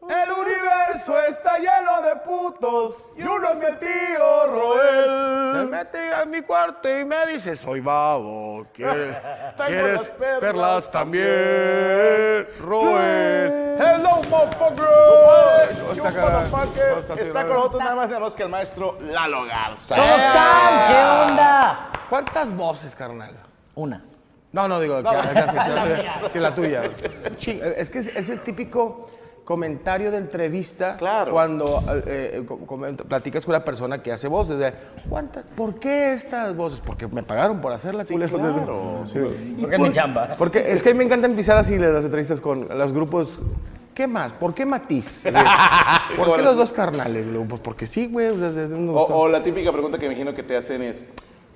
El universo está lleno de putos y uno es mi tío Roel. Se mete en mi cuarto y me dice, soy babo, ¿quieres, Tengo ¿quieres las perlas perlas también? Roel. Hello, motherfucker. ¿Cómo ¿Qué está, hubo, cara? motherfucker? ¿Cómo está, señora? Está con nosotros nada más y nada menos que el maestro Lalo Garza. ¿Cómo están? ¿Qué onda? ¿Cuántas voces, carnal? Una. No, no, digo, que- que- que- que- que la tuya. Ching, es que es, es el típico comentario de entrevista Claro. cuando eh, eh, com- comento- platicas con una persona que hace voces. De, ¿cuántas, ¿Por qué estas voces? Porque me pagaron por hacerlas. Sí, culero. claro. Sí. ¿Y Porque es mi chamba. Porque es que a mí me encanta empezar así las las entrevistas con los grupos. ¿Qué más? ¿Por qué Matiz? Así, ¿Por qué los dos carnales? Y luego, Pues porque sí, güey. o sea, es- Oh, no me O, gusta. o la típica pregunta que me imagino que te hacen es,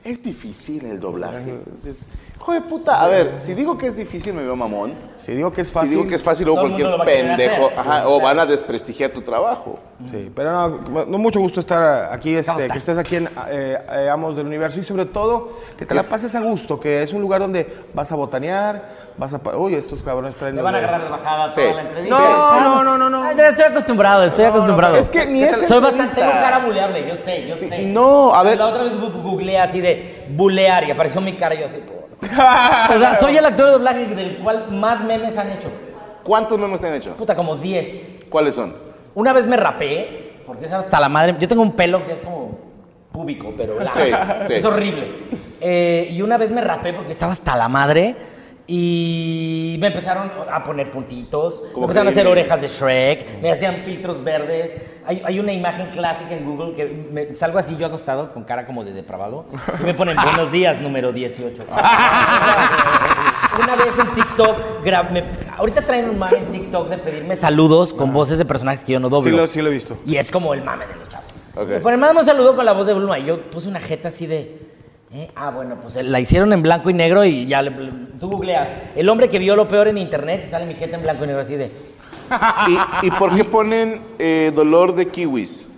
¿es difícil el doblaje? Dices, Hijo de puta, a ver, si digo que es difícil me veo mamón. si digo que es Si fácil. digo que es fácil, luego Todo el mundo cualquier lo va a querer pendejo, hacer. ajá, o van a desprestigiar tu trabajo. Sí, pero no, no mucho gusto estar aquí, este, ¿Cómo estás? que estés aquí en eh, eh, Amos del Universo y sobre todo que te la pases a gusto, que es un lugar donde vas a botanear, vas a... pa- Uy, estos cabrones traen... Me van a los- agarrar de bajada Sí. toda la entrevista. No, no, no, no, no. Ay, Estoy acostumbrado, estoy acostumbrado. es que ni es Soy bastante, entrevista. tengo cara buleable, yo sé, yo sé. no, a ver. La otra vez bu- googleé así de bulear y apareció mi cara y yo así, por... O sea, soy el actor de doblaje del cual más memes han hecho. ¿Cuántos memes te han hecho? Puta, como 10. ¿Cuáles son? Una vez me rapé, porque es hasta la madre. Yo tengo un pelo que es como púbico, pero largo. Sí, sí. es horrible. Eh, y una vez me rapé porque estaba hasta la madre y me empezaron a poner puntitos, me Como empezaron a que- hacer orejas de Shrek, me hacían filtros verdes. Hay, hay una imagen clásica en Google que me- salgo así yo acostado con cara como de depravado y me ponen buenos días número 18. Una vez en TikTok, gra- me- ahorita traen un mame en TikTok de pedirme saludos con voces de personajes que yo no Sí doblo. lo, sí lo he visto. Y es como el mame de los chavos. Ok. Me ponen, "Mándame un saludo con la voz de Bluma. Y yo puse una jeta así de. "Eh, ah, bueno, pues la hicieron en blanco y negro y ya le- tú googleas. El hombre que vio lo peor en internet y sale mi jeta en blanco y negro así de. ¿Y, y por qué ponen eh, dolor de kiwis?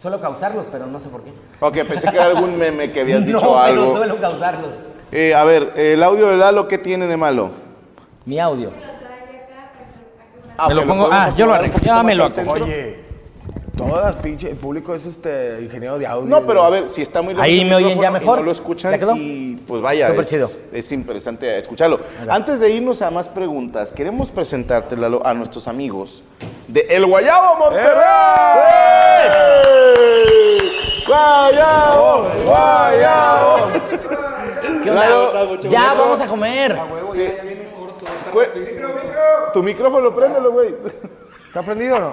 Suelo causarlos, pero no sé por qué. Ok, pensé que era algún meme que habías dicho no, algo. pero suelo causarlos. Eh, a ver, el audio de Lalo, ¿qué tiene de malo? Mi audio. Ah, Me lo ¿que pongo- podemos ah, yo acomodar un lo arreglo. poquito Ya más me lo al centro? Oye, todas pinche... El público es este ingeniero de audio. No, pero a ver, si está muy lejos Ahí el me oyen micrófono ya y mejor. No lo escuchan ¿Ya quedó? y pues vaya, Súper chido. es, es interesante escucharlo. Antes de irnos a más preguntas, queremos presentarte, Lalo, a nuestros amigos de El Guayabo ¡Eh! Monterrey. Oh, Guayabo, Guayabo. ¿Qué onda? ya vamos a comer. Tu micrófono, préndelo, güey. ¿Está prendido o no?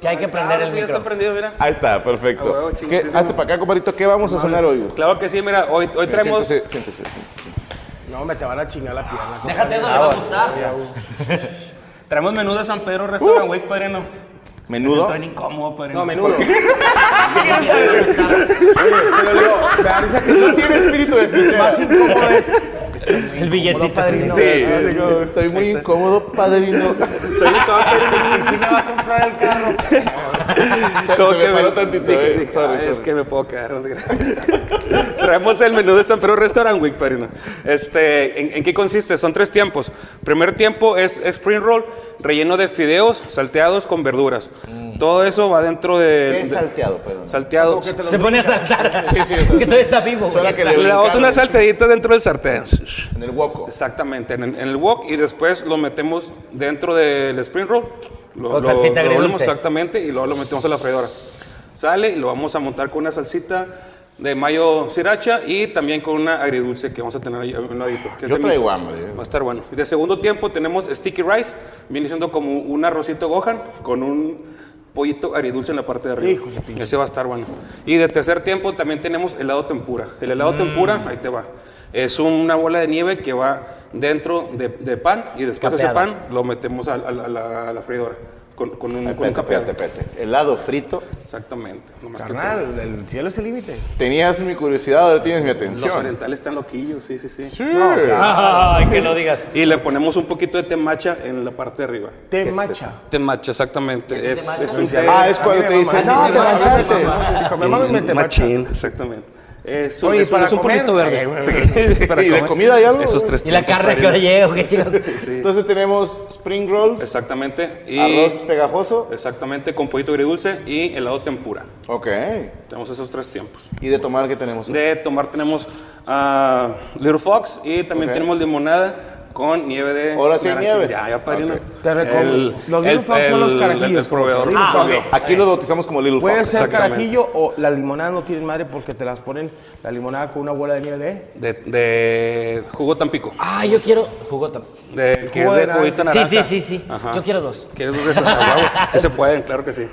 Que hay que prender el sí, ya está micro. prendido, mira. Ahí está, perfecto. A Ah, huevo, chingón, ¿Qué- sí, sí, hazte sí. para acá, compadrito. ¿Qué vamos a cenar hoy? güey? Claro que sí, mira, hoy, hoy traemos. Siéntese, siéntese, siéntese, siéntese. No, me te van a chingar la pierna. Déjate eso, le va a gustar. Traemos menudo de San Pedro Restaurant, güey, padrino. Menudo. Estoy incómodo, padrino. No, menudo. Pero yo, Me da risa que no tiene espíritu de fichero. Más incómodo es... El billetito. padrino. Sí, estoy muy Este, incómodo, padrino. Estoy incómodo, padrino. se va a comprar el carro. Como se me paró tantito, dije, eh. dije, Sorry, "Ay, Es sorry. que me puedo quedar. no te creas". Traemos el menú de San Pedro Restaurant Week, padrino. Este, ¿en, en qué consiste? Son tres tiempos. Primer tiempo es spring roll, relleno de fideos salteados con verduras. Todo eso va dentro de... Mm. ¿Qué es de- salteado, perdón? salteado. Como que te lo Se pone a saltar. Sí, sí, que todavía está vivo. Suena güey. que Le damos brincaron. una saltadita dentro del sartén. En el hueco. Exactamente, en, el- en el wok y después lo metemos dentro del spring roll. Lo, Con lo- salsita lo agridulce. volvemos exactamente y luego lo metemos a la freidora. Sale y lo vamos a montar con una salsita de mayo sriracha y también con una agridulce que vamos a tener ahí a un ladito. que es Yo de traigo miso. hambre, eh. Va a estar bueno. Y de segundo tiempo tenemos sticky rice, viene siendo como un arrocito gohan con un pollito agridulce en la parte de arriba. Ese va a estar bueno. Y de tercer tiempo también tenemos helado tempura. El helado tempura, ahí te va. Es una bola de nieve que va dentro de, de pan y después de ese Capeado. pan lo metemos a, a la- a la, a la freidora con, con un, con un Espérate, capeado. espérate, espérate. Helado frito. Exactamente. nomás que Carnal, el cielo es el límite. Tenías mi curiosidad, ahora tienes mi los atención. Ah, orientales están loquillos, sí, sí, sí. Ay, que no digas. Y le ponemos un poquito de temacha en la parte de arriba. Te macha. Temacha, exactamente. Es, es un té- Mm, Ah, es cuando te dicen, no, te manchaste. Dijo, mi mamá me te macha. Machín, exactamente. Es un, Oye, es un- para es un comer, pollito verde. eh, Sí, para ¿Y de comer. comida hay algo? Esos tres Y la tiempos, carne que padrino. ahora llega, ¿qué chicos? Sí, Entonces tenemos spring rolls, exactamente. Y arroz pegajoso. Exactamente, con pollito agridulce y helado tempura. Ok. Tenemos esos tres tiempos. ¿Y de tomar qué tenemos? De tomar tenemos ah, Little Fox y también Ok. tenemos limonada con nieve de... Ahora sí hay naranja. nieve. Ya, ya, padrino. Ok. Te recomiendo. Los Little Fox son los carajillos, Ah, El, el proveedor. Little Fox. cambió. Aquí lo bautizamos como Little Puede Fox. ser exactamente. carajillo o la limonada no tiene madre porque te las ponen la limonada con una bola de ¿eh? nieve de. De, de jugo Tampico. Ah, yo quiero jugota. Del que Jugo es de de Eh, juguito Sí, naranja. sí, sí, sí. Ajá. Pues Yo quiero dos. ¿Quieres dos de esas? A huevo. Sí se pueden, claro que sí.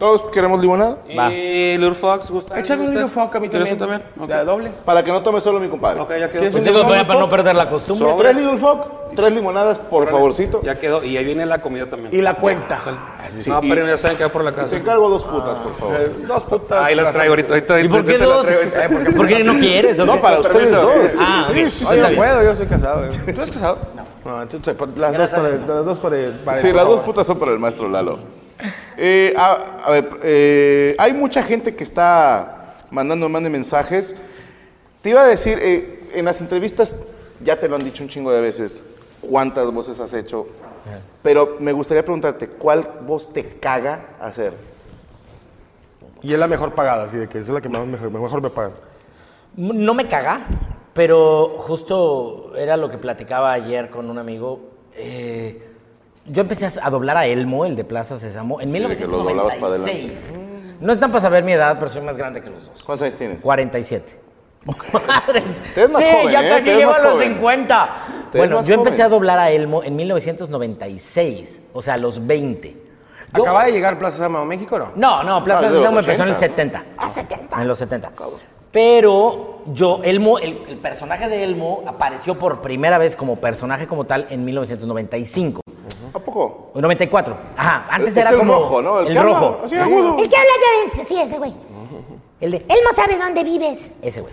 ¿Todos queremos limonada? Va. Y Lur Fox, ¿gusta? Échame un ¿Gusta? Little Fox a mí ¿Quieres también. un también? De a doble. Para que no tome solo mi compadre. Ok, ok, ya ¿Quieres quedó. un- Pensé que vamos, todavía para no Fox. perder la costumbre. Sobre. Tres Little Fox, tres limonadas, por favorcito. Ya quedó. Y ahí viene la comida también. Y la cuenta. Sí, no, y- pero ya saben que va por la Te casa. encargo dos putas, por favor. Dos putas. Ah, Ahí las traigo ahorita. ahorita ¿Y por qué ahorita se las dos? traigo ahorita. ¿Por qué no quieres? o No, qué? para Con ustedes permiso. dos. Ah, ok. sí, sí, Oye, sí. no puedo, yo soy casado. eh. ¿Tú eres casado? No, entonces, pa- las dos para el- las dos para el- para el- Sí, las por dos favor. putas son para el maestro Lalo. Eh, a, a ver, eh, hay mucha gente que está mandando, mande mensajes. Te iba a decir, eh, en las entrevistas ya te lo han dicho un chingo de veces, cuántas voces has hecho, pero me gustaría preguntarte, ¿cuál voz te caga hacer? Y es la mejor pagada, así de que es la que más mejor, mejor me pagan. No me caga, pero justo era lo que platicaba ayer con un amigo. Eh, yo empecé a- a doblar a Elmo, el de Plaza Sésamo, en Sí, de que lo doblabas para adelante. 1996. No están para saber mi edad, pero soy más grande que los dos. ¿Cuántos años tienes? 47. Madres. Te ves más sí, joven, ya ¿eh? casi Te ves llevo más a los joven. 50. Te ves bueno, yo más empecé joven. a doblar a Elmo en 1996, o sea, a los 20. Yo- ¿Acaba de llegar Plaza Sama a México no? no, no, Ah, Plaza de los Sésamo empezó en el 80, 70. Ah, 70. En los 70. Pero yo, Elmo, el, el personaje de Elmo apareció por primera vez como personaje como tal en 1995. ¿A poco? o 94. Ajá, antes Es era el como. rojo, ¿no? El El, que habla rojo. así agudo. El que habla de... Sí, ese güey. El de. Él no sabe dónde vives. Ese güey.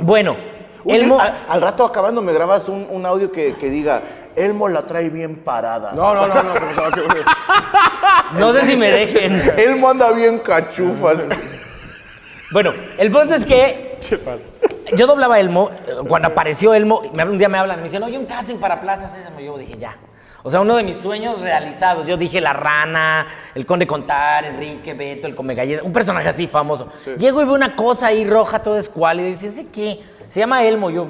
Bueno, Oye, Elmo. a- al rato acabando me grabas un, un audio que, que diga, Elmo la trae bien parada. No, no, no, no. por favor, que- ah, No sé si me dejen. Elmo anda bien cachufas. Bueno, el punto es que yo doblaba a Elmo, eh, cuando apareció Elmo, me- un día me hablan, me dicen, oye, un casting para Plaza Sésamo, yo dije, ya. O sea, uno de mis sueños realizados, yo dije La Rana, El Conde Contar, Enrique, Beto, El Come Galleta, un personaje así famoso. Llego y veo una cosa ahí roja, todo escuálido, y dice, ¿ese qué? Se llama Elmo, yo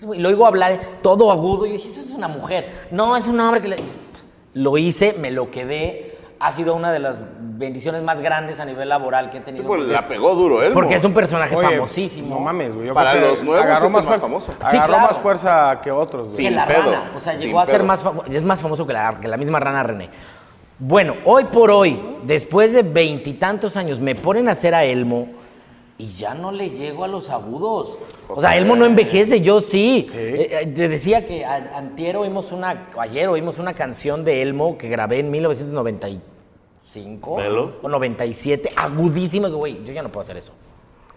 güey, lo oigo hablar eh, todo agudo, yo dije, eso es una mujer. No, es un hombre que le... Lo hice, me lo quedé, ha sido una de las bendiciones más grandes a nivel laboral que he tenido. Tipo, porque es- la pegó duro, Elmo. porque es un personaje Oye, famosísimo. No mames, güey. yo Para creo que los nuevos es el más fuerza- famoso. Sí, Agarró claro. más fuerza que otros, güey. que la pedo, rana. O sea, sin llegó a ser pedo. más famoso. Es más famoso que la, que la misma rana René. Bueno, hoy por hoy, después de veintitantos años, me ponen a hacer a Elmo y ya no le llego a los agudos. O sea, Elmo no envejece, yo sí. Eh, eh, te decía que a- antier oímos una, ayer oímos una canción de Elmo que grabé en 1995 o 97, agudísima, que, güey, yo ya no puedo hacer eso.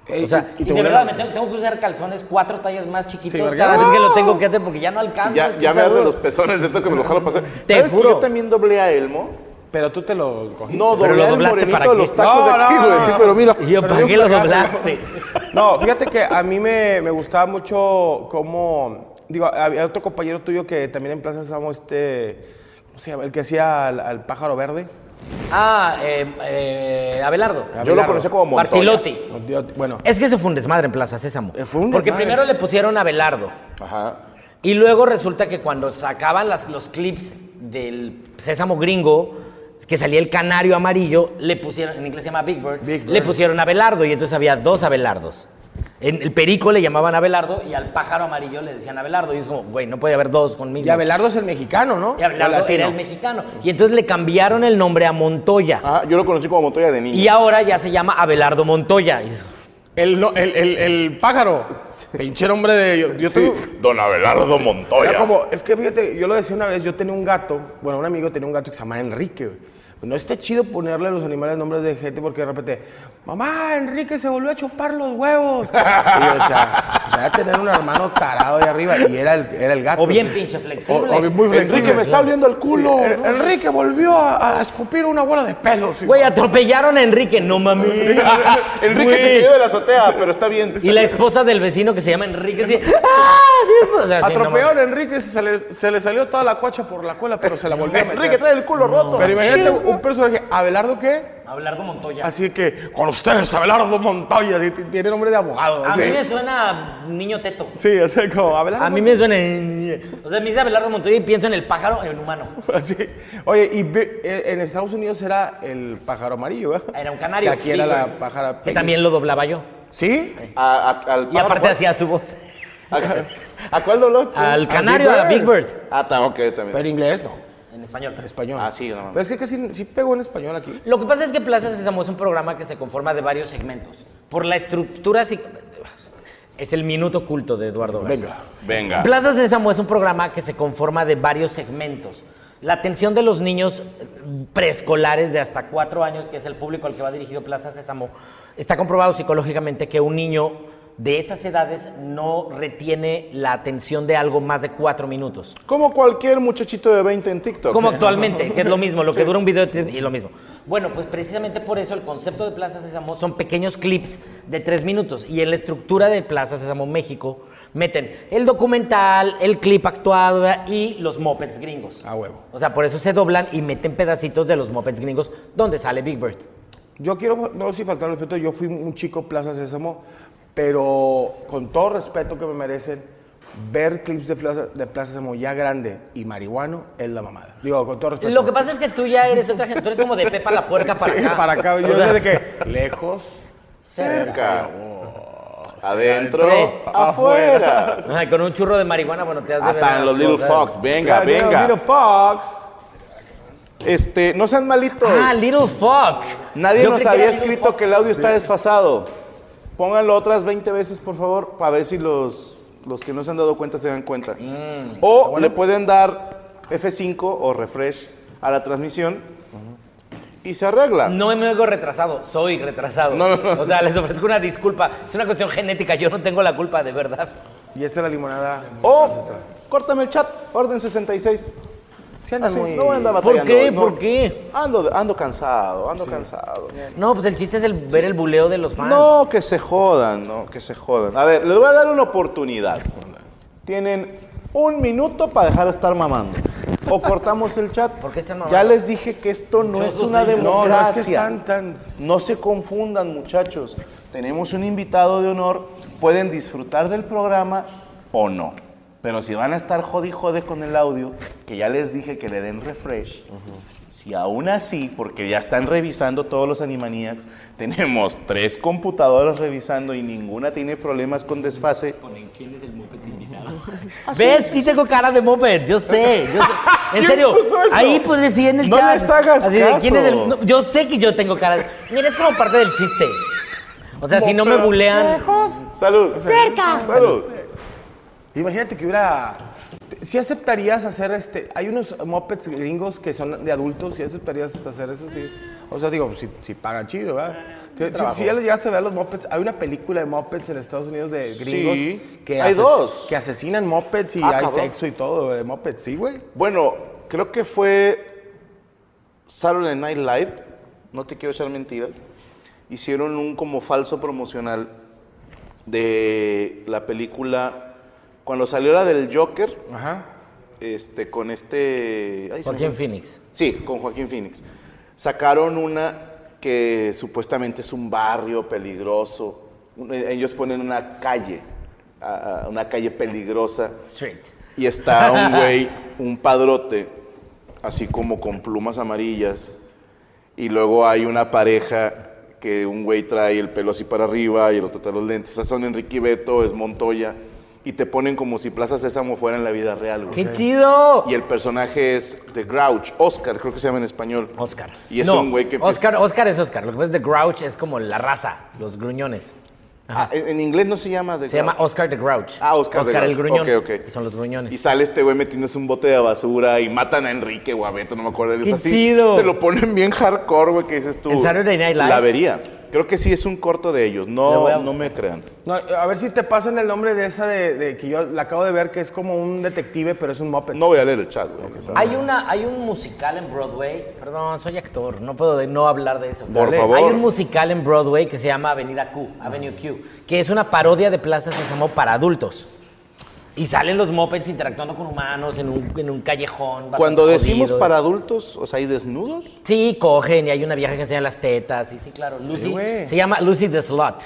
Ey, O sea, y- y y te de volvieron- verdad, me tengo, tengo que usar calzones cuatro tallas más Sí, chiquitos porque- cada vez que lo tengo que hacer porque ya no alcanzo. Ya, ya me arden los pezones de tanto que me lo jalo pasar. Te ¿Sabes juro. que yo también doblé a Elmo? Pero tú te lo cogiste. No, Pero doblé lo al doblaste para morenito de qué. los tacos No, de aquí, no, güey. no, sí, no. pero mira. Y Pero yo, ¿para yo qué lo fracasé. doblaste? No, fíjate que a mí me, me gustaba mucho como... Digo, había otro compañero tuyo que también en Plaza Samo, este... ¿Cómo ¿Cómo se llama? El que hacía al, al pájaro verde. Ah, eh, eh, Abelardo. Yo lo conocí como Montoya. Bartilotti. Montoya, Bueno, Es que se fue un desmadre en Plaza Sésamo. Eh, fue un Porque desmadre. primero le pusieron Abelardo. Ajá. Y luego resulta que cuando sacaban las- los clips del Sésamo Gringo, que salía el canario amarillo, le pusieron, en inglés se llama Big Bird, Big Bird. le pusieron Abelardo y entonces había dos Abelardos. En el perico le llamaban Abelardo y al pájaro amarillo le decían Abelardo. Y es como, güey, no puede haber dos conmigo. y Abelardo es el mexicano, ¿no? Y Abelardo O latino. era el mexicano. Y entonces le cambiaron el nombre a Montoya. Ah. Ajá, yo lo conocí como Montoya de niño. Y ahora ya se llama Abelardo Montoya. Y es- El, no- el, el, el pájaro. Pinche nombre de. Yo, yo Sí, tuve- don Abelardo Montoya. Era como, es que fíjate, yo lo decía una vez, yo tenía un gato, bueno, un amigo tenía un gato que se llamaba Enrique. güey. No está chido ponerle a los animales nombres de gente porque de repente, mamá, Enrique se volvió a chupar los huevos. Y yo, o sea, o sea, tener un hermano tarado ahí arriba y era el, era el gato. o bien pinche flexible. O- o bien muy flexible. Enrique, me está oliendo el culo. Sí, en- Enrique volvió a, a escupir una bola de pelos. Güey, atropellaron a Enrique, no mames. Enrique se Güey. cayó de la azotea, pero está bien. Y la esposa del vecino que se llama Enrique, así, ¡ah! mi esposa! O sea, sí, no Atropearon mames. a Enrique, se le, se le salió toda la cuacha por la cola, pero se la volvió a meter. Enrique trae el culo roto. Pero imagínate un personaje, ¿Abelardo qué? Abelardo Montoya. Así que, con ustedes, Abelardo Montoya, sí, t- tiene nombre de abogado. a sí. mí me suena a niño teto. Sí, o sea, como Abelardo. Ah, A mí me suena. eh, O sea, me dice Abelardo Montoya y pienso en el pájaro en humano. Montoya, sí. Oye, y ve- eh, en Estados Unidos era el pájaro amarillo, ¿verdad? Era un canario. Que aquí era Sí, la güey. pájara. Que también lo doblaba yo. ¿Sí? A- a- al Y aparte pájaro, hacía su voz. ¿cuál? ¿A, a cuál doblaste? Al canario, a la Big Bird. Ah, ta- ok, también. Pero inglés no, En español. español. Ah, sí, no mames. Pero es que casi sí pegó en español aquí. Lo que pasa es que Plaza Sésamo es un programa que se conforma de varios segmentos. Por la estructura. psic- Es el minuto culto de Eduardo Garza. Venga. Venga. Plaza Sésamo es un programa que se conforma de varios segmentos. La atención de los niños preescolares de hasta cuatro años, que es el público al que va dirigido Plaza Sésamo, está comprobado psicológicamente que un niño de esas edades no retiene la atención de algo más de cuatro minutos. Como cualquier muchachito de 20 en TikTok. Como Sí. actualmente, que es lo mismo, lo que dura un video de tri- y lo mismo. Bueno, pues precisamente por eso el concepto de Plaza Sésamo son pequeños clips de tres minutos. Y en la estructura de Plaza Sésamo México meten el documental, el clip actuado ¿verdad? y los mopeds gringos. A huevo. O sea, por eso se doblan y meten pedacitos de los mopeds gringos donde sale Big Bird. Yo quiero, no sé si faltar al respeto, yo fui un chico Plaza Sésamo, pero con todo respeto que me merecen, ver clips de Plaza, de Plaza Sésamo ya grande y marihuano es la mamada. Digo, con todo respeto. Lo que pasa es que tú ya eres otra gente, tú eres como de Pepa la Puerca para Sí, acá. para acá. Yo O sea, sé de que lejos, Cerca. Adentro. Adentro. Afuera. Ay, con un churro de marihuana, bueno, te has de ver Hasta en las los Little cosas. Fox. Venga, Claro, Little venga. Fox. Este, no sean malitos. Ah, Little Fuck. Nadie Yo nos creí que había era Little escrito Fox. que el audio está desfasado. Pónganlo otras 20 veces, por favor, para ver si los, los que no se han dado cuenta se dan cuenta. Mm. O le pueden dar F5 o refresh a la transmisión y se arregla. No me oigo retrasado, soy retrasado. No, no, no. O sea, les ofrezco una disculpa. Es una cuestión genética, yo no tengo la culpa, de verdad. Y esta es la limonada. O córtame el chat, orden 66. Sí, andan Así, muy- Ah, No voy a andar ¿Por batallando qué? hoy, no. ¿Por qué? Ando, ando cansado, ando cansado. No, pues el chiste es el, ver el buleo de los fans. No, que se jodan, no, que se jodan. A ver, les voy a dar una oportunidad. Tienen un minuto para dejar de estar mamando. O cortamos el chat. ¿Por qué están mamando? Ya les dije que esto no Yo es soy- una No, no, es que No, no es que democracia. están tan. No se confundan, muchachos. Tenemos un invitado de honor. Pueden disfrutar del programa o no. Pero si van a estar jodi jode con el audio, que ya les dije que le den refresh, si aún así, porque ya están revisando todos los Animaniacs, tenemos tres computadoras revisando y ninguna tiene problemas con desfase. ¿Ves? Sí tengo cara de moped, yo sé. yo sé. En ¿Quién serio, puso eso? ahí pues decía en el No chat. les hagas Así de, ¿quién es el- caso. no, yo sé que yo tengo cara de... Mira, es como parte del chiste. O sea, si no me bulean... Salud. Cerca. Salud. Imagínate que hubiera. Si aceptarías hacer este. Hay unos mopeds gringos que son de adultos, si aceptarías hacer esos. tío? O sea, digo, si, si pagan chido, ¿verdad? Si- Si, si ya le llegaste a ver los mopeds, hay una película de mopeds en Estados Unidos de gringos. Sí, que hay dos. Que asesinan mopeds y Ah, hay cabrón. sexo y todo de mopeds, sí, güey. Bueno, creo que fue Saturday Night Live, no te quiero echar mentiras, hicieron un como falso promocional de la película, cuando salió la del Joker, Ajá. este, con este... ay, se me Joaquín fue. Phoenix. Sí, con Joaquín Phoenix. Sacaron una que supuestamente es un barrio peligroso. Un- Ellos ponen una calle, a- a- una calle peligrosa. Street. Y está un güey, un padrote, así como con plumas amarillas. Y luego hay una pareja que un güey trae el pelo así para arriba y el otro trae los lentes. Esas son Enrique y Beto, es Montoya. Y te ponen como si Plaza Sésamo fuera en la vida real, güey. ¡Qué chido! Y el personaje es The Grouch, Oscar, creo que se llama en español. Oscar. Y es No, un güey que... pues, Oscar, Oscar es Oscar. Lo que pasa es The Grouch es como la raza, los gruñones. ah, en, en inglés no se llama The Se llama Grouch. Oscar the Grouch. Ah, Oscar, The Oscar el Grouch. gruñón. Ok, ok. Y son los Y gruñones. sale este güey metiéndose un bote de basura y matan a Enrique o a Beto, no me acuerdo. Es ¡Qué así. chido! Te lo ponen bien hardcore, güey, que dices tú. ¿En Saturday Night Live? La vería. Creo que sí es un corto de ellos. Lo voy a No, no buscar. me crean. No, a ver si te pasan el nombre de esa de, de que yo la acabo de ver, que es como un detective, pero es un moped. No voy a leer el chat, güey. o sea, Hay, una, hay un musical en Broadway. Perdón, soy actor. No puedo de- no hablar de eso. Por Dale. favor. Hay un musical en Broadway que se llama Avenida Q, Avenue Q, que es una parodia de Plaza Sésamo para adultos. Y salen los mopeds interactuando con humanos en un, en un callejón. bastante Cuando decimos jodido. eh. para adultos, o sea, hay desnudos. Sí, cogen y hay una vieja que enseña las tetas. Y sí, claro. Lucy. güey. se llama Lucy the Slot.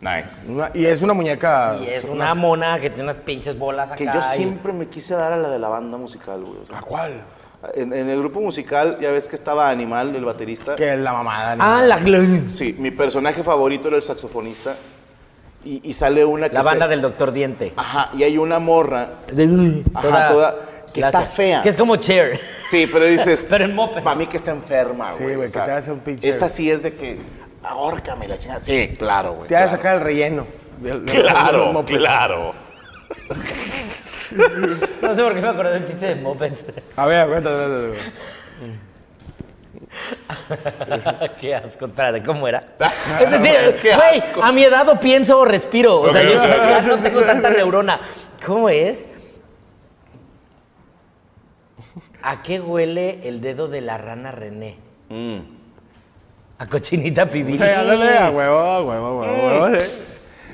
Nice. Una- y es una muñeca. Y es una mona que tiene unas pinches bolas acá. Que yo y- siempre me quise dar a la de la banda musical, güey. o sea. ¿A cuál? En, en el grupo musical, ya ves que estaba Animal, el baterista. Que es la mamada. ni Ah, nada. la, la, Sí, mi personaje favorito era el saxofonista. Y, y sale una que. se- banda del doctor diente. Ajá, y hay una morra. De- Ajá, toda- que está fea. Que es como chair. Sí, pero dices. Pero en moped. Para mí que está enferma, güey. Sí, güey, que te hace un pinche- Esa sí es de que. Ahórcame la chingada. Sí, claro, güey. Te vas a claro. sacar el relleno. del- del- del Claro, moped. claro. No sé por qué me acordé de un chiste de mopeds. A ver, cuéntame, cuéntame, güey. qué asco. Espérate, ¿cómo era? Qué Güey, asco. a mi edad o pienso o respiro. O sea, Ok, yo ok, ok. ya no tengo tanta neurona. ¿Cómo es? ¿A qué huele el dedo de la rana René? Mm. A cochinita pibil. Sí, ándale, a huevo, a huevo, a huevo, a Eh. huevo, sí.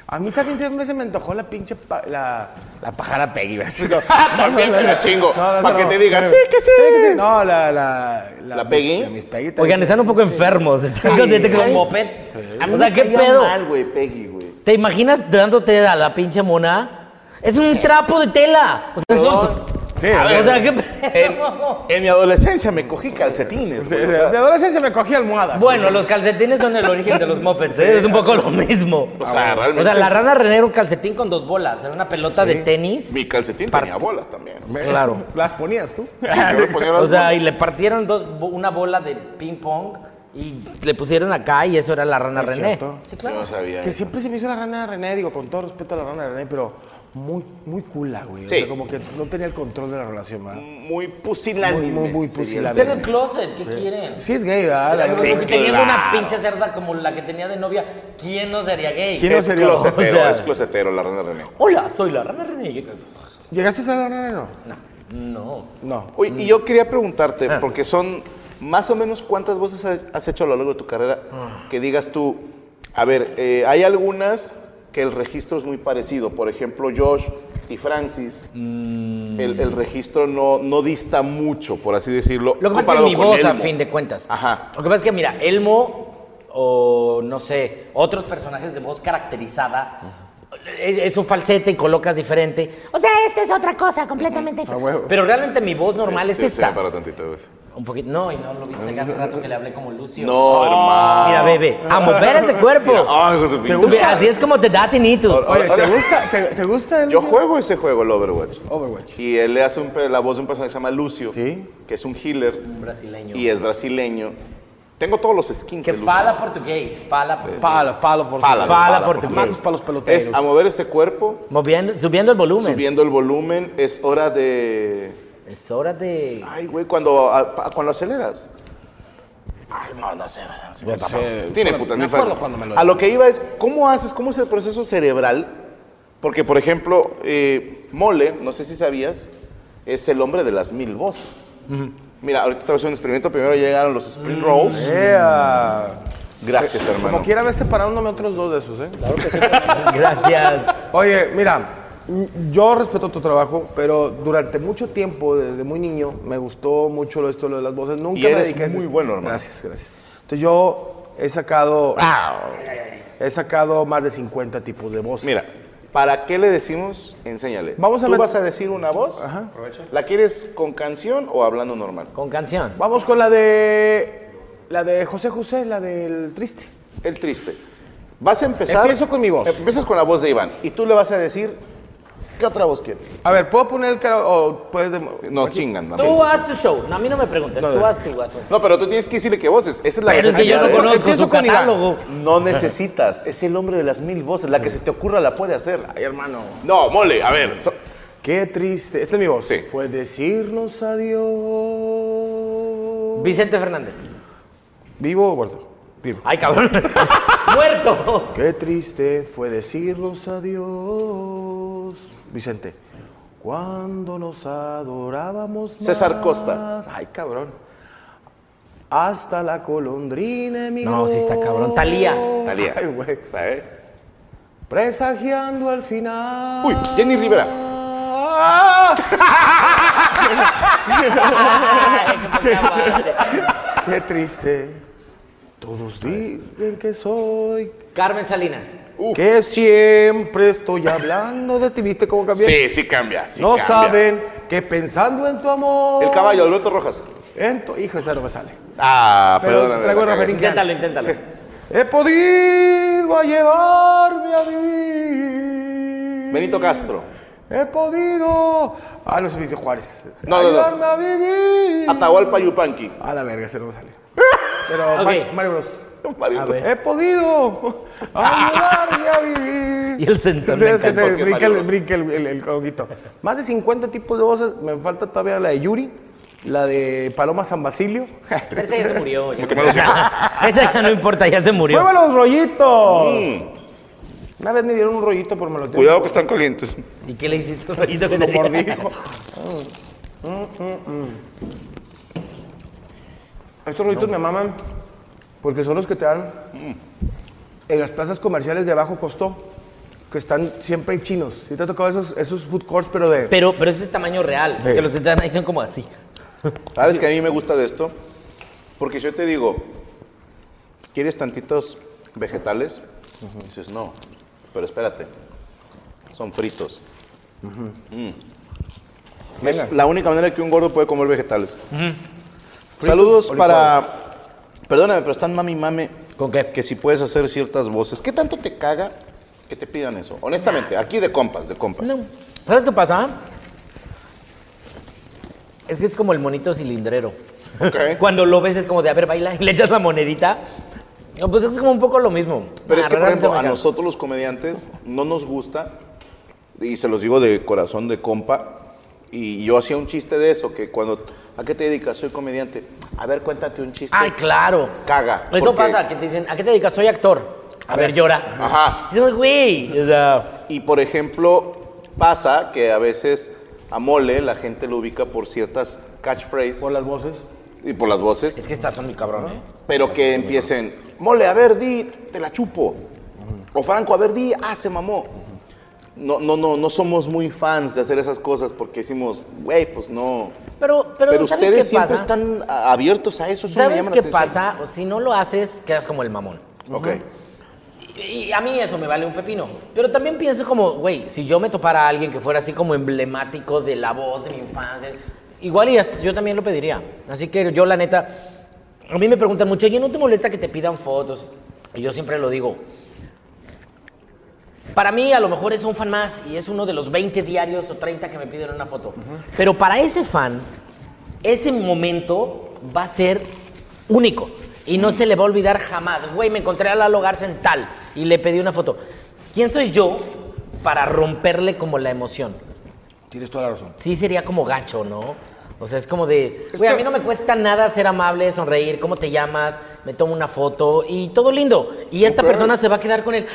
A mí también siempre se me antojó la pinche pa- la, la pájara Peggy. ¿ves? También me la chingo. No, no, para no, que no. te digas, sí, que sí. No, la. ¿La, ¿La Peggy? Mis, Peggy también Oigan, sí. están un poco enfermos. Están Sí. con gente que son ¿Sabes? mopeds. A mí O sea, me ¿qué caía pedo? mal, güey, Peggy, güey. ¿Te imaginas dándote a la pinche mona? Es un trapo de tela. O sea, eso- Sí, A ver, o sea, ¿qué En, pedo? en mi adolescencia me cogí calcetines, güey. o sea, De adolescencia me cogí almohadas. Bueno, los calcetines son el origen de los mopeds, ¿eh? es un poco lo mismo. O sea, realmente O sea, la es- rana René era un calcetín con dos bolas, era una pelota de tenis. Mi calcetín Par- tenía bolas también. o sea, Claro. Las ponías tú. yo le ponía las O sea, bolas. y le partieron dos, bo- una bola de ping pong y le pusieron acá y eso era la rana Es René. cierto. Sí, Yo claro. no sabía. Que siempre se me hizo la rana de René, digo, con todo respeto a la rana de René, pero muy, muy cula, güey. O Sí. sea, como que no tenía el control de la relación, ¿verdad? Muy pusilánime. Muy, muy, muy sería pusilánime. Está en el Sí. closet, ¿qué quieren? Sí es gay, ¿verdad? Sí, Porque teniendo una claro. pinche cerda como la que tenía de novia, ¿quién no sería gay? ¿Quién no Es sería? closetero, O sea- es closetero la rana René. Hola, soy la rana René. ¿Llegaste a ser la rana de René? No. No. No. Oye, y yo quería preguntarte, porque son más o menos cuántas voces has- has hecho a lo largo de tu carrera que digas tú, a ver, eh, hay algunas que el registro es muy parecido, por ejemplo, Josh y Francis, el, el registro no, no dista mucho, por así decirlo, Lo que pasa es comparado que es mi con voz, a Elmo. fin de cuentas. Ajá. Lo que pasa es que, mira, Elmo o, no sé, otros personajes de voz caracterizada, es es un falsete y colocas diferente. O sea, esto es otra cosa completamente A diferente. huevo. Pero realmente mi voz normal es Sí, sí, esta. para tantito. pues. güey. Un poquito. No, y no lo viste que hace rato que le hablé como Lucio. No, Oh, hermano. Mira, bebé, a mover ese cuerpo. Mira, oh, ah, ay, José Pinto. Así es como te da tinnitus. Ahora- Oye, ¿te Ahora- gusta, te, te gusta el Yo juego ese juego, el Overwatch. Overwatch? Y él le hace un pe- la voz de un personaje que se llama Lucio, Sí. que es un healer. Un brasileño. y es brasileño. Tengo todos los skins. que de Lucio. fala portugués, fala portugués. Palo, palo por Fala, Fala portugués. Manos para los peloteros. Es a mover ese cuerpo, Moviendo, subiendo el volumen. subiendo el volumen, es hora de... Es hora de. Ay, güey, cuando, a- pa- cuando aceleras. Ay, no, no sé, no sé, tampoco. Tiene putas me mil acuerdo frases. cuando me lo A lo que iba es, ¿cómo haces? ¿Cómo es el proceso cerebral? Porque, por ejemplo, eh, Mole, no sé si sabías, es el hombre de las mil voces. Mira, ahorita te voy a hacer un experimento. Primero llegaron los Mm. spring rolls. Eh. Eh, Yeah. Gracias, hermano. Como quiera, ver separándome otros dos de esos, ¿eh? Gracias. Oye, mira, Mm, Yo respeto tu trabajo, pero durante mucho tiempo, desde muy niño, me gustó mucho lo, esto lo de las voces. Nunca Y me eres dediqué a ese- muy bueno, hermano. Gracias, gracias. Entonces yo he sacado. He sacado más de 50 tipos de voces. Mira, ¿para qué le decimos? Enséñale. Vamos a Tú la- vas a decir una voz. Ajá. ¿La quieres con canción o hablando normal? Con canción. Vamos con la de. La de José José, la del triste. El triste. Vas a empezar. Empiezo con mi voz. Empiezas con la voz de Iván. Y tú le vas a decir, ¿qué otra voz quieres? A ver, ¿puedo poner el cara o puedes de- No, chingan. no. Tú haz tu show. No, a mí no me preguntes. tú haz tu haz tu- No, pero tú tienes que decirle qué voces. Esa es la Pero es gran que yo no cantidad de- conozco Empiezo su con Iván. catálogo. No necesitas. Es el hombre de las mil voces. La que se te ocurra la puede hacer. Ay, hermano. No, mole. A ver. so- Qué triste. Esta es mi voz. Sí. Fue decirnos adiós. Vicente Fernández. ¿Vivo o muerto? Vivo. Ay, cabrón. Muerto. Qué triste fue decirnos adiós. Vicente. Cuando nos adorábamos. César más. Costa. Ay, cabrón. Hasta la colondrina emigró. No, sí está cabrón. Thalía. Thalía. Ay, güey. ¿sabes? Presagiando al final. ¡Ah! Uy, Jenny Rivera. Qué triste. Todos dicen que soy. Carmen Salinas. Que siempre estoy hablando de ti. ¿Viste cómo cambié? Sí, sí cambia. sí no cambia. saben que pensando en tu amor. El caballo, Alberto Rojas. en tu- Hijo, esa no me sale. Ah, Pero perdóname. traigo la el cagué. referín. Inténtalo, inténtalo. He podido a llevarme a vivir. Benito Castro. He podido. Ah, no es Benito Juárez. No, no, no. Ayudarme a vivir. Atahualpa Yupanqui. A la verga, se no me sale. Pero Ok. Ma- Mario Bros. Mario A Bros. ver. He podido ayudarme a vivir. Y el sentón, Sí, es me que encantó se que brinca Mario el, Bros. brinca el, el- el conguito. Más de 50 tipos de voces. Me falta todavía la de Yuri, la de Paloma San Basilio. Pero esa ya se murió. ya. esa ya no importa, ya se murió. ¡Prueba los rollitos! Mm, Una vez me dieron un rollito por me lo Cuidado que están calientes. ¿Y qué le hiciste al rollito que Lo te dio? mordí. hijo. Mm, mm, mm. Estos rollitos me maman porque son los que te dan en las plazas comerciales de bajo costo que están siempre hay chinos. Si te ha tocado esos, esos food courts, pero de. Pero, pero es de tamaño real. Sí. Que los que te dan ahí son como así. ¿Sabes que a mí me gusta de esto? Porque yo te digo, ¿quieres tantitos vegetales? Dices, no, pero espérate, son fritos. Mm. Es la única manera que un gordo puede comer vegetales. Saludos para... Perdóname, pero están mami mame. ¿Con qué? Que si puedes hacer ciertas voces. ¿Qué tanto te caga que te pidan eso? Honestamente, aquí de compas, de compas. No. ¿Sabes qué pasa? Es que es como el monito cilindrero. Ok. Cuando lo ves es como de, a ver, baila y le echas la monedita. No, Pues es como un poco lo mismo. Pero Ah, es que, por relájate, ejemplo, a mija. nosotros los comediantes no nos gusta, y se los digo de corazón de compa, y yo hacía un chiste de eso, que cuando, ¿a qué te dedicas? Soy comediante. A ver, cuéntate un chiste. Ay, claro. este Caga, Eso porque- pasa, que te dicen, ¿a qué te dedicas? Soy actor. A, ver, llora. Ajá. Dices, güey. O sea, Y, por ejemplo, pasa que a veces a Mole la gente lo ubica por ciertas catchphrases Por las voces. y por las voces, es que estás son mi cabrón, ¿eh? pero que empiecen, Mole, a ver, di, te la chupo. O Franco, a ver, di, ah, se mamó. No, no, no, no somos muy fans de hacer esas cosas porque decimos, güey, pues no. Pero, pero, Pero, ¿sabes qué ustedes siempre pasa? están a- abiertos a eso. eso me ¿Sabes llama la qué atención. pasa? O Si no lo haces, quedas como el mamón. Ok. Y, y a mí eso me vale un pepino. Pero también pienso como, güey, si yo me topara a alguien que fuera así como emblemático de la voz de mi infancia, igual y hasta yo también lo pediría. Así que yo, la neta, a mí me preguntan mucho, oye, ¿no te molesta que te pidan fotos? Y yo siempre lo digo. Para mí, a lo mejor es un fan más y es uno de los 20 diarios o 30 que me piden una foto. Pero para ese fan, ese momento va a ser único y no se le va a olvidar jamás. Güey, me encontré a Lalo Garza en tal y le pedí una foto. ¿Quién soy yo para romperle como la emoción? Tienes toda la razón. Sí sería como gacho, ¿no? O sea, es como de, güey, a mí no me cuesta nada ser amable, sonreír, cómo te llamas, me tomo una foto y todo lindo. Y esta persona se va a quedar con él.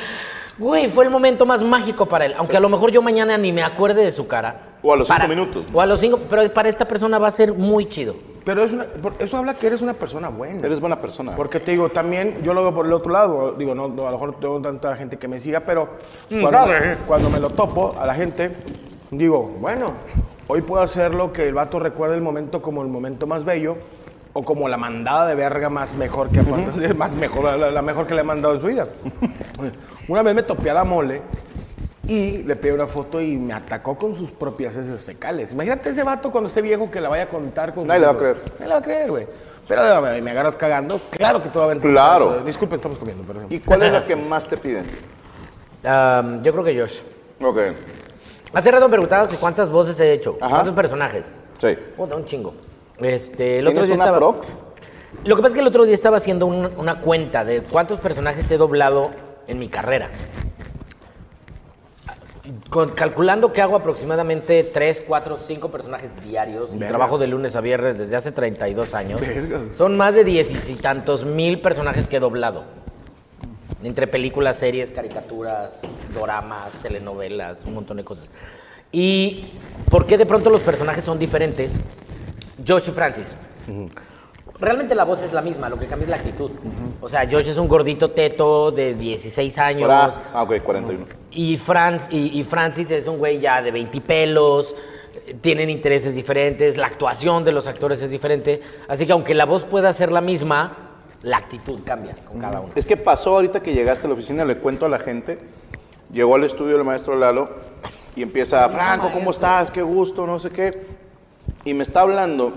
Güey, fue el momento más mágico para él. Aunque a lo mejor yo mañana ni me acuerde de su cara. O a los Para- cinco minutos. O a los cinco, pero para esta persona va a ser muy chido. Pero es una- por- eso habla que eres una persona buena. Eres buena persona. Porque te digo, también yo lo veo por el otro lado. Digo, no, no, a lo mejor no tengo tanta gente que me siga, pero cuando, cuando me lo topo a la gente, digo, bueno, hoy puedo hacer lo que el vato recuerda el momento como el momento más bello o como la mandada de verga más mejor que ha mandado- más mejor, la, la mejor que le ha mandado en su vida. una vez me topé a la mole. Y le pedí una foto y me atacó con sus propias heces fecales. Imagínate ese vato cuando esté viejo que la vaya a contar con Nadie sus- le va a creer. me la va a creer, güey. Pero déjame, me agarras cagando. Claro que te va a aventar. Claro. Eh, Disculpen, estamos comiendo, perdón. ¿Y cuál es la que más te piden? Ah, yo creo que Josh. Ok. Hace rato me preguntaba que cuántas voces he hecho, Ajá. cuántos personajes. Sí. Puta, un chingo. Este, el otro ¿Tienes una día estaba... proc? Lo que pasa es que el otro día estaba haciendo un- una cuenta de cuántos personajes he doblado en mi carrera. Con- calculando que hago aproximadamente 3, 4, 5 personajes diarios y trabajo de lunes a viernes desde hace 32 años, son más de diez y tantos mil personajes que he doblado. Entre películas, series, caricaturas, doramas, telenovelas, un montón de cosas. ¿Y por qué de pronto los personajes son diferentes? Josh y Francis. Realmente la voz es la misma, lo que cambia es la actitud. O sea, Josh es un gordito teto de 16 años. Ahora- Ah, ok, 41. Y, Franz, y, y Francis es un güey ya de 20 pelos, eh, tienen intereses diferentes, la actuación de los actores es diferente. Así que aunque la voz pueda ser la misma, la actitud cambia con cada uno. Es que pasó ahorita que llegaste a la oficina, le cuento a la gente. Llegó al estudio el maestro Lalo y empieza, Franco, ¿cómo estás? Qué gusto, no sé qué. Y me está hablando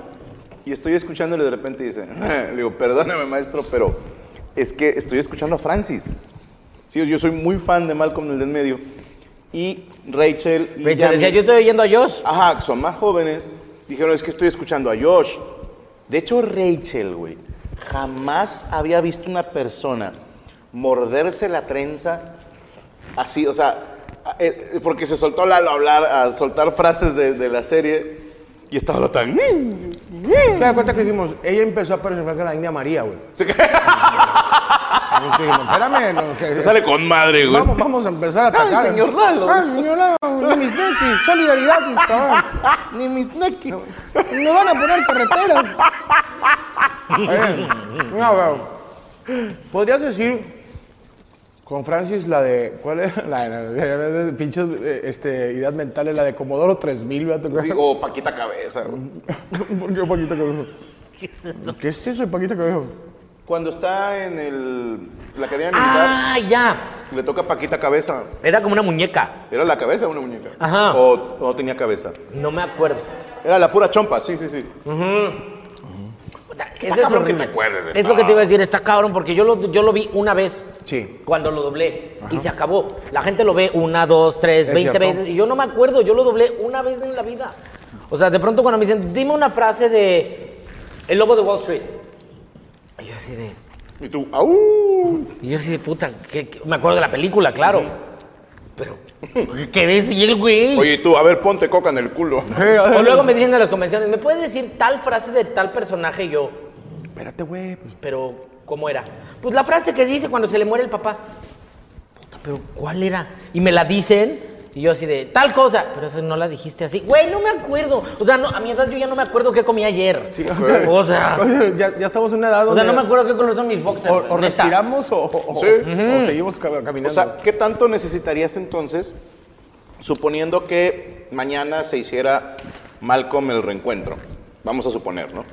y estoy escuchándole de repente y dice, le digo, perdóname maestro, pero es que estoy escuchando a Francis. Sí, yo soy muy fan de Malcolm en el del medio. Y Rachel... Y Rachel Yami- decía, yo estoy oyendo a Josh. Ajá, que son más jóvenes. Dijeron, es que estoy escuchando a Josh. De hecho, Rachel, güey, jamás había visto una persona morderse la trenza así, o sea, a- eh, porque se soltó Lalo a hablar, a soltar frases de, de la serie y estaba lo tan... ¿Se da cuenta que dijimos? Ella empezó a personar con la India María, güey. Se Entonces dijimos, Espérame, no, que- sale con madre, güey. vamos, vamos a empezar a Ay, atacar. señor Lalo. Ay, señor Lalo, ni mis netis, solidaridad, cabrón. Ni mis nequis. Nos van a poner carreteras. Oye, no, güey. Podrías decir con Francis la de. ¿Cuál es? La de. la de pinches eh, este, ideas mentales, la de Comodoro 3000, ¿verdad? Sí, oh. o Paquita Cabeza, güey. ¿Por qué Paquita Cabello? ¿Qué es eso? ¿Qué es eso de Paquita Cabello? Cuando está en el, la Academia Militar, Ah, ya. le toca Paquita Cabeza. Era como una muñeca. ¿Era la cabeza de una muñeca? Ajá. ¿O o no tenía cabeza? No me acuerdo. Era la pura chompa, sí, sí, sí. Eso es, horrible. acuerdes de es lo que te iba a decir, está cabrón, porque yo lo, yo lo vi una vez. Sí. Cuando lo doblé y se acabó. La gente lo ve una, dos, tres, Es veinte cierto. veces. Y yo no me acuerdo, yo lo doblé una vez en la vida. O sea, de pronto cuando me dicen, dime una frase de El Lobo de Wall Street. Y yo así de. Y tú, ¡au! Y yo así de puta. ¿qué- qué?". Me acuerdo de la película, claro. Pero, ¿qué decía el güey? Oye, y tú, a ver, ponte coca en el culo. O luego me dicen en las convenciones, ¿me puedes decir tal frase de tal personaje? Y yo, Espérate, güey. pues. pero ¿cómo era? Pues la frase que dice cuando se le muere el papá. Puta, pero ¿cuál era? Y me la dicen y yo así de tal cosa, pero eso no la dijiste así. Güey, no me acuerdo. O sea, no, a mi edad yo ya no me acuerdo qué comí ayer. o sea, Oye, ya, ya estamos en una edad o donde. sea, no me acuerdo qué color son mis boxers. O, o neta. respiramos o, o- Sí. o- o seguimos ca- caminando. O sea, ¿qué tanto necesitarías entonces, suponiendo que mañana se hiciera Malcolm el reencuentro? Vamos a suponer, ¿no?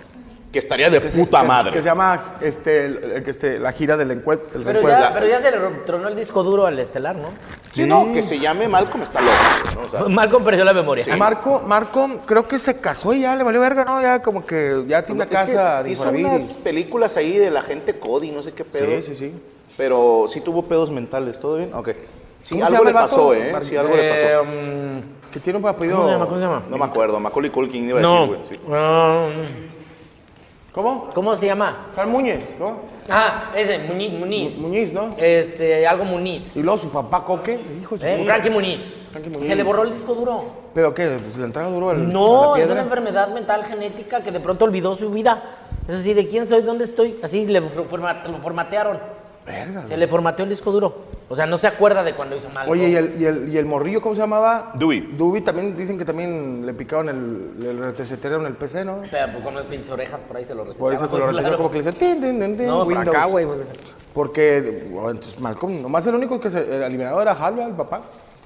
Que estaría de puta que, madre. Que se llama este, el- el- que este, la gira del encuentro. Pero ya, pero ya se le tronó el disco duro al estelar, ¿no? Sí, no, Mm. que se llame Malcolm está loco. ¿no? O sea, Malcolm perdió la memoria. Marco, Marco, creo que se casó y ya le valió verga, ¿no? Ya como que ya tiene una es que casa de hizo Infonavit y- unas películas ahí de la gente Cody, no sé qué pedo. Sí, sí, sí. Pero sí tuvo pedos mentales, ¿todo bien? Ok. Sí, ¿Cómo se algo llama le el vato? pasó, ¿eh? Mar- Sí, algo le pasó. Eh, Que tiene un apellido. ¿Cómo se llama? ¿Cómo se llama? No me acuerdo, Macaulay Culkin iba a No. decir, güey. sí. Um, ¿Cómo? ¿Cómo se llama? Juan Muñez, ¿no? Ah, ese, Muñiz. Muñiz. Muñiz, ¿no? Este, algo Muniz. Y luego su papá Coque, hijo de su ¿eh? puta. Frankie Muniz. Frankie Muniz. Se le borró el disco duro. ¿Pero qué? ¿Se le entraba duro al, No, a la es piedra? una enfermedad mental genética que de pronto olvidó su vida. Es así, ¿de quién soy? ¿Dónde estoy? Así le for- forma- lo formatearon. Verga, Se le formateó el disco duro. O sea, no se acuerda de cuando hizo mal. Oye, ¿y el, y, el, ¿y el morrillo cómo se llamaba? Dewey. Dewey también, dicen que también le picaron el, el retesetero en el PC, ¿no? Pero pues, con las pinches orejas por ahí se lo recetaron. Por eso te lo retesetero como que le decían, tin, tin, tin, tin, No, para Windows. acá, güey. Porque, bueno, entonces Malcolm, nomás el único que se eh, eliminado era Halva, el papá.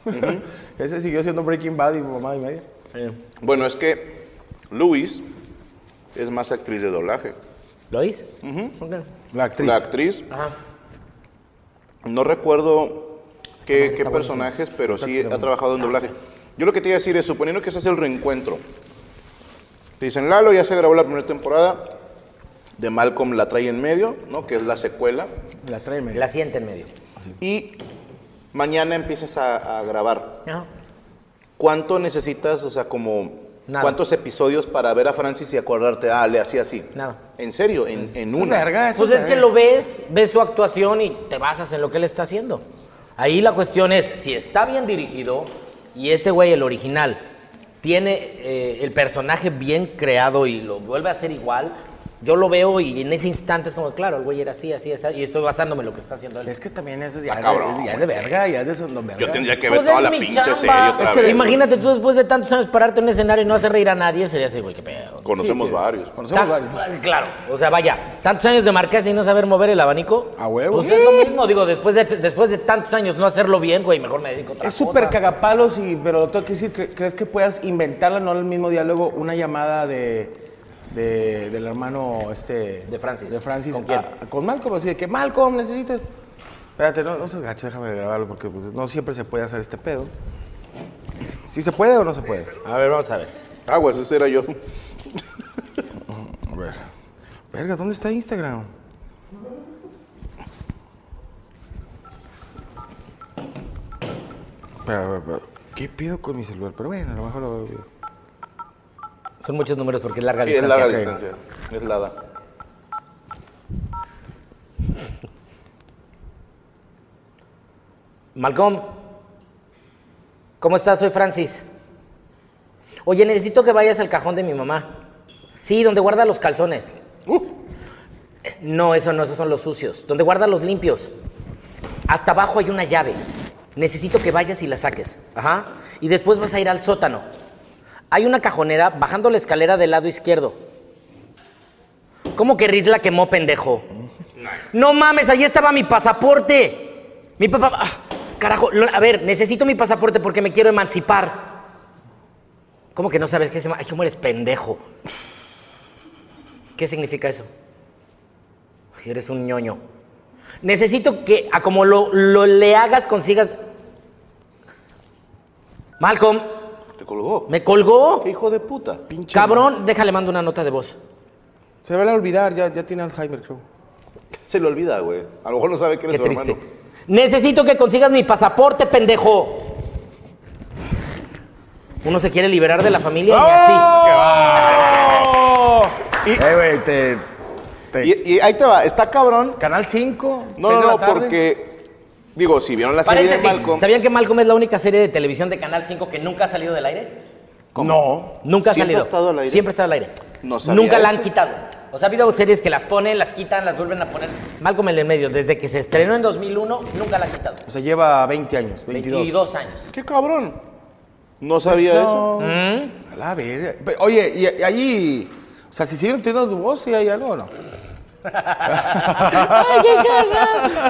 Ese siguió siendo Breaking Bad y mamá y media. Bueno, es que Luis es más actriz de doblaje. ¿Lo dice? Ok. La actriz. La actriz, Ajá. no recuerdo qué, qué está buenísimo. personajes, pero sí ha trabajado en doblaje. Yo lo que te iba a decir es, suponiendo que ese es el reencuentro. Te dicen, Lalo ya se grabó la primera temporada de Malcolm La Trae en Medio, ¿no? que es la secuela. La trae media. La siente en medio. Y mañana empiezas a, a grabar. Ajá. ¿Cuánto necesitas, o sea, como... Nada. ¿Cuántos episodios para ver a Francis y acordarte? Ah, le hacía así. Nada. ¿En serio? ¿En, en Esa una? verga, Ah, eso Pues es que también. lo ves, ves su actuación y te basas en lo que él está haciendo. Ahí la cuestión es, si está bien dirigido y este güey, el original, tiene eh, el personaje bien creado y lo vuelve a hacer igual, yo lo veo y en ese instante es como, claro, el güey era así, así, así, y estoy basándome en lo que está haciendo él. Es que también es ya, Ah, de- cabrón, es ya de sí. verga, ya es de sondoverga. Yo tendría que ver Pues toda es la mi pinche chamba. serie otra Es que vez. Imagínate tú después de tantos años pararte en un escenario y no hacer reír a nadie, sería así, güey, qué pedo. Conocemos varios. Conocemos Ta- varios. Claro, o sea, vaya, tantos años de marquesa y no saber mover el abanico. A huevo. Pues es lo mismo, digo, después de, después de tantos años no hacerlo bien, güey, mejor me dedico a otra Es súper cosa. cagapalos, y, pero tengo que decir, cre- ¿crees que puedas inventarla, no el mismo diálogo, una llamada de, de- del hermano este... De Francis. De Francis. ¿Con quién? a- con Malcolm, así de que, Malcolm, necesitas... Espérate, no, no seas gacho, déjame grabarlo, porque pues, no siempre se puede hacer este pedo. ¿Sí se puede o no se puede? A ver, vamos a ver. Aguas, ese era yo. A ver. Verga, ¿dónde está Instagram? Espera, espera, espera. ¿Qué pido con mi celular? Pero bueno, a lo mejor lo veo. Son muchos números porque es larga Sí, es distancia. larga ok. distancia. Es lada. Malcolm, ¿cómo estás? Soy Francis. Oye, necesito que vayas al cajón de mi mamá. Sí, donde guarda los calzones. No, eso no, esos son los sucios. Donde guarda los limpios. Hasta abajo hay una llave. Necesito que vayas y la saques. Ajá. Y después vas a ir al sótano. Hay una cajonera bajando la escalera del lado izquierdo. ¿Cómo que Riz la quemó, pendejo? No mames, ahí estaba mi pasaporte. Mi papá. ah, carajo, lo- a ver, necesito mi pasaporte porque me quiero emancipar. ¿Cómo que no sabes qué se llama? Ay, ¿cómo eres pendejo? ¿Qué significa eso? Ay, eres un ñoño. Necesito que, a como lo, lo le hagas, consigas. Malcolm, Te colgó. me colgó. ¿Qué hijo de puta? Pinche Cabrón, déjale, mando una nota de voz. Se van a olvidar, ya, ya tiene Alzheimer, creo. Se le olvida, güey. A lo mejor no sabe que eres su Qué triste. hermano. Necesito que consigas mi pasaporte, pendejo. Uno se quiere liberar de la familia y así. Y, eh, güey, te, te- Y, y ahí te va. Está cabrón. Canal 5. No, seis no, de la no, tarde. porque... Digo, si vieron la serie de Paréntesis, Malcolm... ¿sabían que Malcolm es la única serie de televisión de Canal 5 que nunca ha salido del aire? No. Nunca ha Siempre salido. ha estado al aire. Siempre ha estado al aire. No sabía nunca la han eso. quitado. O sea, ha habido series que las ponen, las quitan, las vuelven a poner. Malcolm en el medio, desde que se estrenó en 2001, nunca la han quitado. O sea, lleva 20 años, 22. 22 años. Qué cabrón. No sabía Pues eso. Pues No. A la verga. Pe- Oye, y, y ahí. O sea, si siguen teniendo tu voz, si hay algo o no.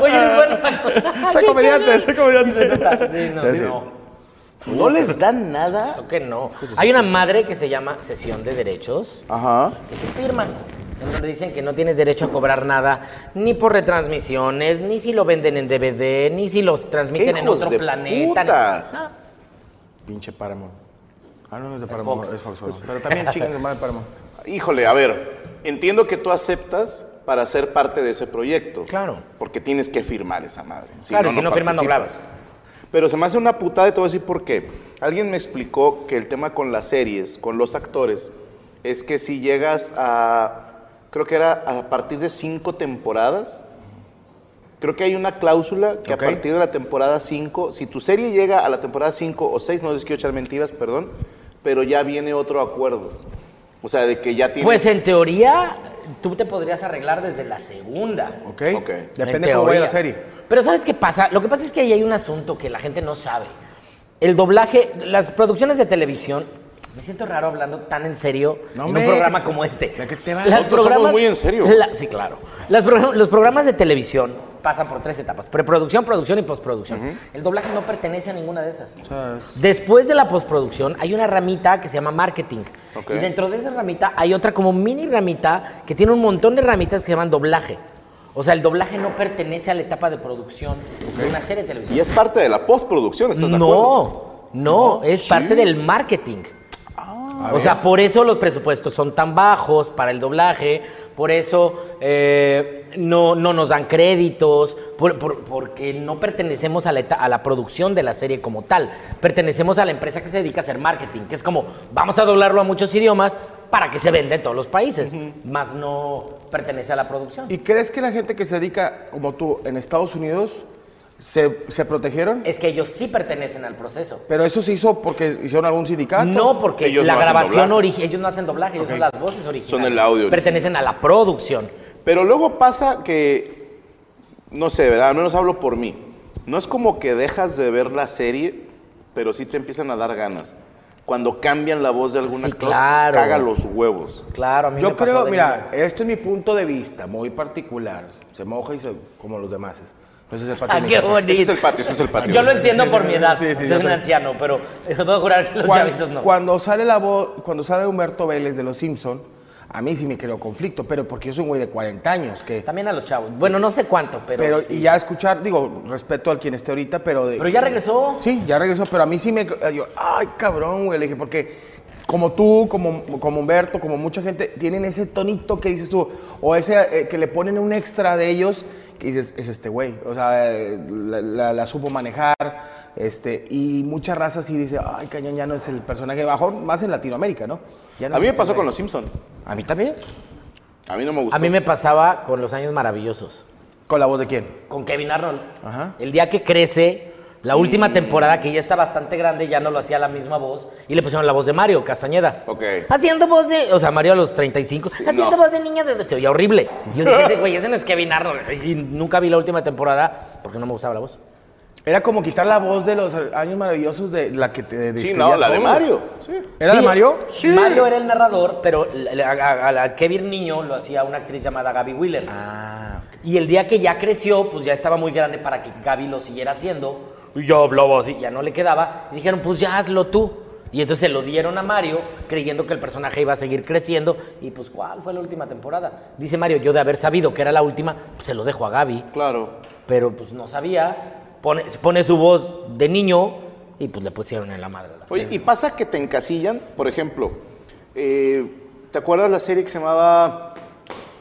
Oye, eres bueno. Soy comediante, soy comediante. Sí, no, Sí, sí. no. No les dan nada. Creo que no. Hay una madre que se llama sesión de derechos. Ajá. que tú firmas. En donde dicen que no tienes derecho a cobrar nada, ni por retransmisiones, ni si lo venden en DVD, ni si los transmiten en hijos otro de planeta. puta! ni- Ah, Pinche Paramount. Ah, no, no es de Es Paramount, Fox. es Fox. Fox. Pero también chingan de madre Paramount. Híjole, a ver. Entiendo que tú aceptas para ser parte de ese proyecto. Claro. Porque tienes que firmar esa madre. Claro, si no firmas, no participas. grabas. Pero se me hace una putada y te voy a decir por qué. Alguien me explicó que el tema con las series, con los actores, es que si llegas a, creo que era a partir de cinco temporadas, creo que hay una cláusula que Ok. a partir de la temporada 5, si tu serie llega a la temporada 5 o 6, no les quiero echar mentiras, perdón, pero ya viene otro acuerdo. O sea, de que ya tienes... Pues en teoría, tú te podrías arreglar desde la segunda. ¿Ok? Ok. En Depende de cómo vaya la teoría. serie. Pero ¿sabes qué pasa? Lo que pasa es que ahí hay un asunto que la gente no sabe. El doblaje, las producciones de televisión, me siento raro hablando tan en serio No, en hombre. un programa como este. ¿De qué te vas? Las Nosotros somos muy en serio. la- sí, claro. Las pro- los programas de televisión pasan por tres etapas: preproducción, producción y postproducción. El doblaje no pertenece a ninguna de esas. Después de la postproducción hay una ramita que se llama marketing. Ok. Y dentro de esa ramita hay otra como mini ramita que tiene un montón de ramitas que se llaman doblaje. O sea, el doblaje no pertenece a la etapa de producción de una serie de televisión. Y es parte de la postproducción, ¿estás de acuerdo? No, no, es parte del marketing. Ah, o sea, por eso los presupuestos son tan bajos para el doblaje, por eso eh, no, no nos dan créditos, por- por- porque no pertenecemos a la, eta- a la producción de la serie como tal. Pertenecemos a la empresa que se dedica a hacer marketing, que es como, vamos a doblarlo a muchos idiomas para que se venda en todos los países, más no pertenece a la producción. ¿Y crees que la gente que se dedica, como tú, en Estados Unidos, se, se protegieron? Es que ellos sí pertenecen al proceso. ¿Pero eso se hizo porque hicieron algún sindicato? No, porque Ellos la no hacen grabación doblaje. original, ellos no hacen doblaje, ellos son las voces originales. Son el audio original. Pertenecen a la producción. Pero luego pasa que, no sé, ¿verdad? Al menos hablo por mí. No es como que dejas de ver la serie, pero sí te empiezan a dar ganas. Cuando cambian la voz de algún Sí, actor, claro. caga los huevos. Claro, a mí me Yo pasó creo, de mira, niño. esto es mi punto de vista, muy particular. Se moja y se, como los demás. No sé si es Ah, qué bonito. Ese es el patio, ese es el patio. Yo lo entiendo por mi edad, Sí, sí, yo soy un también. anciano, pero te puedo jurar que los chavitos no. Cuando sale la voz, cuando sale Humberto Vélez de Los Simpson, a mí sí me creó conflicto, pero porque yo soy un güey de 40 años que También a los chavos. Bueno, no sé cuánto, pero. pero sí. y ya escuchar, digo, respeto al quien esté ahorita, pero de Pero ya regresó. Sí, ya regresó, pero a mí sí me. eh, Yo, ay, cabrón, güey. Le dije, porque como tú, como, como Humberto, como mucha gente, tienen ese tonito que dices tú, o ese eh, que le ponen un extra de ellos, que dices, es este güey. O sea, eh, la, la- la supo manejar. Este, y mucha raza sí dice, ay, cañón, ya no es el personaje bajo, más en Latinoamérica, ¿no? Ya no A es mí me este pasó güey. con Los Simpson. ¿A mí también? A mí no me gustó. A mí me pasaba con los años maravillosos. ¿Con la voz de quién? Con Kevin Arnold. Ajá. Mm. El día que crece, la última temporada que ya está bastante grande, ya no lo hacía la misma voz y le pusieron la voz de Mario Castañeda. Ok. Haciendo voz de, o sea, Mario a los 35, haciendo no. voz de niño de se oía horrible. Y yo dije, ese güey, ese no es Kevin Arnold. Y nunca vi la última temporada porque no me gustaba la voz. Era como quitar la voz de los años maravillosos de la que te Sí, describía no, la de todo. Mario. Sí. ¿Era Sí, de Mario? Mario era el narrador, pero la- a, a- a Kevin Niño lo hacía una actriz llamada Gaby Wheeler. Ah, Y el día que ya creció, pues ya estaba muy grande para que Gaby lo siguiera haciendo. Y ya hablaba así, ya no le quedaba. Y dijeron, pues ya hazlo tú. Y entonces se lo dieron a Mario, creyendo que el personaje iba a seguir creciendo. Y pues, ¿cuál fue la última temporada? Dice Mario, yo de haber sabido que era la última, pues se lo dejo a Gaby. Claro. Pero pues no sabía. Pone, pone su voz de niño y pues le pusieron en la madre. a la Oye, y pasa que te encasillan, por ejemplo, eh, ¿te acuerdas la serie que se llamaba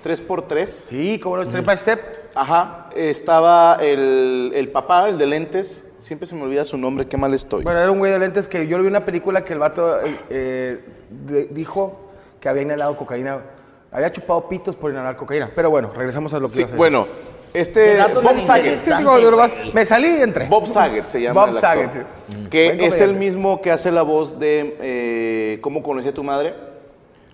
3x3? Sí, como los Step by Step. Ajá, estaba el, el papá, el de lentes, siempre se me olvida su nombre, qué mal estoy. Bueno, era un güey de lentes que yo vi una película que el vato eh, eh, de- dijo que había inhalado cocaína. Había chupado pitos por inhalar cocaína. Pero bueno, regresamos a lo que Sí, ibas a bueno, este Qué dato Bob tan Saget, interesante. decir. Sí, digo, Sante, nomás, güey. me salí y entré. Bob Saget se llama Bob el actor, Saget, sí. que Buen es el comediante. mismo que hace la voz de eh, ¿Cómo conocí a tu madre?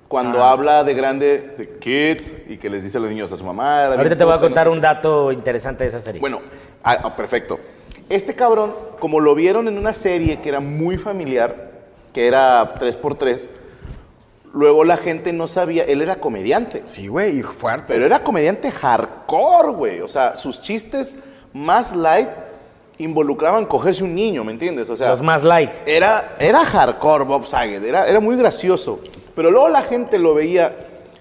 Cuando Ah. habla de grande, de kids, y que les dice a los niños a su mamá. era Ahorita bien te voy a puta, no contar sé un dato interesante de esa serie. Bueno, ah, ah, perfecto. Este cabrón, como lo vieron en una serie que era muy familiar, que era 3x3, luego la gente no sabía, él era comediante. Sí, güey, y fuerte. Pero era comediante hardcore, güey. O sea, sus chistes más light involucraban cogerse un niño, ¿me entiendes? O sea, los más light. era, era hardcore Bob Saget, era, era muy gracioso. Pero luego la gente lo veía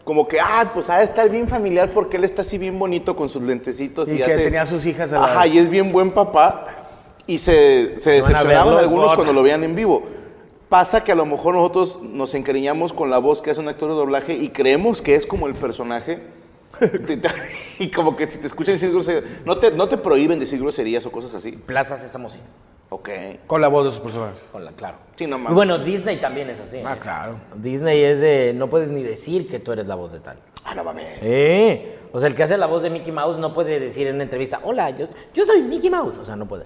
como que, ah, pues ha de estar bien familiar porque él está así bien bonito con sus lentecitos. Y, Y que tenía a sus hijas a la- Ajá, y es bien buen papá. Y se, se van a ver decepcionaban Blood algunos Bond. cuando lo veían en vivo. Pasa que a lo mejor nosotros nos encariñamos con la voz que hace un actor de doblaje y creemos que es como el personaje. Te- te- y como que si te escuchan decir groserías, no te, no te prohíben decir groserías o cosas así. Plaza Sésamo sí. Ok. Con la voz de sus personajes. Con la, claro. Sí, no mames. Y bueno, Disney también es así. Ah, ¿eh? claro. Disney es de. No puedes ni decir que tú eres la voz de tal. Ah, no mames. ¿Eh? O sea, el que hace la voz de Mickey Mouse no puede decir en una entrevista, hola, yo, yo soy Mickey Mouse. O sea, no puede.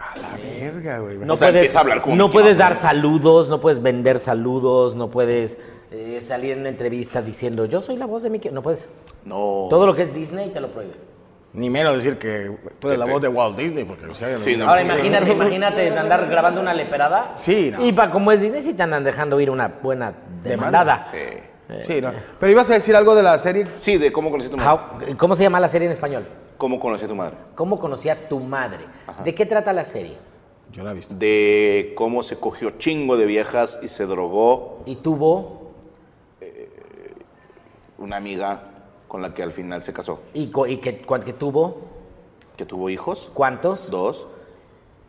A la verga, güey. No O sea, puedes, empieza a hablar como no Mickey puedes Mouse. dar saludos, no puedes vender saludos, no puedes eh, salir en una entrevista diciendo yo soy la voz de Mickey. No puedes. No. Todo lo que es Disney te lo prohíbe. Ni menos decir que tú eres la voz de Walt Disney, porque o sea, Sí, no. Ahora imagínate, imagínate andar grabando una leperada. Sí, no. Y para como es Disney, sí te andan dejando ir una buena demandada. Sí. sí, no. Pero ibas a decir algo de la serie. Sí, de cómo conocí a tu madre. How- ¿Cómo se llama la serie en español? ¿Cómo conocí a tu madre? ¿Cómo conocía a tu madre? ¿De qué trata la serie? Yo la he visto. De cómo se cogió chingo de viejas y se drogó Y tuvo, una amiga con la que al final se casó. y, co- y que, cuan- que tuvo, Que tuvo hijos. ¿cuántos? Dos.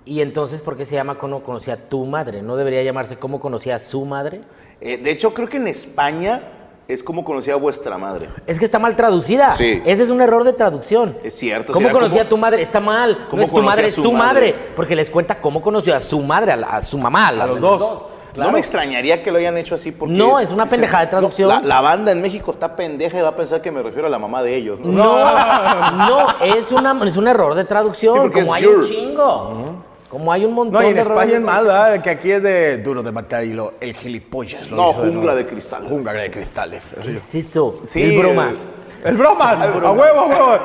Y entonces, ¿por qué se llama cómo conocía a tu madre? ¿No debería llamarse cómo conocía a su madre? Eh, de hecho, creo que en España es como conocí a vuestra madre. Es que está mal traducida. Sí. Ese es un error de traducción. Es cierto, ¿Cómo será conocía como- a tu madre? Está mal. No ¿Cómo es tu conocía madre, a es su su madre. madre? Porque les cuenta cómo conoció a su madre, a, la- a su mamá. la- A los dos. Claro. No me extrañaría que lo hayan hecho así porque... No, es una pendejada de traducción. La, la banda en México está pendeja y va a pensar que me refiero a la mamá de ellos. ¿no? No, no, es, una, es un error de traducción. Sí, porque como es hay un your. chingo. Como hay un montón No, y en de errores España de es más, traducción. ¿verdad? Que aquí es de duro de matar y lo, el gilipollas. lo No, hizo jungla nuevo. de cristales. Jungla de cristales. así. ¿Qué es eso? Sí, El bromas. El bromas, a huevo, a huevo.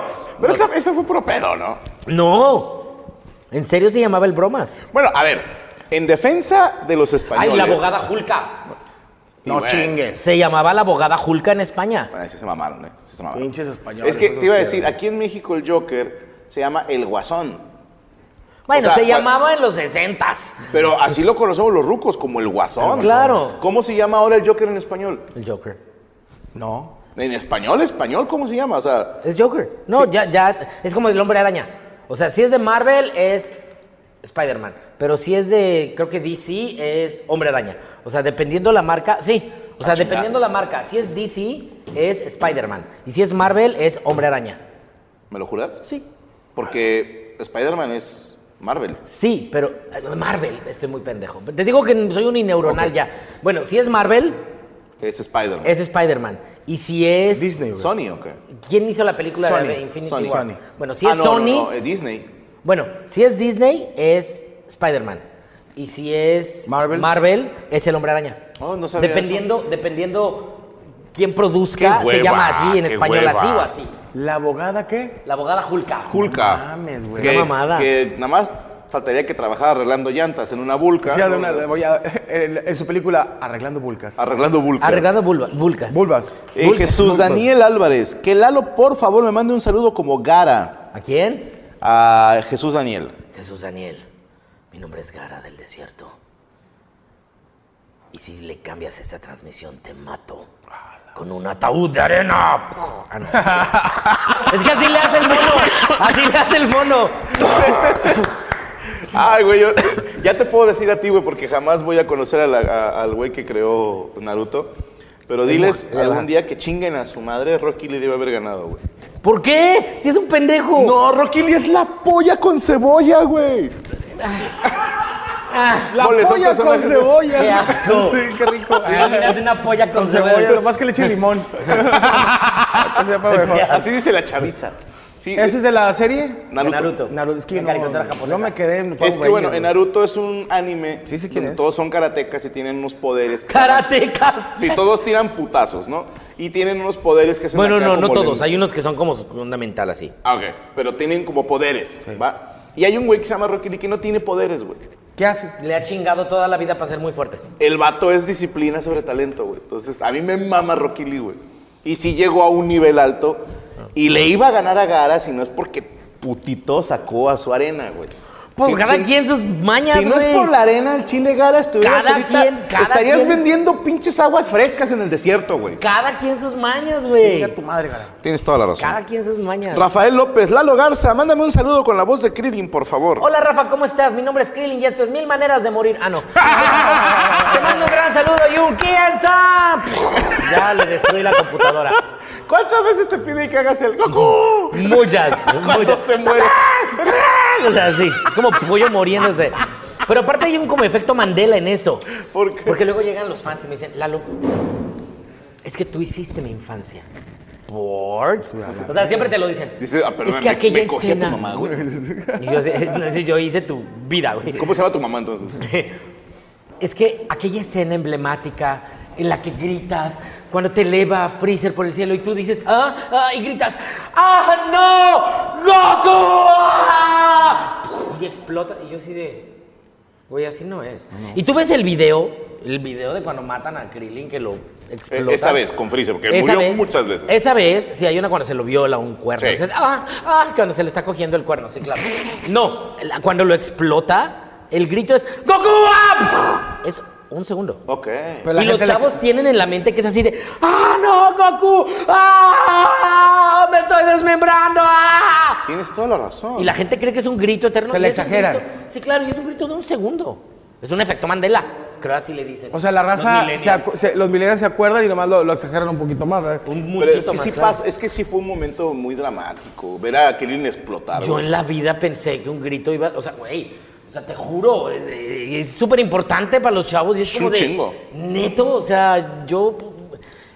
Pero eso, eso fue puro pedo, ¿no? No. ¿En serio se llamaba el bromas? Bueno, a ver, en defensa de los españoles... Ay, la abogada Julka. No bueno. chingues. Se llamaba la abogada Julka en España. Bueno, sí se mamaron, ¿eh? Sí se mamaron. Pinches españoles, Es que esos te iba a que- decir, aquí en México el Joker se llama El Guasón. Bueno, O sea, se cua- llamaba en los 60s. Pero así lo conocemos los rucos, como El Guasón. Claro. ¿Cómo se llama ahora el Joker en español? El Joker. No. En español, español, ¿cómo se llama? O sea, Es Joker. No, ya, ya. Es como el hombre araña. O sea, si es de Marvel, es Spider-Man. Pero si es de, creo que DC, es hombre araña. O sea, dependiendo la marca, sí. O Ah, sea, dependiendo la marca. Si es DC, es Spider-Man. Y si es Marvel, es hombre araña. ¿me lo juras? Sí. Porque Spider-Man es Marvel. Sí, pero eh, Marvel, estoy muy pendejo. Te digo que soy un ineuronal ya. Bueno, si es Marvel, Es Spider-Man. es Spider-man. Y si es... Disney, güey. Sony, ¿o qué? ¿Quién hizo la película Sony, de Infinity Sony, War? Sony. Bueno, si Ah, es no, Sony... no, no, es Disney. Bueno, si es Disney, es Spider-Man. Y si es Marvel. es el hombre araña. Oh, no sabía dependiendo, dependiendo quién produzca, Qué se llama hueva, así, en qué español hueva. así o así. ¿La abogada qué? La abogada Julka. Vulca. No mames, güey. Que, Ah, Una mamada. que nada más faltaría que trabajara arreglando llantas en una vulca. Decía de una- de- voy a- en, en su película Arreglando Vulcas. Arreglando vulcas. Arreglando vulva- vulcas. Vulvas. Eh, Jesús Daniel Álvarez, que Lalo por favor me mande un saludo como Gara ¿A quién? a Jesús Daniel. Jesús Daniel. Mi nombre es Gara del Desierto. Y si le cambias esta transmisión, te mato. Con un ataúd de arena. Ah, no. es que así le hace el mono. Así le hace el mono. Ay, güey, yo- ya te puedo decir a ti, güey, porque jamás voy a conocer a la- a- al güey que creó Naruto. Pero diles mo- algún ajá. día que chinguen a su madre, Rocky le debe haber ganado, güey. ¿Por qué? Si es un pendejo. No, Rocky Lee es la polla con cebolla, güey. Ah. La Goles, son polla con personajes. cebolla. Qué asco. Sí, qué rico. Imagínate una polla con, Con cebolla, lo cebolla. más que le eche limón. Que sepa mejor. Así dice la chaviza. Sí, eh, ¿Eso es de la serie? Naruto. Naruto. Naruto, es que Una no, caricatura japonesa. no me quedé en Es que bueno, en Naruto. Naruto es un anime Sí, sí, ¿quién donde es? todos son karatecas y tienen unos poderes. que se llaman- Karatecas. Sí, todos tiran putazos, ¿no? Y tienen unos poderes que se Bueno, acá no, no como todos. lento. Hay unos que son como fundamental así. Ah, ok. Pero tienen como poderes, ¿va? Y hay un güey que se llama Rocky Lee que no tiene poderes, güey. ¿Qué hace? Le ha chingado toda la vida para ser muy fuerte. El vato es disciplina sobre talento, güey. Entonces, a mí me mama Rocky Lee, güey. Y si llegó a un nivel alto y le iba a ganar a Gara si no es porque putito sacó a su arena, güey. Por Si- Pues, cada si- quien sus mañas, Si no es güey. por la arena, el chile gara estuvieras Cada ahorita- quien, cada estarías quien. vendiendo pinches aguas frescas en el desierto, güey. Cada quien sus mañas, güey. Tu madre, cara. Tienes toda la razón. Cada quien sus mañas. Rafael López, Lalo Garza, mándame un saludo con la voz de Krillin, por favor. Hola Rafa, ¿cómo estás? Mi nombre es Krillin y esto es Mil Maneras de Morir. Ah, no. Te mando un gran saludo y un Kiesa. Ya le destruí la computadora. ¿Cuántas veces te pide que hagas el Goku? Muchas, muchas. Cuando se muere. O sea, sí, es como pollo muriéndose. Pero aparte hay un como efecto Mandela en eso. ¿Por qué? Porque luego llegan los fans y me dicen, Lalo, es que tú hiciste mi infancia. Sports. O sea, siempre te lo dicen. Dices, ah, perdón, es que me- aquella me cogí a tu escena- mamá, güey. Y yo, así, no, sí, yo hice tu vida, güey. ¿Cómo se llama tu mamá entonces? Es que aquella escena emblemática en la que gritas, cuando te eleva Freezer por el cielo y tú dices, ah, ah, y gritas, ah, no, Goku, ah", y explota, y yo así de, güey, así no es. Y tú ves el video, el video de cuando matan a Krillin que lo Eh, explota. Esa vez, con Freezer, porque Esa murió vez- muchas veces. Esa vez, sí, hay una cuando se lo viola un cuerno. Sí. Entonces, ah, ah, cuando se le está cogiendo el cuerno, sí, claro. No, la- cuando lo explota, el grito es ¡Goku! ah", Es un segundo. Ok. Pero la y los gente le- chavos tienen en la mente que es así de ¡Ah, no, Goku! ¡Ah! ¡Me estoy desmembrando! ¡Ah! Tienes toda la razón. Y la gente cree que es un grito eterno. Se y le es un exageran. grito- Sí, claro, y es un grito de un segundo. Es un efecto Mandela. Creo así le dicen. O sea, la los raza, se millennials. acu- se- los millennials se acuerdan y nomás lo, lo exageran un poquito más. ¿eh? Un Pero es muchito que, más, sí claro. pasa- es que sí fue un momento muy dramático. Ver a Krillin explotar. Yo güey. en la vida pensé que un grito iba. O sea, güey. O sea, te juro, es- eh, es súper importante para los chavos y es Es como un de, chingo. Neto, o sea, yo.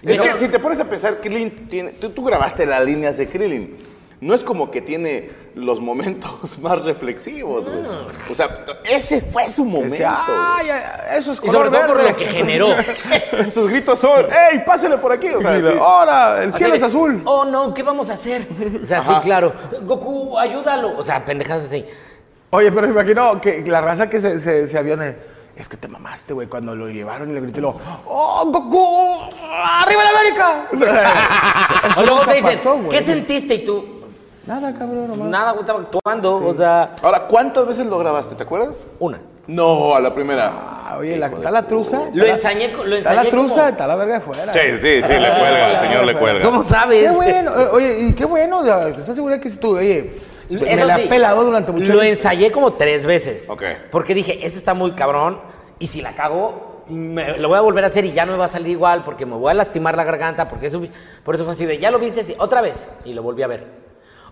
Es Yo- que si te pones a pensar, Krillin tiene. Tú, tú grabaste las líneas de Krillin. No es como que tiene los momentos más reflexivos, güey. O sea, t- ese fue su momento. Decía, ay, ay, eso es Y color sobre todo por verde". lo que generó. güey. Sus gritos son, ¡ey, pásale por aquí! O sea, Y sí. Ah, de, Ahora, el O sea, cielo es de, azul. Oh, no, ¿qué vamos a hacer? O sea, Ajá. sí, claro. Goku, ayúdalo. O sea, pendejas así. Oye, pero me imagino que la raza que se, se, se avione. Es que te mamaste, güey, cuando lo llevaron y le grité, lo, ¡Oh, Goku! ¡Arriba la América! O Ah, sea, eso O luego nunca te dicen, pasó, güey. ¿qué sentiste? Y tú, Nada, cabrón, nomás. nada, güey, estaba actuando. O sea, Ahora, ¿cuántas veces lo grabaste? ¿Te acuerdas? una. No, a la primera. Ah, oye, la, está la truza. Lo ensañé, co- lo Está la ensañé. como- truza, está la verga de fuera. Sí, sí, sí, le cuelga, el señor le cuelga. ¿Cómo sabes? Qué bueno, eh, oye, y qué bueno, o sea, ¿estás segura que es tú? Oye, me Eso la sí, has pelado durante mucho Lo tiempo. ensayé como tres veces. Ok. Porque dije, eso está muy cabrón. Y si la cago, me- lo voy a volver a hacer y ya no me va a salir igual. Porque me voy a lastimar la garganta. Porque eso, por eso fue así de, ya lo viste así, otra vez. Y lo volví a ver.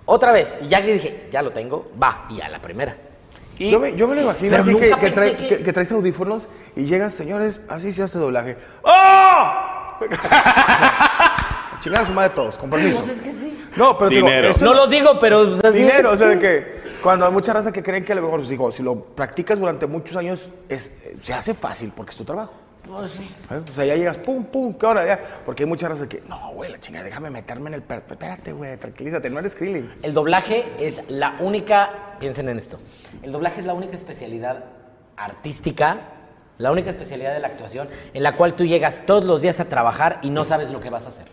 Otra vez. Y ya que dije, ya lo tengo, va. Y a la primera. Yo me, yo me lo imagino Pero así que, nunca que, trae- pensé que- que- que traes audífonos y llegas, señores, así se hace doblaje. ¡Oh! A Chingar a su madre todos, con permiso. Pues es que sí. No, pero digo, Dinero. eso No lo digo, pero... o sea, sí dinero, es- o sea, de que cuando hay mucha raza que creen que a lo mejor, pues, digo, si lo practicas durante muchos años, es, eh, se hace fácil porque es tu trabajo. Oh, ¿sabes? O sea, ya llegas, pum, pum, ¿qué hora? Ya? Porque hay mucha raza que, no, güey, la chingada, déjame meterme en el... per- Espérate, güey, tranquilízate, no eres Krillin. El doblaje es la única, piensen en esto, el doblaje es la única especialidad artística, la única especialidad de la actuación en la cual tú llegas todos los días a trabajar y no sabes lo que vas a hacer.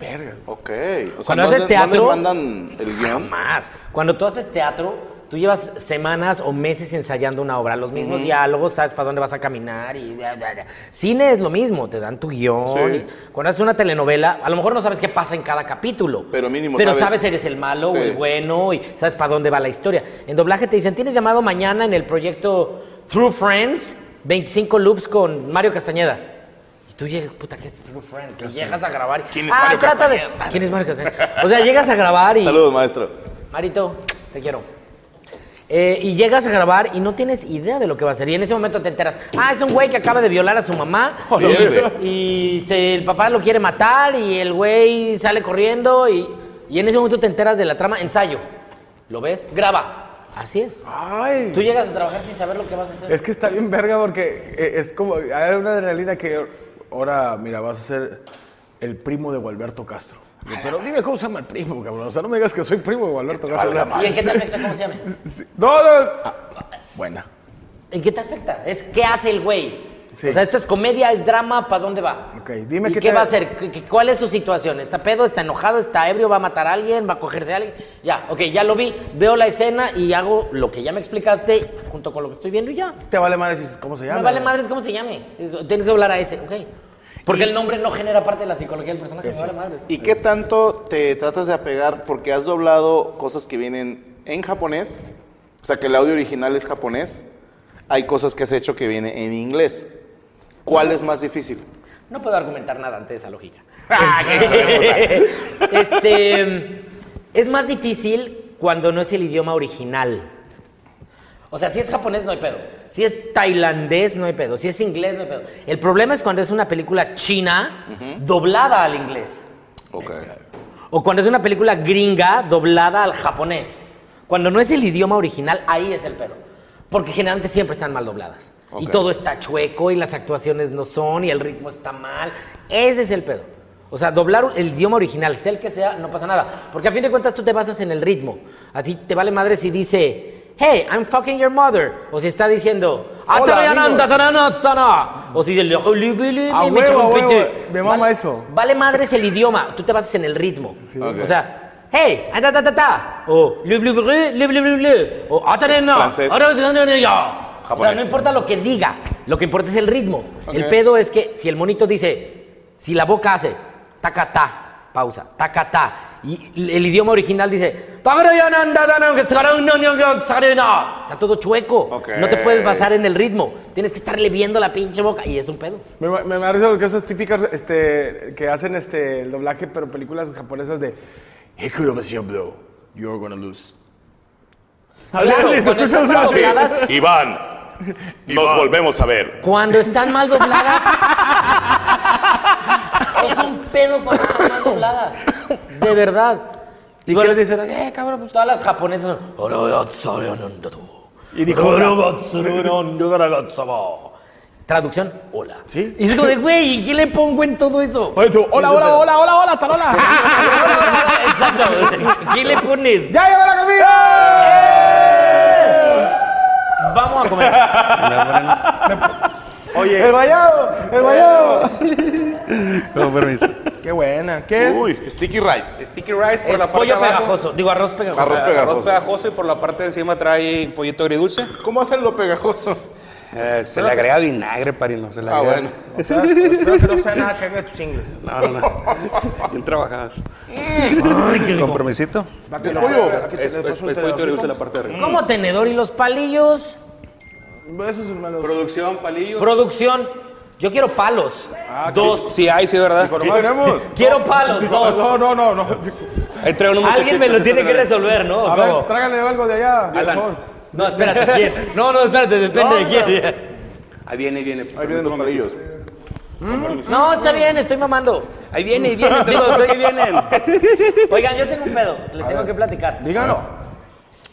Verga. Ok. O sea, Cuando ¿no, haces les- no teatro- les mandan el guión? Jamás. Cuando tú haces teatro, tú llevas semanas o meses ensayando una obra, los mismos diálogos, sabes para dónde vas a caminar y ya, ya, ya. Cine es lo mismo, te dan tu guión. Sí. y cuando haces una telenovela, a lo mejor no sabes qué pasa en cada capítulo. Pero mínimo Pero sabes- sabes, eres el malo Sí. o el bueno y sabes para dónde va la historia. En doblaje te dicen, tienes llamado mañana en el proyecto Through Friends, 25 loops con Mario Castañeda. Y tú llegas, puta, ¿qué es Through Friends? Y llegas a grabar. y- Ah, ¿Quién es Mario trata de- ¿Quién es Mario Castañeda? O sea, llegas a grabar y... Saludos, maestro. Marito, te quiero. Eh, y llegas a grabar y no tienes idea de lo que va a ser. Y en ese momento te enteras, ah, es un güey que acaba de violar a su mamá. Verde. Y se- el papá lo quiere matar y el güey sale corriendo y, y en ese momento te enteras de la trama. Ensayo. ¿Lo ves? Graba. Así es. Ay. Tú llegas a trabajar sin saber lo que vas a hacer. Ah. Es que está bien verga porque eh, es como. Hay una adrenalina que. Ahora, mira, vas a ser el primo de Gualberto Castro. Yo, Pero dime cómo se llama el primo, cabrón. O sea, no me digas que soy primo de Gualberto Castro. valga ¿Y en qué te afecta? ¿Cómo se llama? Sí. No, no. Buena. ¿En qué te afecta? Es qué hace el güey. Sí. O sea, esto es comedia, es drama, ¿para dónde va? Ok, dime ¿Y qué qué, te- va a hacer? ¿Qué- qué- ¿Cuál es su situación? ¿Está pedo? ¿Está enojado? ¿Está ebrio? ¿Va a matar a alguien? ¿Va a cogerse a alguien? Ya, ok, ya lo vi, veo la escena y hago lo que ya me explicaste junto con lo que estoy viendo y ya. Te vale madre si cómo se llama. me vale madres cómo se llame. Es- Tienes que hablar a ese, ok. Porque el nombre no genera parte de la psicología del personaje, Pues me vale madres. ¿Y qué tanto te tratas de apegar? Porque has doblado cosas que vienen en japonés, o sea que el audio original es japonés, hay cosas que has hecho que vienen en inglés. ¿Cuál es más difícil? No puedo argumentar nada ante esa lógica. este, es más difícil cuando no es el idioma original. O sea, si es japonés no hay pedo. Si es tailandés no hay pedo. Si es inglés no hay pedo. El problema es cuando es una película china doblada al inglés. Ok. O cuando es una película gringa doblada al japonés. Cuando no es el idioma original, ahí es el pedo. Porque generalmente siempre están mal dobladas. Y Ok. todo está chueco y las actuaciones no son y el ritmo está mal. Ese es el pedo. O sea, doblar el idioma original, sea el que sea, no pasa nada. Porque a fin de cuentas tú te basas en el ritmo. Así te vale madre si dice, hey, I'm fucking your mother. O si está diciendo, "Ah, Hola, tarananta, amigos. taranazana". O si dice, A mi huevo, a chompete. huevo. Me mama Vale- eso. Vale madre es el idioma, tú te basas en el ritmo. Ok. O sea, hey, ah, ta ta ta ta, o lu blu blu lu blu blu blu, o ah, ta, na, na, Francés. ah, na, na, na, na, ya. O sea, Japonés. no importa lo que diga, lo que importa es el ritmo. Ok. El pedo es que si el monito dice, si la boca hace taca ta, pausa, taca ta, y el idioma original dice, está todo chueco. Ok. No te puedes basar en el ritmo, tienes que estarle viendo la pinche boca y es un pedo. Me, me parece porque esas típicas este, que hacen este, el doblaje, pero películas japonesas de Hikuro Monsieur Blow, you're gonna lose. Claro, Hablarles, cuando escuchas están mal así. dobladas, Iván, nos volvemos a ver. Cuando están mal dobladas. es un pedo cuando están mal dobladas. De verdad. ¿Y qué Bueno, les dicen? Eh, cabrón, pues. Todas las japonesas son. Y dijo, hola. Traducción, hola. ¿Sí? Y es como de, güey, ¿y qué le pongo en todo eso? Oye, tú, hola, hola, hola, hola, hola, tarola. Exacto. ¿Qué le pones? ¡Ya llegó la comida! Vamos a comer. Oye. ¡El guayabo! ¡El guayabo! ¡Qué buena! ¿Qué es? Uy, sticky rice. Sticky rice por Es la parte de pollo abajo. pegajoso. Digo, arroz pegajoso. Arroz Ah, pegajoso. Arroz pegajoso y por la parte de encima trae pollito agridulce. ¿Cómo hacen lo pegajoso? Eh, se le agrega vinagre, parino. Se le Ah, agrega. bueno. Espero que no sea nada que haga tus ingles. No, no, no. Bien trabajadas. ¿Compromisito? ¿Es pollo? Es, es- es pollito agridulce la parte de arriba. Como tenedor y los palillos. Eso es un malo. Producción, palillo. Producción. Yo quiero palos. Dos. Sí, hay, sí, ¿verdad? tenemos? Quiero palos, dos. No, no, no, no. Ahí trae uno Alguien me lo muchachito, tiene que entonces, resolver, ¿no? A ¿Cómo? ver, tráigale algo de allá, por Alan. favor. No, espérate, ¿quién? No, no, espérate, depende de quién. Ahí viene, ahí viene. Ahí vienen los palillos. No, está bien, estoy mamando. Ahí viene, ahí viene. Digo, entonces, ahí vienen. Oigan, yo tengo un pedo, les tengo que platicar. Díganlo.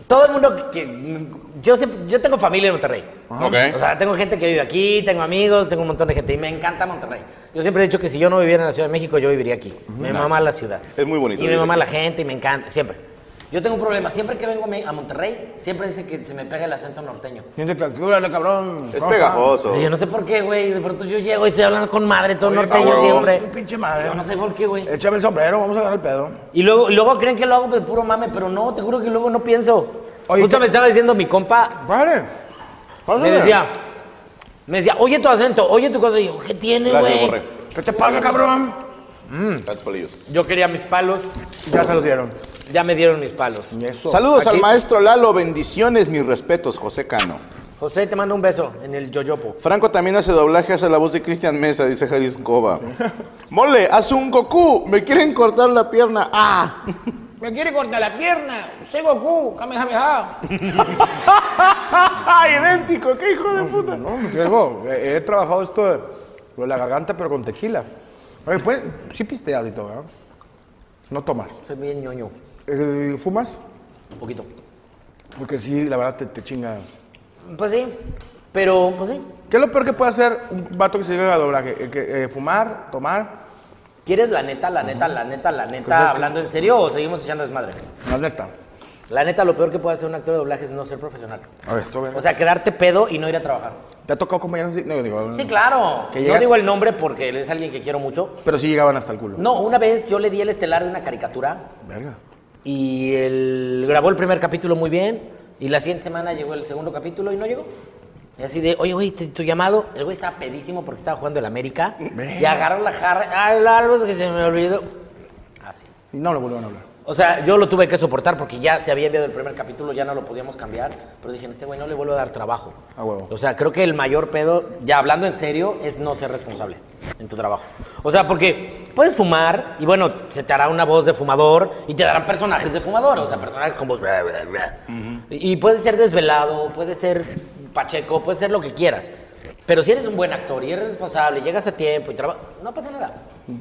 Todo el mundo que. Yo, siempre- yo tengo familia en Monterrey. Ok. O sea, tengo gente que vive aquí, tengo amigos, tengo un montón de gente y me encanta Monterrey. Yo siempre he dicho que si yo no viviera en la Ciudad de México, yo viviría aquí. Me mama la ciudad. Es muy bonito Y me vivir mama la gente y me encanta, siempre. Yo tengo un problema, siempre que vengo a Me- a Monterrey, siempre dicen que se me pega el acento norteño. Gente, calcúlale, cabrón. Es Ojo. pegajoso. Yo no sé por qué, güey. De pronto yo llego y estoy hablando con madre, todo norteño cabrón, siempre. tu pinche madre. Yo no sé por qué, güey. Échame el sombrero, vamos a agarrar el pedo. Y luego, y luego creen que lo hago de puro mame, pero no, te juro que luego no pienso. Oye, Justo ¿qué- me estaba diciendo mi compa, Vale. me decía, me decía, oye tu acento, oye tu cosa. Y yo, ¿qué tiene, Gracias, güey? borré. ¿Qué te pasa, cabrón? Gracias, palillos. Yo quería mis palos, Ya se los dieron. ya me dieron mis palos. Saludos Aquí- al maestro Lalo. Bendiciones, mis respetos, José Cano. José, te mando un beso en el yoyopo. Franco también hace doblaje, hace la voz de Cristian Mesa, dice Jaris Escoba. Mole, haz un Goku. Me quieren cortar la pierna. ¡Ah! Me quiere cortar la pierna. Soy Goku. Ah, Kamehameha. ¡Idéntico! ¡Qué hijo de puta! No, me traigo. He, he trabajado esto de, lo de la garganta, pero con tequila. Oye, pues, sí pisteas y todo, ¿verdad? No tomas. Soy bien ñoño, Eh, ¿Fumas? un poquito. Porque sí, la verdad, te, te chinga. Pues sí, pero, pues sí. ¿Qué es lo peor que puede hacer un vato que se llega a doblaje? Eh, que, eh, fumar, tomar. ¿Quieres la neta, la neta, la neta, la neta, Pues hablando en serio o seguimos echando desmadre? La neta. La neta, lo peor que puede hacer un actor de doblaje es no ser profesional. A ver, esto, a ver. O sea, quedarte pedo y no ir a trabajar. ¿Te ha tocado compañeros? así? No, digo, Sí, claro. Que llega- No digo el nombre porque él es alguien que quiero mucho. Pero sí llegaban hasta el culo. No, una vez yo le di el estelar de una caricatura Verga. y él grabó el primer capítulo muy bien y la siguiente semana llegó el segundo capítulo y no llegó. Y así de, oye, güey, tu, tu llamado. El güey estaba pedísimo porque estaba jugando el América y agarró la jarra. Ay, algo que se me olvidó. Así. Y no lo volvieron a hablar. O sea, yo lo tuve que soportar porque ya se había enviado el primer capítulo, ya no lo podíamos cambiar. Pero dije, este güey no le vuelvo a dar trabajo. A huevo. O sea, creo que el mayor pedo, ya hablando en serio, es no ser responsable en tu trabajo. O sea, porque puedes fumar y bueno, se te hará una voz de fumador y te darán personajes de fumador. O sea, personajes con voz. bla, bla, bla. Y y puedes ser desvelado, puedes ser pacheco, puedes ser lo que quieras. Pero si eres un buen actor y eres responsable, llegas a tiempo y trabajas, no pasa nada.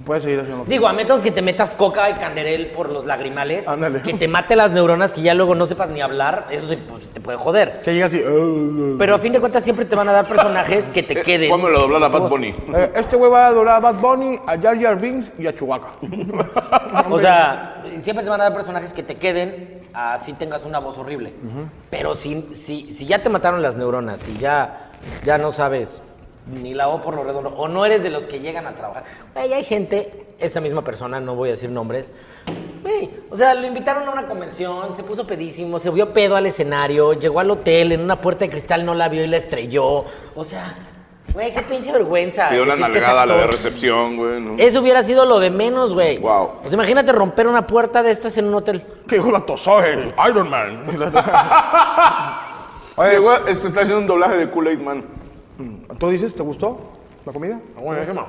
Puedes seguir haciendo. Digo, a menos que te metas coca y canderel por los lagrimales, Ándale. que te mate las neuronas que ya luego no sepas ni hablar, eso sí, pues, te puede joder. Que llega así. "Eh, Pero a fin de cuentas siempre te van a dar personajes que te Eh, queden. ¿Cuándo lo doblar a Bad Bunny? eh, este güey va a adorar a Bad Bunny, a Jar Jar Binks y a Chewbacca. O sea, siempre te van a dar personajes que te queden así tengas una voz horrible. Pero si, si, si ya te mataron las neuronas, si ya, ya no sabes ni la O por lo redondo, o no eres de los que llegan a trabajar. Güey, hay gente, esta misma persona, no voy a decir nombres. güey, o sea, lo invitaron a una convención, se puso pedísimo, se vio pedo al escenario, llegó al hotel, en una puerta de cristal no la vio y la estrelló. O sea, güey, qué pinche vergüenza. Pidió una decir Ah, que es nalgada a la de actor. Eh, recepción, güey. ¿no? Eso hubiera sido lo de menos, güey. Guau. Pues imagínate romper una puerta de estas en un hotel. que dijo la tosaje, Iron Man. Oye, güey, se está haciendo un doblaje de Kool-Aid Man. ¿Tú dices, te gustó la comida? Ah,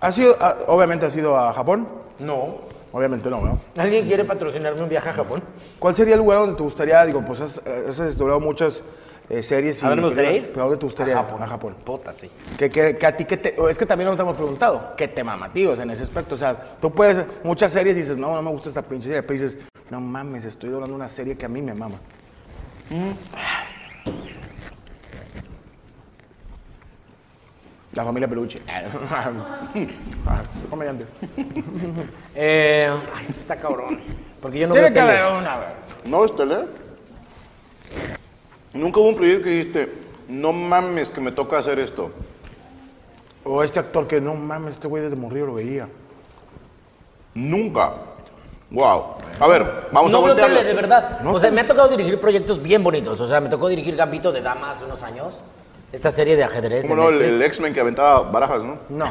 ¿Has ido, a- obviamente has ido a Japón? No. Obviamente no, ¿no? ¿Alguien quiere patrocinarme un viaje a Japón? ¿Cuál sería el lugar donde te gustaría? Digo, pues has, eh, has doblado muchas eh, series. y ¿A dónde me gustaría ir? películas, pero ¿A dónde te gustaría ir? a Japón? Puta, sí. Que, que- que a ti, que te, o es que también no te hemos preguntado, ¿qué te mama, tío? O sea, en ese aspecto, o sea, tú puedes, muchas series y dices, no, no me gusta esta pinche serie, pero dices, no mames, estoy doblando una serie que a mí me mama. La familia peluche. Ah, soy Comediante. Eh, ay, sí está cabrón. Porque yo no Tiene veo que tele. haber una, güey. ¿No ves tele? Nunca hubo un proyecto que dijiste, no mames que me toca hacer esto. O este actor que no mames, este güey desde morrillo lo veía. Nunca. Wow. A ver, vamos a no veo voltearlo. tele, de verdad. No, o sea, tele. me ha tocado dirigir proyectos bien bonitos. O sea, me tocó dirigir Gambito de Dama hace unos años. Esta serie de ajedrez. ¿Cómo en no? El, Netflix. el X-Men que aventaba barajas, ¿no?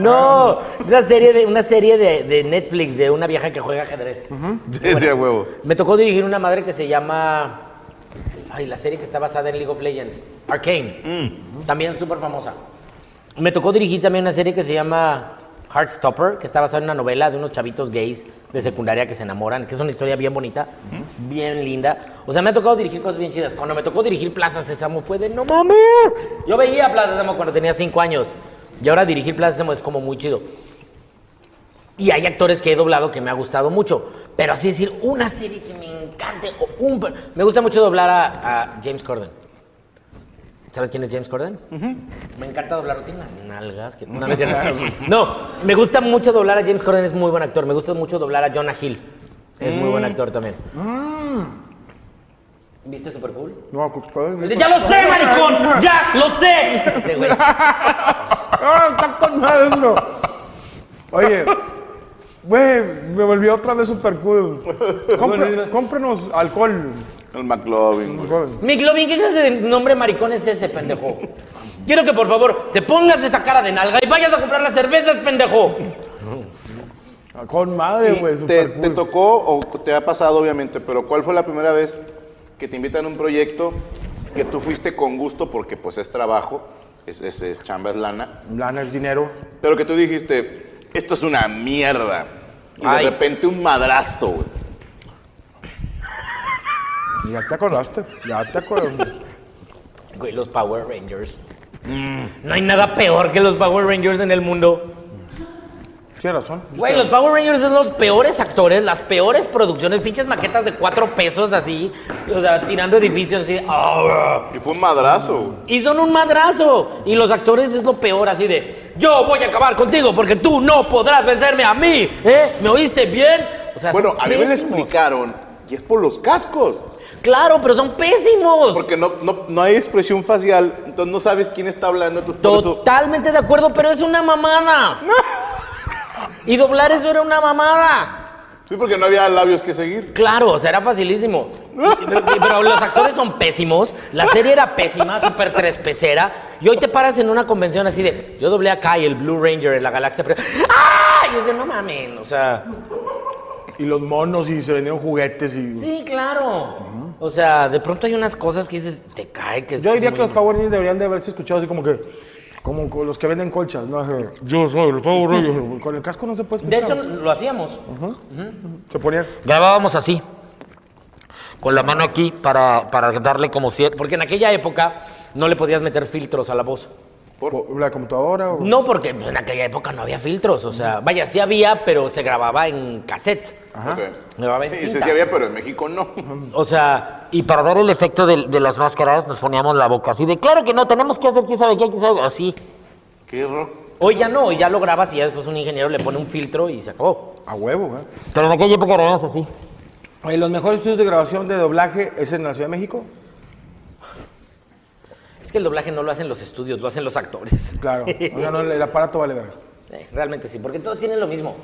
no, una serie, de, una serie de, de Netflix de una vieja que juega ajedrez. Decía huevo. Me tocó dirigir una madre que se llama. Ay, la serie que está basada en League of Legends. Arcane. También súper famosa. Me tocó dirigir también una serie que se llama Heartstopper, que está basada en una novela de unos chavitos gays de secundaria que se enamoran, que es una historia bien bonita, bien linda. O sea, me ha tocado dirigir cosas bien chidas. Cuando me tocó dirigir Plaza Sésamo fue de no mames. Yo veía Plaza Sésamo cuando tenía cinco años. Y ahora dirigir Plaza Sésamo es como muy chido. Y hay actores que he doblado que me ha gustado mucho. Pero así decir, una serie que me encante. o un per- Me gusta mucho doblar a, a James Corden. ¿Sabes quién es James Corden? Me encanta doblarlo. Tiene unas nalgas. Que... No, no, es cierto. No, me gusta mucho doblar a James Corden. Es muy buen actor. Me gusta mucho doblar a Jonah Hill. Es muy buen actor también. ¿Viste Super Cool? No, cu- cu- ¡Ya lo sé, maricón! ¡Ya lo sé! Ese güey. ¡Ah, está con madre, bro! Oye, güey, me volvió otra vez super cool. Compre- cómprenos alcohol. El McLovin, Mm, güey. joven. McLovin, ¿qué clase de nombre maricón es ese, pendejo? Quiero que por favor te pongas esa cara de nalga y vayas a comprar las cervezas, pendejo. Ah, Con madre, Y güey, te, super te cool. tocó o te ha pasado, obviamente, pero ¿cuál fue la primera vez que te invitan a un proyecto que tú fuiste con gusto porque pues es trabajo, es, es, es chamba, es lana, Lana es dinero. pero que tú dijiste, esto es una mierda? Y Ay. de repente un madrazo, güey. Ya te acordaste, ya te acordaste. Güey, los Power Rangers. Mm. No hay nada peor que los Power Rangers en el mundo. Tienes razón. Güey, los Power Rangers son los peores actores, las peores producciones, pinches maquetas de cuatro pesos así, o sea, tirando edificios así. ah, Y fue un madrazo. güey. Y son un madrazo. Y los actores es lo peor, así de, yo voy a acabar contigo porque tú no podrás vencerme a mí. ¿Eh? ¿Me oíste bien? O sea, Bueno, son a mí me lo pésimos. explicaron, y es por los cascos, Claro, pero son pésimos. porque no, no, no hay expresión facial, entonces no sabes quién está hablando, entonces por eso... Totalmente de acuerdo, pero es una mamada. y doblar eso era una mamada. Sí, porque no había labios que seguir. Claro, o sea, era facilísimo. Y- pero- pero los actores son pésimos. La serie era pésima, súper trespecera. Y hoy te paras en una convención así de, yo doblé a Kai, el Blue Ranger, en la galaxia. Pre- ¡Ah! Y dice, no mames, o sea... Y los monos y se vendieron juguetes y. Sí, claro. O sea, de pronto hay unas cosas que dices, te cae que Yo es diría muy- que los Power Rangers deberían de haberse escuchado así como que. Como con los que venden colchas, ¿no? Yo soy el Power Ranger. Con el casco no se puede De hecho, escuchar. lo hacíamos. se ponían. Grabábamos así. Con la mano aquí para, para darle como cierto. Porque en aquella época no le podías meter filtros a la voz. ¿Por la computadora? o- No, porque en aquella época no había filtros. O sea, vaya, sí había, pero se grababa en cassette. Ok. Me va a ver Sí, cinta. sí, sí había, pero en México no. O sea, y para dar el efecto de, de las máscaras, nos poníamos la boca así de, claro que no, tenemos que hacer quién sabe qué, quién sabe, así. Qué error. Hoy ya no, hoy ya lo grabas y ya después un ingeniero le pone un filtro y se acabó. A huevo, ¿eh? Pero en aquella época grabamos así. Oye, ¿Los mejores estudios de grabación de doblaje es en la Ciudad de México? Es que el doblaje no lo hacen los estudios, lo hacen los actores. Claro. O sea, no, el aparato vale verga. Eh, Realmente sí, porque todos tienen lo mismo.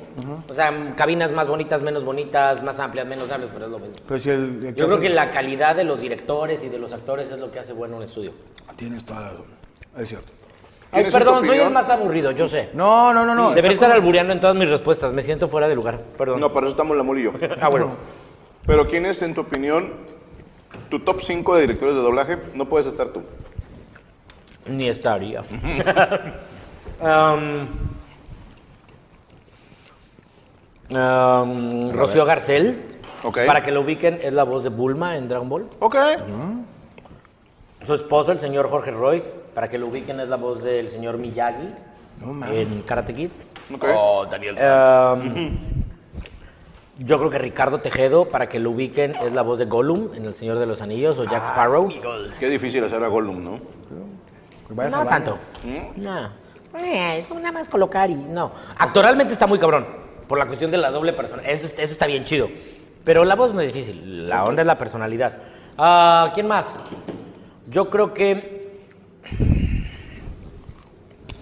O sea, mm, cabinas más bonitas, menos bonitas, más amplias, menos amplias, pero es lo mismo. Pero si el, el Yo creo hace- que la calidad de los directores y de los actores es lo que hace bueno un estudio. Tienes toda la razón. Es cierto. Ay, ¿Tienes un perdón, soy el opinión? más aburrido, yo sé. No, no, no, no. Debería estar albureando en todas mis respuestas, me siento fuera de lugar, perdón. No, para eso estamos la mula y yo. Ah, bueno. Pero ¿quién es, en tu opinión, tu top 5 de directores de doblaje? No puedes estar tú. Ni estaría. Um, um, Rocío Garcel, Ok. para que lo ubiquen, es la voz de Bulma en Dragon Ball. Ok. Su esposo, el señor Jorge Roy, para que lo ubiquen, es la voz del señor Miyagi en Karate Kid. Ok. Um, yo creo que Ricardo Tejedo, para que lo ubiquen, es la voz de Gollum en El Señor de los Anillos o Jack Sparrow. Qué difícil hacer a Gollum, ¿no? pues Vayas No al baño. tanto. No. Eh, es nada más colocar y no. Actoralmente está muy cabrón. Por la cuestión de la doble persona. Eso, es- eso está bien chido. Pero la voz no es difícil. La onda es la personalidad. Ah, ¿Quién más? Yo creo que.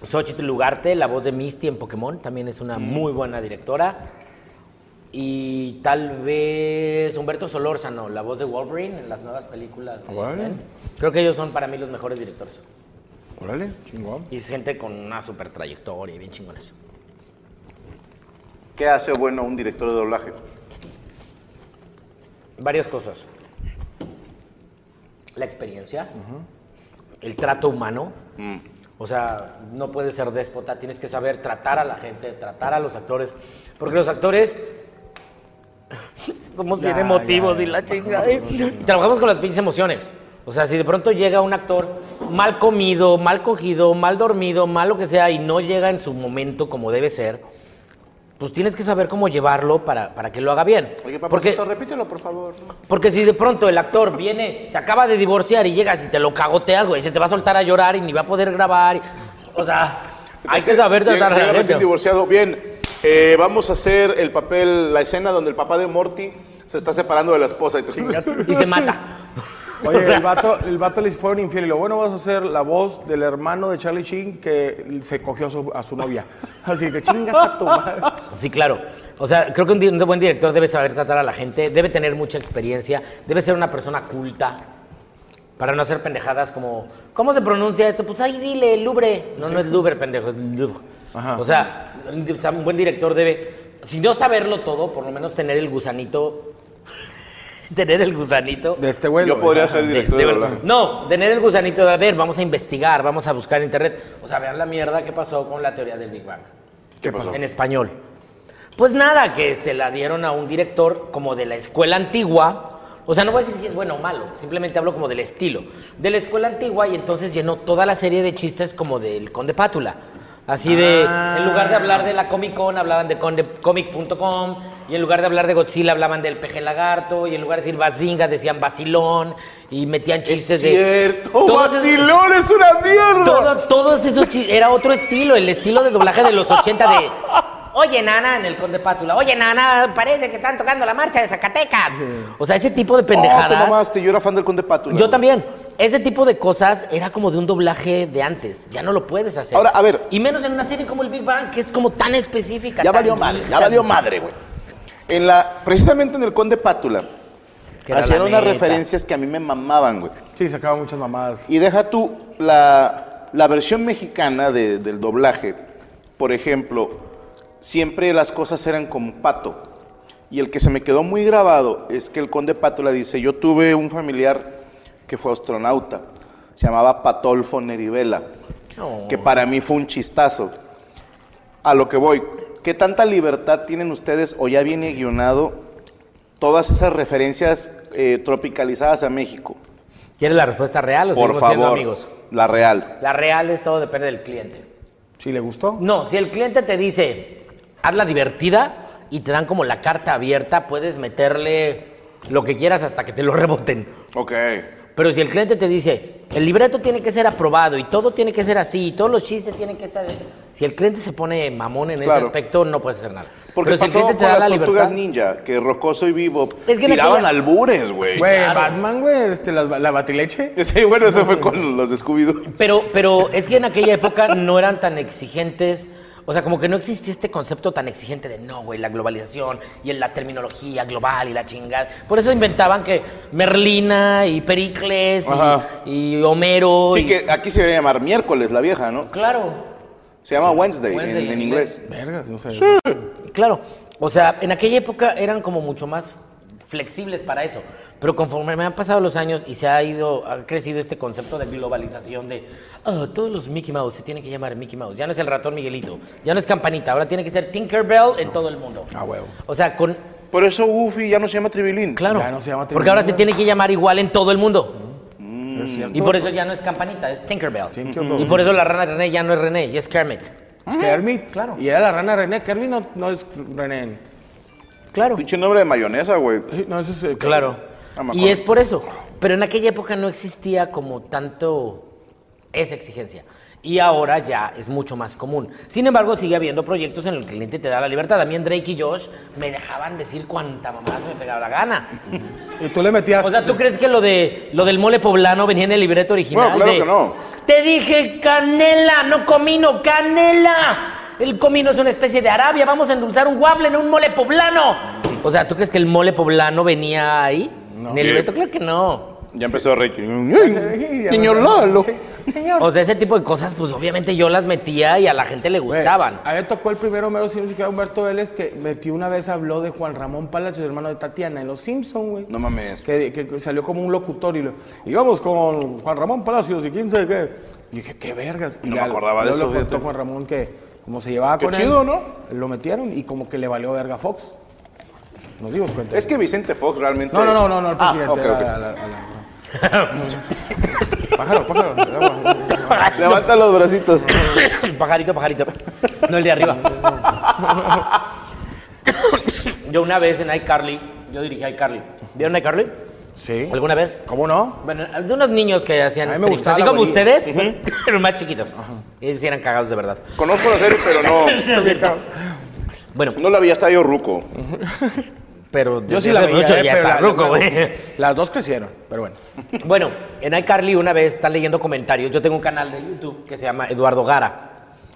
Xochitl Lugarte, la voz de Misty en Pokémon, también es una muy buena directora. Y tal vez Humberto Solórzano, la voz de Wolverine en las nuevas películas. de Órale. X-Men. Creo que ellos son para mí los mejores directores. Órale, chingón. Y es gente con una super trayectoria, bien chingones. ¿Qué hace bueno un director de doblaje? Varias cosas. La experiencia, el trato humano. Mm. O sea, no puedes ser déspota, tienes que saber tratar a la gente, tratar a los actores. Porque los actores somos bien emotivos y la chingada. Trabajamos con las pinches emociones. O sea, si de pronto llega un actor mal comido, mal cogido, mal dormido, mal lo que sea, y no llega en su momento como debe ser, pues tienes que saber cómo llevarlo para, para que lo haga bien. Oye, Porque- papacito, repítelo, por favor. porque si de pronto el actor viene, se acaba de divorciar y llegas y te lo cagoteas, güey, se te va a soltar a llorar y ni va a poder grabar. y- o sea, hay que saber tratar Llega- a llega la recién gente. divorciado. Bien, eh, vamos a hacer el papel, la escena donde el papá de Morty se está separando de la esposa. Y tú- Y se mata. O Oye, sea- el vato, el vato les fueron infiel y lo bueno vas a hacer la voz del hermano de Charlie Sheen que se cogió a su, a su novia. Así que chingas a tu madre. Sí, claro. O sea, creo que un, di- un buen director debe saber tratar a la gente, debe tener mucha experiencia, debe ser una persona culta para no hacer pendejadas como, ¿cómo se pronuncia esto? Pues ahí dile, Louvre. No, no es Louvre, pendejo, es Louvre. Ajá. O sea, un di- o sea, un buen director debe, si no saberlo todo, por lo menos tener el gusanito. tener el gusanito. De este güey. Yo lo- podría ser director de De- doblaje. no, tener el gusanito de, a ver, vamos a investigar, vamos a buscar en internet. O sea, vean la mierda que pasó con la teoría del Big Bang. ¿Qué pasó? En español. Pues nada, que se la dieron a un director como de la escuela antigua. O sea, no voy a decir si es bueno o malo, simplemente hablo como del estilo. De la escuela antigua y entonces llenó toda la serie de chistes como del Conde Pátula. Así de, en lugar de hablar de la Comic Con, hablaban de conde- comic.com, y en lugar de hablar de Godzilla, hablaban del peje lagarto, y en lugar de decir bazinga, decían vacilón, y metían chistes de... cierto, Todos esos- vacilón es una mierda. todo- todos esos chi- era otro estilo, el estilo de doblaje de los 80 de. Oye, nana, en el Conde Pátula. Oye, nana, parece que están tocando la marcha de Zacatecas. O sea, ese tipo de Oh, te pendejadas. mamaste, yo era fan del Conde Pátula. yo también. Ese tipo de cosas era como de un doblaje de antes. Ya no lo puedes hacer. Ahora, a ver. Y menos en una serie como el Big Bang, que es como tan específica. Ya tan valió madre, ya geek, valió tan- madre, güey. En la, precisamente en el Conde Pátula, que era la hacían unas neta. referencias que a mí me mamaban, güey. Sí, sacaba muchas mamadas. Y deja tú la, la versión mexicana de- del doblaje. Por ejemplo, siempre las cosas eran con pato. Y el que se me quedó muy grabado es que el conde Pátula dice, yo tuve un familiar que fue astronauta, se llamaba Patolfo Nerivela, que para mí fue un chistazo. A lo que voy, ¿qué tanta libertad tienen ustedes o ya viene guionado todas esas referencias eh, tropicalizadas a México? ¿Quieres la respuesta real o Por seguimos siendo favor. amigos? La real. La real es todo depende del cliente. ¿Sí le gustó? No, si el cliente te dice, hazla divertida y te dan como la carta abierta, puedes meterle lo que quieras hasta que te lo reboten. Ok. Pero si el cliente te dice, el libreto tiene que ser aprobado y todo tiene que ser así, y todos los chistes tienen que estar... Si el cliente se pone mamón en ese Claro. aspecto, no puedes hacer nada. Porque Pero si el pasó cliente con te da las la tortugas libertad... ninja, que Rocoso y Vivo Es que en tiraban aquella- albures, güey. Güey, claro. Batman, güey, este, la, la batileche. Sí, bueno, eso fue con los de Scooby-Doo. Pero, pero es que en aquella época no eran tan exigentes. O sea, como que no existía este concepto tan exigente de no, güey, la globalización y en la terminología global y la chingada. Por eso inventaban que Merlina y Pericles Ajá. y, y Homero. Sí, y- que aquí se debería llamar miércoles la vieja, ¿no? Claro, Se llama Wednesday, en, Wednesday en en inglés. Vergas, no sé. claro. O sea, en aquella época eran como mucho más flexibles para eso. Pero conforme me han pasado los años y se ha ido, ha crecido este concepto de globalización de "Ah, todos los Mickey Mouse se tienen que llamar Mickey Mouse. Ya no es el ratón Miguelito, ya no es campanita, ahora tiene que ser Tinkerbell en todo el mundo. Ah, huevo. O sea, con. Por eso Goofy ya no se llama Tribilín. Claro. Ya no se llama porque ahora se Tinkerbell. tiene que llamar igual en todo el mundo. pero es cierto. Mm. Y por eso ya no es campanita, es Tinkerbell. Tinkerbell. Y por eso la rana René ya no es René, ya es Kermit. Es Kermit. Ah, Claro. Y era la rana René. Kermit no, no es René. Claro. Pinche nombre de mayonesa, güey. Sí, No, ese es. eh, Claro. Ah, me Y acuerdo. es por eso. Pero en aquella época no existía como tanto esa exigencia. Y ahora ya es mucho más común. Sin embargo, sigue habiendo proyectos en los que el cliente te da la libertad. A mí, en Drake y Josh me dejaban decir cuánta mamá se me pegaba la gana. Y tú le metías. O sea, ¿tú crees que lo, de, lo del mole poblano venía en el libreto original? Bueno, claro de, que no. Te dije canela, no comino, canela. El comino es una especie de Arabia, vamos a endulzar un waffle en un mole poblano. O sea, ¿tú crees que el mole poblano venía ahí? En el libreto, claro que no. Ya empezó Ricky. Sí, ya Niño me- Lalo. Sí, Señor. O sea, ese tipo de cosas, pues obviamente yo las metía y a la gente le Pues, Güey, gustaban. Pues, A él tocó el primero Homero Simpson, que era Humberto Vélez, que metió una vez, habló de Juan Ramón Palacios, hermano de Tatiana, en Los Simpson, güey. No mames. Que, que- que salió como un locutor y lo, íbamos con Juan Ramón Palacios y quién sabe qué. Y dije, qué vergas. Y No me ya acordaba de luego eso, Lo contó fíjate. Juan Ramón que como se llevaba Qué con chido, él, ¿no? Lo metieron y como que le valió verga a Fox. Nos dimos cuenta. Es que Vicente Fox realmente. No, no, no, no, no, el Ah, presidente. ok, ok. a la- a la- a la- pájaro, pájaro. Levanta los bracitos. pajarito, pajarito. No el de arriba. yo una vez en iCarly, yo dirigí iCarly. ¿Vieron iCarly? Sí. ¿Alguna vez? ¿Cómo no? Bueno, de unos niños que hacían A mí me strips, gustaba así la como bolilla. ustedes, pero más chiquitos. Ellos sí eran cagados de verdad. Conozco la serie, pero no. Bueno, No la vi, hasta yo ruco. pero Yo desde sí la hace veía, mucho eh, ya pero está la- ruco, la- güey. Las dos crecieron, pero bueno. Bueno, en iCarly una vez están leyendo comentarios. Yo tengo un canal de YouTube que se llama Eduardo Gara.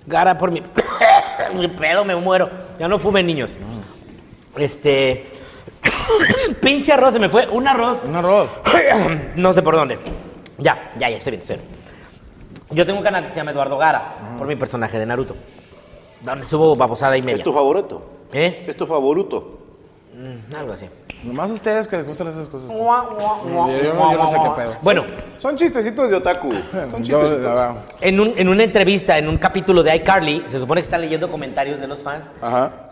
Gara por mi... mi pedo, me muero. Ya no fumen, niños. Este... Pinche arroz, se me fue. Un arroz Un arroz. no sé por dónde. Ya, ya, ya sé bien, sé. Yo tengo un canal que se llama Eduardo Gara, por mi personaje de Naruto. Donde subo babosada y Es media. tu favorito. ¿Eh? Es tu favorito. Mm, Algo así. Nomás a ustedes que les gustan esas cosas. Yo, yo no sé qué pedo. Bueno, Son chistecitos de otaku. Son Yo, chistecitos. la verdad. en, un- en una entrevista, en un capítulo de iCarly, se supone que está leyendo comentarios de los fans. Ajá.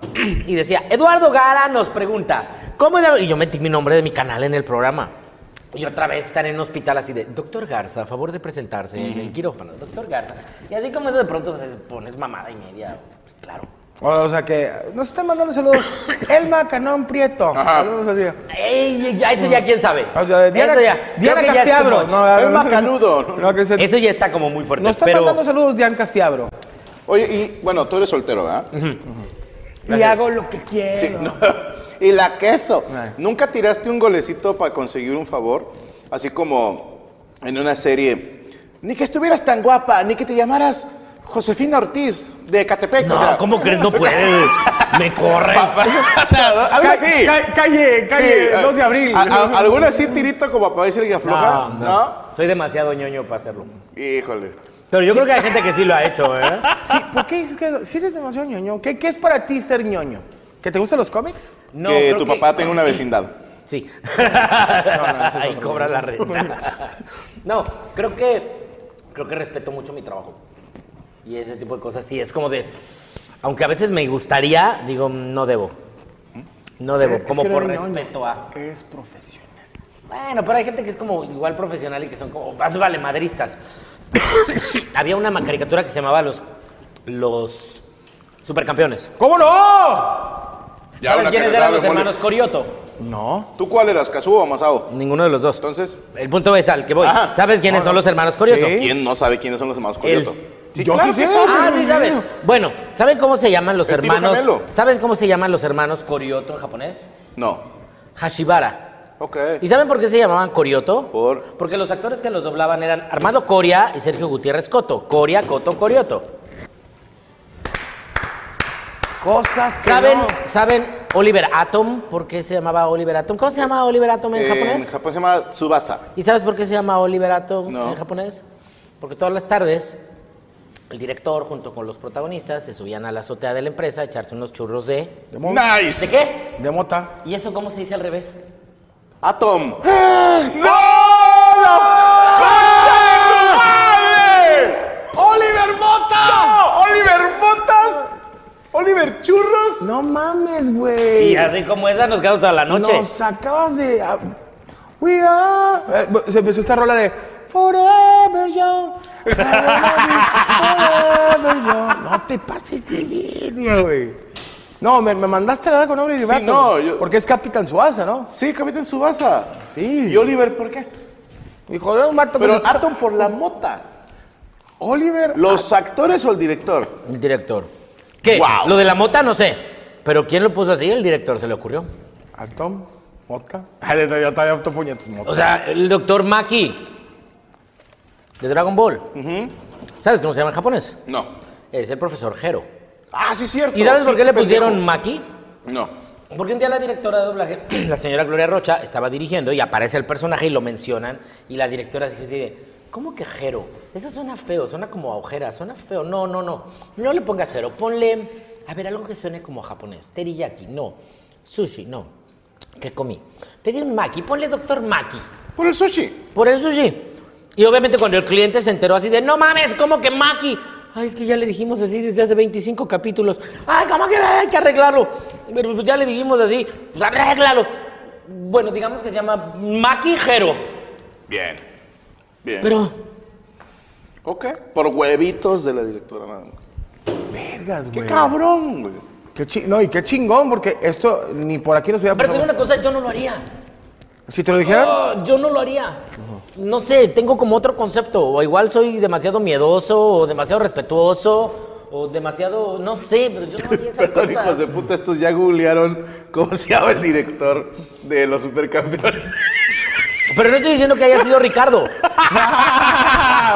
Y decía, Eduardo Gara nos pregunta, ¿cómo de- Y yo metí mi nombre de mi canal en el programa. Y otra vez están en un hospital así de, doctor Garza, a favor de presentarse en el quirófano, doctor Garza. Y así como eso de pronto se pones mamada y media, pues claro. O sea que nos están mandando saludos. Elma Canón Prieto. Ajá. Saludos así. Ey, ya, eso ya quién sabe. O sea, Diana, eso ya. Diana creo que ya es too Castiabro. much. No, Elma Canudo. No, que se- Eso ya está como muy fuerte. nos están pero... mandando saludos Diana Castiabro. Oye, y bueno, tú eres soltero, ¿verdad? Y hago lo que quiero. Sí, no. y la queso. ¿Nunca tiraste un golecito para conseguir un favor? Así como en una serie. Ni que estuvieras tan guapa, ni que te llamaras Josefina Ortiz de Catepec. No, o sea, ¿cómo crees? No puede. Me corren. o sea, algo Ca- así. ca- calle, calle, Sí, ah, 2 de abril. a- a- ¿Alguna así tirito como para decir que afloja? No, no. Soy demasiado ñoño para hacerlo. Híjole. Pero yo creo que hay gente que sí lo ha hecho, ¿eh? Sí, ¿Por qué dices que si eres demasiado ñoño? ¿Qué, ¿Qué es para ti ser ñoño? ¿Que te gustan los cómics? No, que creo tu papá tenga una vecindad. Sí. no, eso es Ahí otro cobra la nivel. renta. no, creo que creo que respeto mucho mi trabajo. Y ese tipo de cosas sí es como de aunque a veces me gustaría, digo, no debo. No debo, Es que como no por eres ñoño. respeto a. Eres profesional. Bueno, pero hay gente que es como igual profesional y que son como más "Oh, valemadristas. Había una caricatura que se llamaba Los, los Supercampeones. ¿Cómo no? Ya ¿Sabes una que quiénes se eran sabe, los mole. hermanos Corioto? No. ¿Tú cuál eras, Cazú o Masao? Ninguno de los dos. Entonces, El punto es al que voy. Ajá. ¿Sabes quiénes son los hermanos Corioto? Sí. ¿quién no sabe quiénes son los hermanos Coyoto? El- Yo sí sé. Ah, sí, sabes. Bueno, ¿saben cómo se llaman los El tiro hermanos? gemelo. ¿Sabes cómo se llaman los hermanos Corioto en japonés? No. Hashibara. Ok. ¿Y saben por qué se llamaban Corioto? Por- Porque los actores que los doblaban eran Armando Coria y Sergio Gutiérrez Coto. Coria, Coto, Corioto. Cosas que ¿Saben, no. ¿Saben Oliver Atom? ¿Por qué se llamaba Oliver Atom? ¿Cómo se llama Oliver Atom en Eh, japonés? Japón se llama Tsubasa. ¿Y sabes por qué se llama Oliver Atom No. en japonés? Porque todas las tardes el director junto con los protagonistas se subían a la azotea de la empresa a echarse unos churros de... De, mo- ¿De Nice. qué? de mota. ¿Y eso cómo se dice al revés? Atom. ¡Oliver Mota! Oliver Botas. Oliver Churros. No mames, güey. Y así como esa nos quedamos toda la noche. Nos acabas de. ah, We are. eh, se empezó esta rola de. Forever young. Forever young. No te pases de vídeo, güey. No, me, me mandaste la hora con Oliver Sí, Bato, no, güey, yo- Porque es Capitán Suaza, ¿no? Sí, Capitán Tsubasa. Sí. ¿Y Oliver por qué? Dijo, era un vato que Pero se- Atom por la mota. Oliver. ¿Los actores o el director? El director. ¿Qué? Guau. Lo de la mota no sé. Pero ¿quién lo puso así? El director se le ocurrió. Atom. Mota. Ah, le doy- yo todavía opto puñetas, Mota. O sea, el doctor Maki de Dragon Ball. ¿Sabes cómo se llama en japonés? No. Es el profesor Jero. Ah, sí, cierto. ¿Y sabes por Sí, qué le pendejo. pusieron Maki? No. Porque un día la directora de doblaje, la señora Gloria Rocha, estaba dirigiendo y aparece el personaje y lo mencionan. Y la directora dijo así de, ¿cómo que Jero? Eso suena feo, suena como a ojera, suena feo. No, no, no. No le pongas Jero, ponle, a ver, algo que suene como japonés. Teriyaki, no. Sushi, no. ¿Qué comí? Pedí un maki, ponle doctor maki. Por el sushi. Por el sushi. Y obviamente cuando el cliente se enteró así de, no mames, ¿cómo que Maki? Ay, es que ya le dijimos así desde hace 25 capítulos. Ay, ¿cómo que hay que arreglarlo? Pero pues ya le dijimos así, pues arréglalo. Bueno, digamos que se llama Maki Jero. Bien. Bien. Pero, Ok. Por huevitos de la directora nada más. Vergas, ¡Qué güey. cabrón, güey! Qué chi- no, y qué chingón, porque esto ni por aquí nos hubiera pero te digo pasado. una cosa, yo no lo haría. Si te lo dijeran. No, yo no lo haría. No sé, tengo como otro concepto. O igual soy demasiado miedoso, o demasiado respetuoso, o demasiado, no sé, pero yo no haría esas Perdón, hijos de cosas. puta, estos ya googlearon cómo se llama el director de los supercampeones. Pero no estoy diciendo que haya sido Ricardo.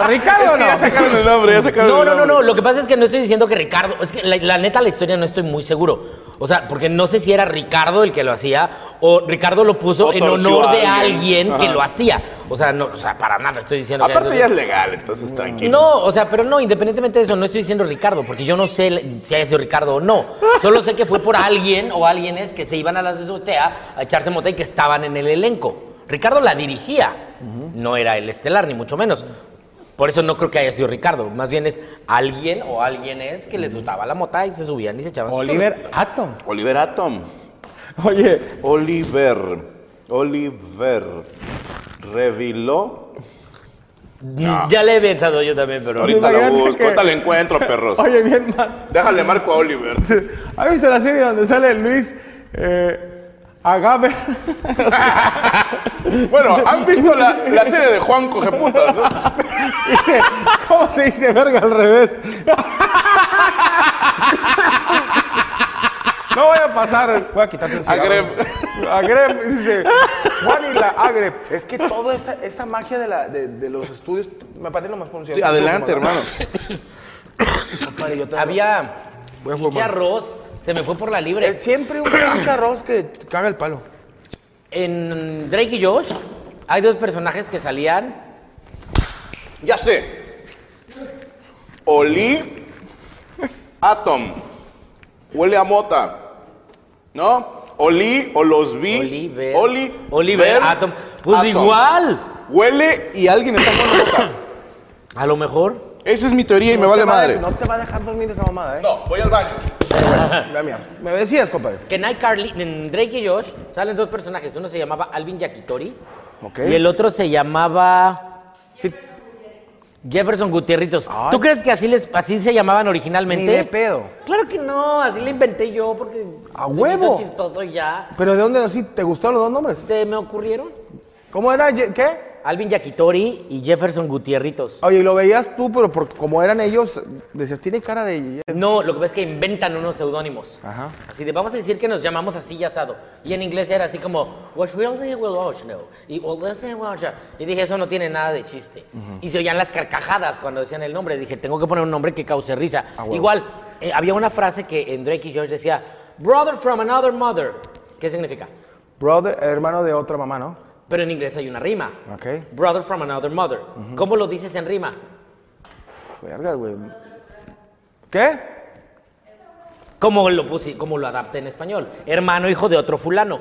¿Ricardo Es que ya sacaron el nombre, ya sacaron No, el no, no, nombre. no. Lo que pasa es que no estoy diciendo que Ricardo. Es que la, la neta, la historia no estoy muy seguro. O sea, porque no sé si era Ricardo el que lo hacía o Ricardo lo puso O en torció honor a de alguien. alguien que Ajá. lo hacía. O sea, no, o sea, para nada estoy diciendo Aparte que. ya es legal, entonces tranquilo. No, o sea, pero no, independientemente de eso, no estoy diciendo Ricardo, porque yo no sé el- si haya sido Ricardo o no. Solo sé que fue por alguien o alguienes que se iban a la azotea a echarse mota y que estaban en el elenco. Ricardo la dirigía, no era el estelar, ni mucho menos. Por eso no creo que haya sido Ricardo, más bien es alguien o alguienes que les gustaba la mota y se subían y se echaban sus Oliver Atom. Oliver Atom. Oye, Oliver. Oliver. Reviló. churros. Mm, Ya le he pensado yo también, pero... Ahorita la imagínate busco, que- ahorita la encuentro, perros. oye, bien mal. Déjale marco a Oliver. ¿Has visto la serie donde sale Luis eh, Agave? Bueno, han visto la, la serie de Juan Cogepuntas, ¿no? Dice, ¿cómo se dice verga al revés? No voy a pasar. Voy a quitarte el cigarro. Agrep. Agrep, dice. Juan y la Agrep. Es que toda esa, esa magia de, la, de, de los estudios. Me parece lo más pronunciado. Sí, adelante, hermano. Había... Pues Pinche arroz, se me fue por la libre. Eh, Siempre un pinche arroz que caga el palo. En Drake y Josh hay dos personajes que salían Ya sé. Oli Atom. Huele a mota. ¿No? Oli o los vi. Oliver. Oli. Oliver Ver, Atom. Pues Atom. igual. Huele y alguien está con mota. A lo mejor. Esa es mi teoría y me vale te va a- madre. No te va a dejar dormir esa mamada, ¿eh? No, voy al baño. Ve a miar. Me decías, compadre. Que en iCarly, en Drake y Josh salen dos personajes. Uno se llamaba Alvin Yakitori Ok. y el otro se llamaba. Sí. Jefferson Gutierritos. ¿Tú crees que así, les, así se llamaban originalmente? Ni de pedo. Claro que no, así le inventé yo porque. ¡A se me huevo! hizo chistoso y ya. ¿Pero de dónde así te gustaron los dos nombres? ¿Te me ocurrieron? ¿Cómo era? Ye- ¿Qué? Alvin Yakitori y Jefferson Gutierritos. Oye, y lo veías tú, pero por, como eran ellos, decías, tiene cara de... No, lo que pasa es que inventan unos seudónimos. Ajá. Así de, vamos a decir que nos llamamos así y asado. Y en inglés era así como, "What will they will us know?" Y "Well, let's say we'll share." Y dije, eso no tiene nada de chiste. Y se oían las carcajadas cuando decían el nombre. Dije, tengo que poner un nombre que cause risa. Ah, Igual, eh, había una frase que en Drake y George decía, brother from another mother. ¿Qué significa? Brother, hermano de otra mamá, ¿no? Pero en inglés hay una rima. Ok. Brother from another mother. ¿Cómo lo dices en rima? Verga, güey. ¿Qué? ¿Cómo lo puse, cómo lo adapté en español? Hermano, hijo de otro fulano.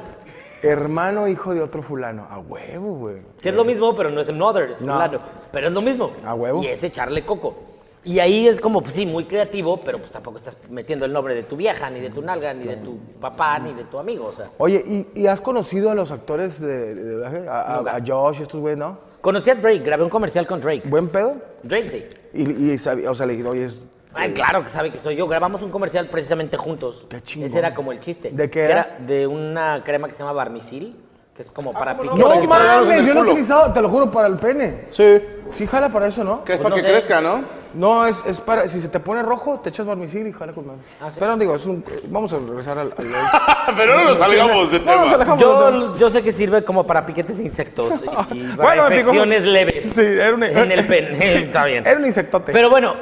Hermano hijo de otro fulano. A huevo, güey. Que es lo mismo, pero no es another, es No. fulano. Pero es lo mismo. A huevo. Y es echarle coco. Y ahí es como, pues sí, muy creativo, pero pues tampoco estás metiendo el nombre de tu vieja, ni de tu nalga, ni de tu papá, ni de tu amigo. O sea, Oye, ¿y, y has conocido a los actores de, de doblaje? A, a- Nunca. a Josh, estos güeyes, ¿no? conocí a Drake, grabé un comercial con Drake. ¿Buen pedo? Drake sí. Y, y sabe- o sea, le dije, oye, es... Ay, claro que sabe que soy yo. Grabamos un comercial precisamente juntos. Qué chingón. Ese era como el chiste. ¿De qué Que era? de una crema que se llama Barmisil, que es Ah, como para picar. No Para que te hagas en mames, el yo lo he culo. utilizado, te lo juro, para el pene. Sí. Sí jala para eso, ¿no? Que es Pues para no que sé. crezca, ¿no? No, es, es para, si se te pone rojo, te echas barmisil y jala con madre. Pero digo, es un, eh, vamos a regresar al... al- Pero no nos salgamos de no nos alejamos del tema. Yo, yo sé que sirve como para piquetes de insectos y- y Bueno, me para picó- infecciones leves. Sí, era un- En el pene. Está bien. Era un insectote. Pero bueno.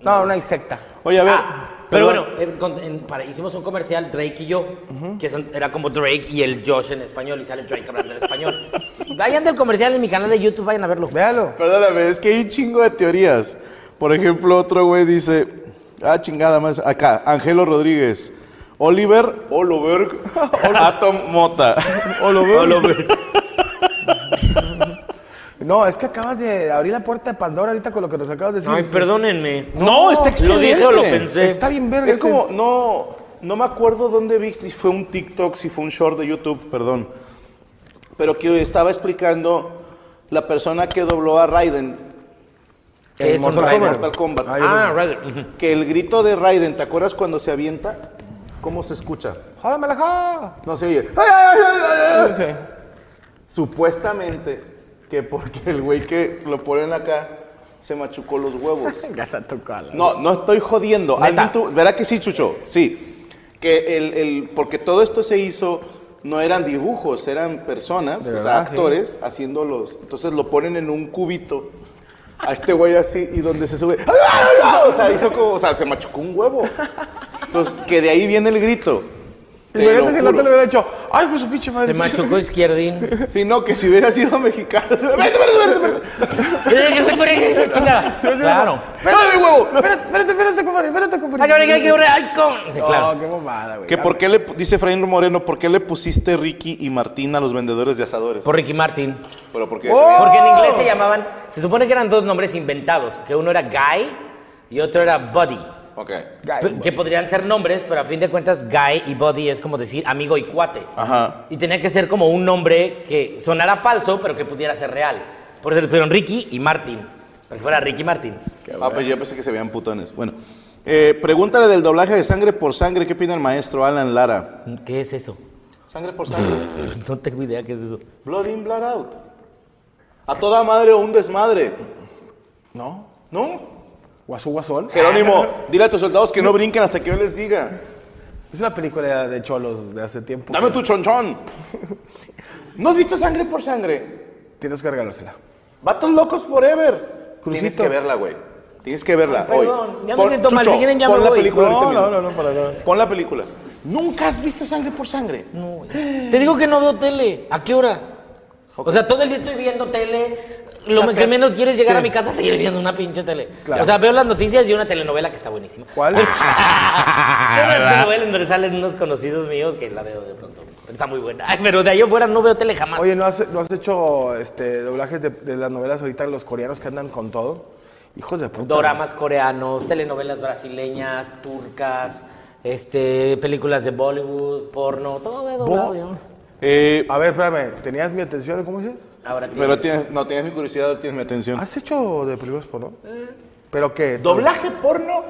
no, una insecta. Oye, a ver. ah, pero bueno, eh, con- en- para- hicimos un comercial, Drake y yo, que son- era como Drake y el Josh en español, y sale Drake hablando en español. Vayan del comercial en mi canal de YouTube, vayan a verlo. Véalo. Perdóname, es que hay un chingo de teorías. Por ejemplo, otro güey dice, ah, chingada más, acá, Angelo Rodríguez, Oliver Oloberg, Atom Mota. Oloberg. No, es que acabas de abrir la puerta de Pandora ahorita con lo que nos acabas de decir. Ay, perdónenme. No, está este excelente. Lo dije o lo pensé. Está bien verga Es ese. como, no, no me acuerdo dónde vi, si fue un TikTok, si fue un short de YouTube, perdón. Pero que estaba explicando la persona que dobló a Raiden, Que es un Mortal Raiden. Mortal Kombat. Ah, Raiden. Ujú. Que el grito de Raiden, ¿te acuerdas cuando se avienta? ¿Cómo se escucha? Jálame la jala. No se oye. ¡Ay, ay, ay, ay, ay! Sí. Supuestamente que porque el güey que lo ponen acá se machucó los huevos. Ya se tocado. No, no estoy jodiendo. Neta. Alguien tu- ¿Verdad que sí, Chucho? Sí. Que el, el- porque todo esto se hizo, no eran dibujos, eran personas, De o sea, verdad, sí. actores, haciéndolos. Entonces lo ponen en un cubito a este güey así y donde se sube. ¡ay, ay, ay! O sea, hizo como, o sea, se machucó un huevo. Entonces, que de ahí viene el grito. Te lo Imagínate si no te juro. lo hubiera hecho. Ay, hijo de su pinche madre. Se machucó izquierdín. Sino que si hubiera sido mexicano. ¡Vete, vete, vete! vete! Chingada. claro. ¡Ay, mi huevo! Espérate, espérate, espérate, compadre, espérate, compadre. Ay, cabrón, ay, cabrón, ay, Oh, con- Sí, claro. No, qué bobada, güey. Que por qué le, pu- dice Efraín Moreno, ¿por qué le pusiste Ricky y Martín a los vendedores de asadores? Por Ricky Oh. Martin. Pero porque Porque en inglés se llamaban, se supone que eran dos nombres inventados, que uno era Guy y otro era Buddy. Ok. Ay, Pe- Que podrían ser nombres, pero a fin de cuentas Guy y Buddy es como decir amigo y cuate. Ajá. Y tenía que ser como un nombre que sonara falso, pero que pudiera ser real. Por eso le pusieron Ricky y Martin. Para que fuera Ricky Martin. Ah, pues yo pensé que se veían putones. Bueno. Eh, pregúntale del doblaje de sangre por sangre. ¿Qué opina el maestro Alan Lara? ¿Qué es eso? Sangre por sangre. No tengo idea qué es eso. blood in, blood out. A toda madre o un desmadre. ¿No? ¿No? ¿Guasú, guasol? Jerónimo, dile a tus soldados que no brinquen hasta que yo les diga. Es una película de cholos de hace tiempo. Dame tu chonchón. ¿No has visto sangre por sangre? Tienes que regalársela. Vatos locos forever. Crucito. Tienes que verla, güey. Tienes que verla. Ay, hoy. perdón, ya me siento mal. Chucho, Si quieren, ya pon me la voy. película ahorita mismo. no, para nada. Pon la película. ¿Nunca has visto sangre por sangre? Te digo que no veo tele. ¿A qué hora? O sea, todo el día estoy viendo tele. Lo que menos quiero es llegar a mi casa a seguir viendo una pinche tele. Claro. O sea, veo las noticias y una telenovela que está buenísima. ¿Cuál? Ah, Una telenovela en donde salen unos conocidos míos que la veo de pronto. Está muy buena. Ay, pero de ahí afuera no veo tele jamás. Oye, ¿no has, no has hecho este, doblajes de, de las novelas ahorita los coreanos que andan con todo? Hijos de puta. Doramas coreanos, telenovelas brasileñas, turcas, este, películas de Bollywood, porno, todo de Bo- doblado. yo. Eh, A ver, espérame, ¿tenías mi atención? ¿Cómo dices? Ahora tienes- pero tienes, no tienes mi curiosidad, tienes mi atención. ¿Has hecho de películas porno? ¿Pero qué? ¿Doblaje porno?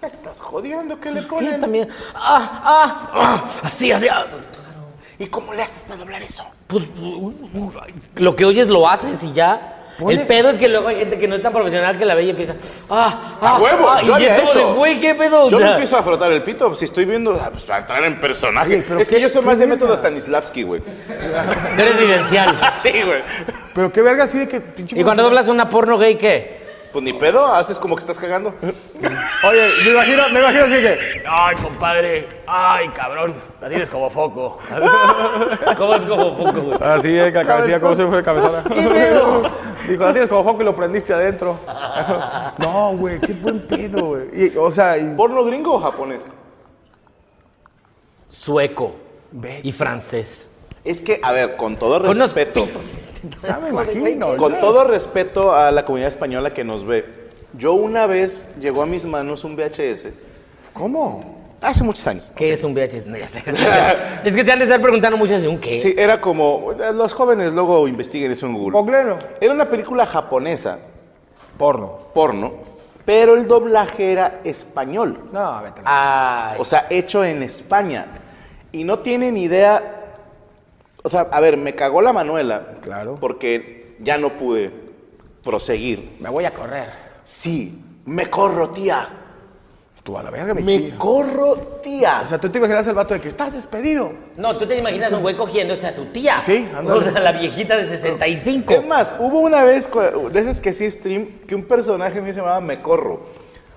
¿Te estás jodiendo? ¿Qué le Pues, ¿Qué ponen? también? Ah, ah, ah, así, así. ah. ¿Y cómo le haces para doblar eso? Pues, uh, uh, ay, lo que oyes lo haces y ya. Ponle- El pedo es que luego hay gente que no es tan profesional que la ve y empieza. ¡Ah! ¡Ah! ¡A huevo! ah", yo y haría es como de, eso. güey, ¿qué pedo? Yo O me sea, empiezo a frotar el pito. Si estoy viendo, ah, pues, a entrar en personaje. Oye, pero es que qué- yo soy qué más de verga. método Stanislavski, güey. tú Eres vivencial. Sí, güey. ¿Pero qué verga así de que pinche... ¿Y cuando doblas una porno gay qué? Pues ni pedo, haces como que estás cagando. Oye, me imagino, me imagino así que... Ay, compadre. Ay, cabrón. La tienes como foco. ¿Cómo es como poco, güey? Así eh, de la cabecilla, ¿cómo se fue de cabezada? ¡Qué pedo! Dijo, así es como foco y lo prendiste adentro. no, güey, qué buen pedo, güey. Y, O sea, y- ¿Porno gringo o japonés? Sueco Vete. y francés. Es que, a ver, con todo Con unos respeto, ya me imagino. con todo respeto a la comunidad española que nos ve, yo una vez llegó a mis manos un VHS ¿Cómo? hace muchos años. ¿Qué es un VHS? No, ya sé. es que se han de estar preguntando muchas de un qué. Sí, era como, los jóvenes luego investiguen eso en Google. Googleenlo. Era una película japonesa, Porno. porno, pero el doblaje era español. No, vete. a la- Ay. O sea, hecho en España. Y no tienen idea. O sea, a ver, me cagó la Manuela. Claro. Porque ya no pude proseguir. Ah, Me voy a correr. Sí, me corro, tía. Tú a la verga, mi Me tío. corro, tía. O sea, tú te imaginas el vato de que estás despedido. No, tú te imaginas un güey cogiéndose a su tía. Sí, ándale. O sea, la viejita de 65. es más, hubo una vez, cu- de esas que sí stream, que un personaje mío se llamaba Me Corro.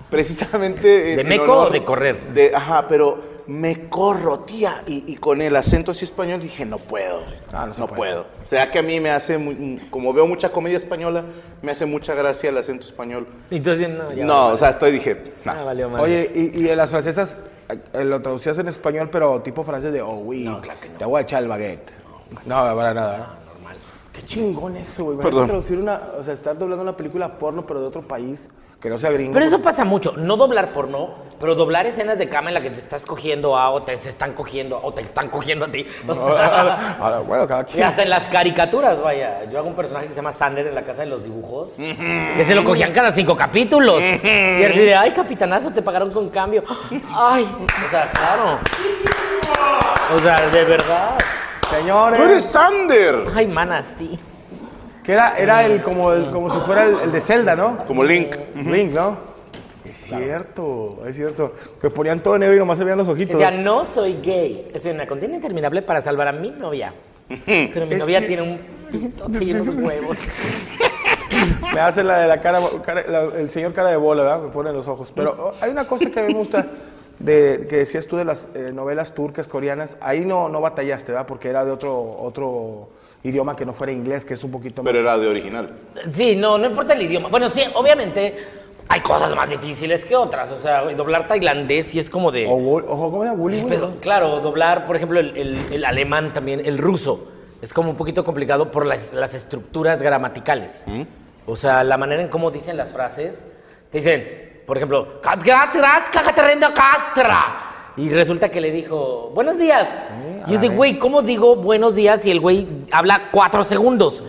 Precisamente. en- ¿De en meco honor o de correr? de- ajá, pero me corro, tía. Y, y con el acento así español dije, no puedo. Ah, no no se puede. puedo. O sea que a mí me hace, mu- mm, como veo mucha comedia española, me hace mucha gracia el acento español. Y tú dices, no, ya. no, o sea, estoy dije, no. Ah, valió madre. Oye, y, y en las francesas eh, lo traducías en español, pero tipo francés de, oh, oui, te voy a echar el baguette. No, para nada. normal. Qué chingón eso, güey. Imagínate Perdón. traducir una, o sea, estar doblando una película porno, pero de otro país, que no sea gringo. Pero eso pasa mucho, no doblar porno, pero doblar escenas de cama en la que te estás cogiendo a o te se están cogiendo o te están cogiendo a ti. Ahora, bueno, cada Y quien. hasta en las caricaturas, vaya. Yo hago un personaje que se llama Sander en la casa de los dibujos, que se lo cogían cada cinco capítulos. Y así de, ay, capitanazo, te pagaron con cambio. Ay, o sea, claro. O sea, de verdad. Señores. ¡Tú eres Sander! Ay, manas, sí. Que era, era el, como, el, como si fuera el, el de Zelda, ¿no? Como Link. Link, ¿no? Es cierto, es cierto. Que ponían todo negro y nomás se veían los Que ojitos. sea, no soy gay. Estoy en una contienda interminable para salvar a mi novia. Pero mi Es novia cier- tiene un pito y unos huevos. Me hace la de la cara, cara- la- el señor cara de bola, ¿verdad? Me pone los ojos. Pero oh, hay una cosa que a mí me gusta, de, que decías tú de las eh, novelas turcas, coreanas. Ahí no, no batallaste, ¿verdad? Porque era de otro, otro idioma que no fuera inglés, que es un poquito más... Pero era de original. Sí, no, no importa el idioma. Bueno, sí, obviamente hay cosas más difíciles que otras. O sea, güey, doblar tailandés sí es como de... O wo- Ojo, ¿cómo era? Bully, Eh, bully. pero, claro, doblar, por ejemplo, el, el- el alemán también, el ruso, es como un poquito complicado por las, las estructuras gramaticales. O sea, la manera en cómo dicen las frases. Te dicen, por ejemplo, "Katratras, kakatarendo castra. Y resulta que le dijo, buenos días. Y dice, güey, ¿cómo digo buenos días? Y el güey habla cuatro segundos.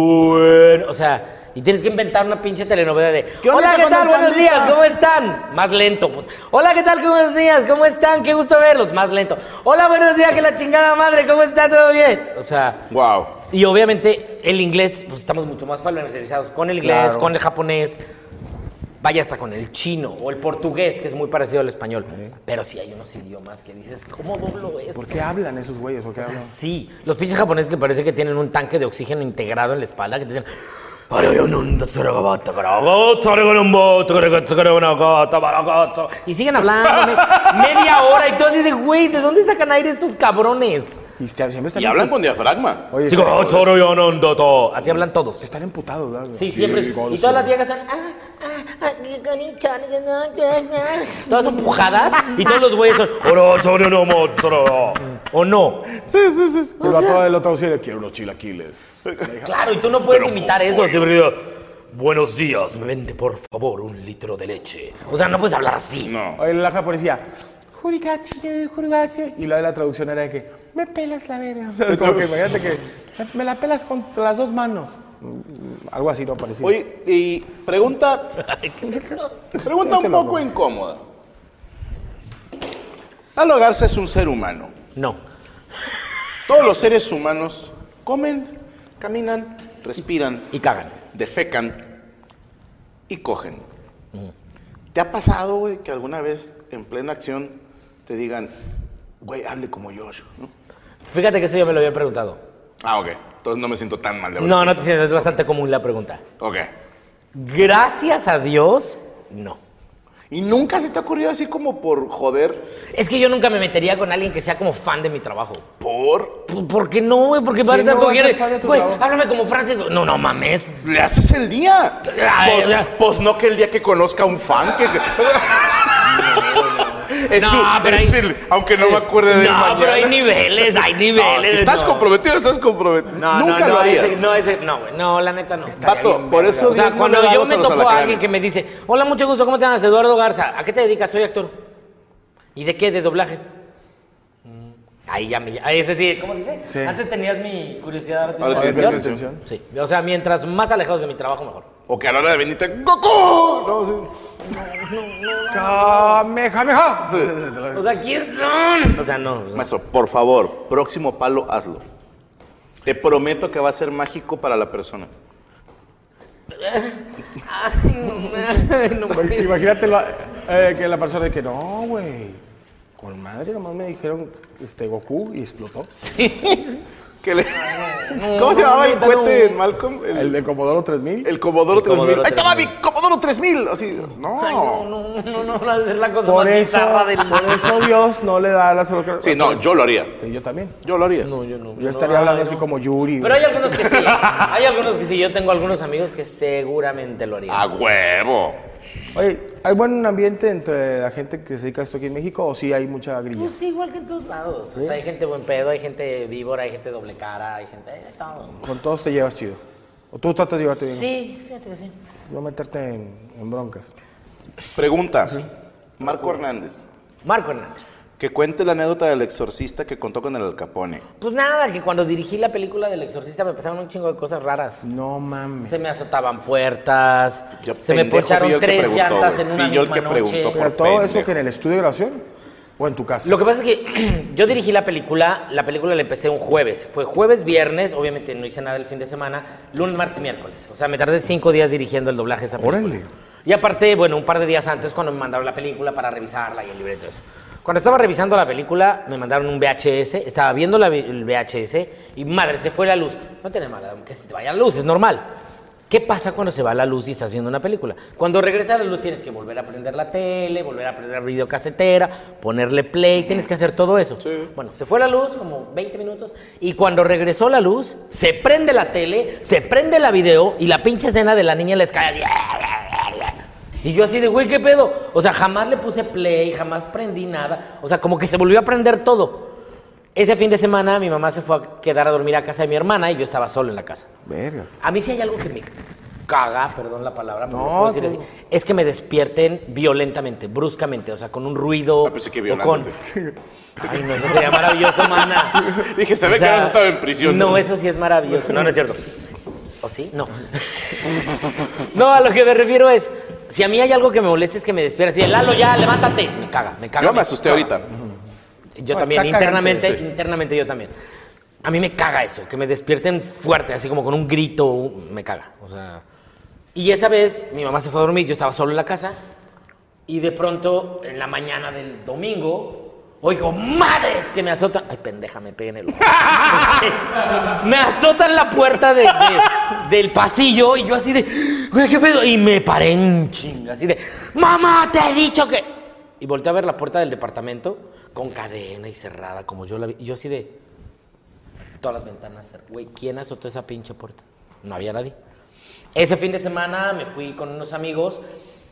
Bueno, o sea. Y tienes que inventar una pinche telenovela de ¿Qué onda Hola, ¿qué con tal? Don Buenos Pandita?" días, ¿cómo están? Más lento. put- Hola, ¿qué tal? Buenos días, ¿cómo están? Qué gusto verlos. Más lento. Hola, buenos días, que la chingada madre, ¿cómo está? ¿Todo bien? O sea, Wow. y obviamente el inglés, pues estamos mucho más familiarizados con el inglés, Claro. con el japonés. Vaya hasta con el chino o el portugués, que es muy parecido al español. Pero sí hay unos idiomas que dices, ¿cómo doblo esto? ¿Por qué hablan esos güeyes? ¿Por qué hablan? Sí, los pinches japoneses que parece que tienen un tanque de oxígeno integrado en la espalda que te dicen. "Arayonunda saragabata garagata, saragalamba, tagaragata, saraganagata, baragata". Y siguen hablando me- media hora y tú así de, güey, ¿de dónde sacan aire estos cabrones? Y se- siempre están... Y hablan con diafragma. Oye, Así como, "Oh, "Ah, sarayonunda, ta". Así hablan todos. están emputados, ¿verdad? Sí, siempre. Y todas las viejas son. "Ah, ah, ah, qué conichón, que no, que no". Todas son pujadas y todos los güeyes son. "Ora, sarayonoma, saragata". ¿O no? Sí, sí, sí. Y el vato del otro auxilio, quiero unos Claro, y tú no puedes imitar eso. siempre digo, Buenos días, me vende por favor un litro de leche. O sea, no puedes hablar así. No. Oye, la japonesa, Jurigachi, jurigachi. Y la de la traducción era de que, me pelas la verga. O sea, pues. como que imagínate que, me la pelas con las dos manos. Mm, Algo así, no parecido. Oye, y pregunta, pregunta un poco incómoda. Lalo Garza es un ser humano. No. Todos los seres humanos comen, caminan, respiran, Y cagan. defecan y cogen. ¿Te ha pasado, güey, que alguna vez en plena acción te digan, güey, hazle como yo? ¿no? Fíjate que eso yo me lo había preguntado. Ah, ok. Entonces no me siento tan mal de No, no te sientes, es bastante común la pregunta. Ok. Gracias a Dios, no. ¿Y nunca se te ha ocurrido así como por joder? Es que yo nunca me metería con alguien que sea como fan de mi trabajo. ¿Por? P- ¿Por qué no, güey? Porque van a ¿Quién estar no va a cogiendo- ser fan de tu Güey, trabajo? háblame como Francis. No, no mames. ¿Le haces el día? Ay, pues, o sea- pues no que el día que conozca a un fan que... Ah, Es No, su- pero es ahí- Eh. el- aunque no me acuerde de él No, pero mañana. hay niveles, hay No, niveles. si estás no. comprometido, estás comprometido. No, no, Nunca no, lo harías. ese- no, ese, no, güey, no, la neta no. Pato, por eso O sea, Dios no cuando le da yo voz me a los topo a alguien alacranes. que me dice, hola, mucho gusto, ¿cómo te llamas? Eduardo Garza, ¿a qué te dedicas? Soy actor. ¿Y de qué? ¿De doblaje? Mm, Ahí ya me... Ahí ese día, ¿cómo dice? Sí. Antes tenías mi curiosidad, ahora Ahora tienes mi tienes mi atención. Sí, o sea, mientras más alejados de mi trabajo, mejor. O que a la hora de venir te... ¡Goku! No, sí. Ah, Kamehameha. O sea, ¿quién son? O sea, no. o sea, Maestro, por favor, próximo palo, hazlo. Te prometo que va a ser mágico para la persona. Imagínate la- eh, que la persona de que, no, güey. Con madre, nomás me dijeron este, Goku y explotó. Sí. Que le- ¿Cómo se llamaba el no, no. cohete en Malcolm? El, El de Comodoro 3000. el Comodoro 3000. Comodoro Ahí estaba mi Comodoro 3000. Así, no. No, no, no, no, es la cosa por, más eso, bizarra del por eso Dios no le da las solo Sí, no, yo lo haría. Y yo también. Yo lo haría. No, yo no. Yo estaría hablando así como Yuri. Pero güey. hay algunos que sí. Hay algunos que sí. Yo tengo algunos amigos que seguramente lo harían. A huevo. Oye, ¿hay buen ambiente entre la gente que se dedica a esto aquí en México o sí hay mucha grilla? Pues igual que en todos lados. O sea, hay gente buen pedo, hay gente víbora, hay gente doble cara, hay gente de todo. Con todos te llevas chido. O tú tratas de llevarte bien. Sí, fíjate que sí. No meterte en, en broncas. Pregunta. Marco Hernández. Marco Hernández. Que cuente la anécdota del exorcista que contó con el Al Capone. Pues nada, que cuando dirigí la película del exorcista me pasaron un chingo de cosas raras. No mames. Se me azotaban puertas, Yo, se me pendejo, fui yo poncharon el que tres preguntó, llantas güey. en una Fui yo el misma que noche. preguntó por Pero todo eso pendejo. que en el estudio de grabación o en tu casa. Lo que pasa es que yo dirigí la película, la película la empecé un jueves. Fue jueves, viernes, obviamente no hice nada el fin de semana, lunes, martes y miércoles. O sea, me tardé cinco días dirigiendo el doblaje de esa película. Órale. Y aparte, bueno, un par de días antes cuando me mandaron la película para revisarla y el libreto y eso. Cuando estaba revisando la película, me mandaron un VHS, estaba viendo la vi- el VHS y madre, se fue la luz. No tiene mala, que se te vaya la luz, es normal. ¿Qué pasa cuando se va la luz y estás viendo una película? Cuando regresa la luz tienes que volver a prender la tele, volver a prender la videocasetera, ponerle play, tienes que hacer todo eso. Bueno, se fue la luz como 20 minutos y cuando regresó la luz, se prende la tele, se prende la video y la pinche escena de la niña les cae así. Y yo así de, güey, ¿qué pedo? O sea, jamás le puse play, jamás prendí nada. O sea, como que se volvió a prender todo. Ese fin de semana mi mamá se fue a quedar a dormir a casa de mi hermana y yo estaba solo en la casa. Vergas. A mí sí hay algo que me caga, perdón la palabra, pero No, lo puedo decir tú- así, es que me despierten violentamente, bruscamente, o sea, con un ruido. Ah, pensé que o con... Ay, no, eso sería maravilloso, mana. Dije, se ve que no has estado en prisión. No, eso sí es maravilloso. No, no es cierto. ¿O sí? No. no, a lo que me refiero es, si a mí hay algo que me molesta es que me despierta así, de, Lalo, ya, levántate. Me caga, me caga. Yo me asusté ahorita. Yo No, también, está cagante, internamente, internamente yo también. A mí me caga eso, que me despierten fuerte, así como con un grito, un- me caga. O sea, y esa vez mi mamá se fue a dormir, yo estaba solo en la casa y de pronto en la mañana del domingo oigo madres que me azotan. Ay, pendeja, me peguen el ojo. me azotan la puerta de- de- del pasillo y yo así de, güey, qué pedo. Y me paré en chinga, así de, mamá, te he dicho que. Y volteé a ver la puerta del departamento con cadena y cerrada, como yo la vi. Y yo así de, todas las ventanas, cer- güey, ¿quién azotó esa pinche puerta? No había nadie. Ese fin de semana me fui con unos amigos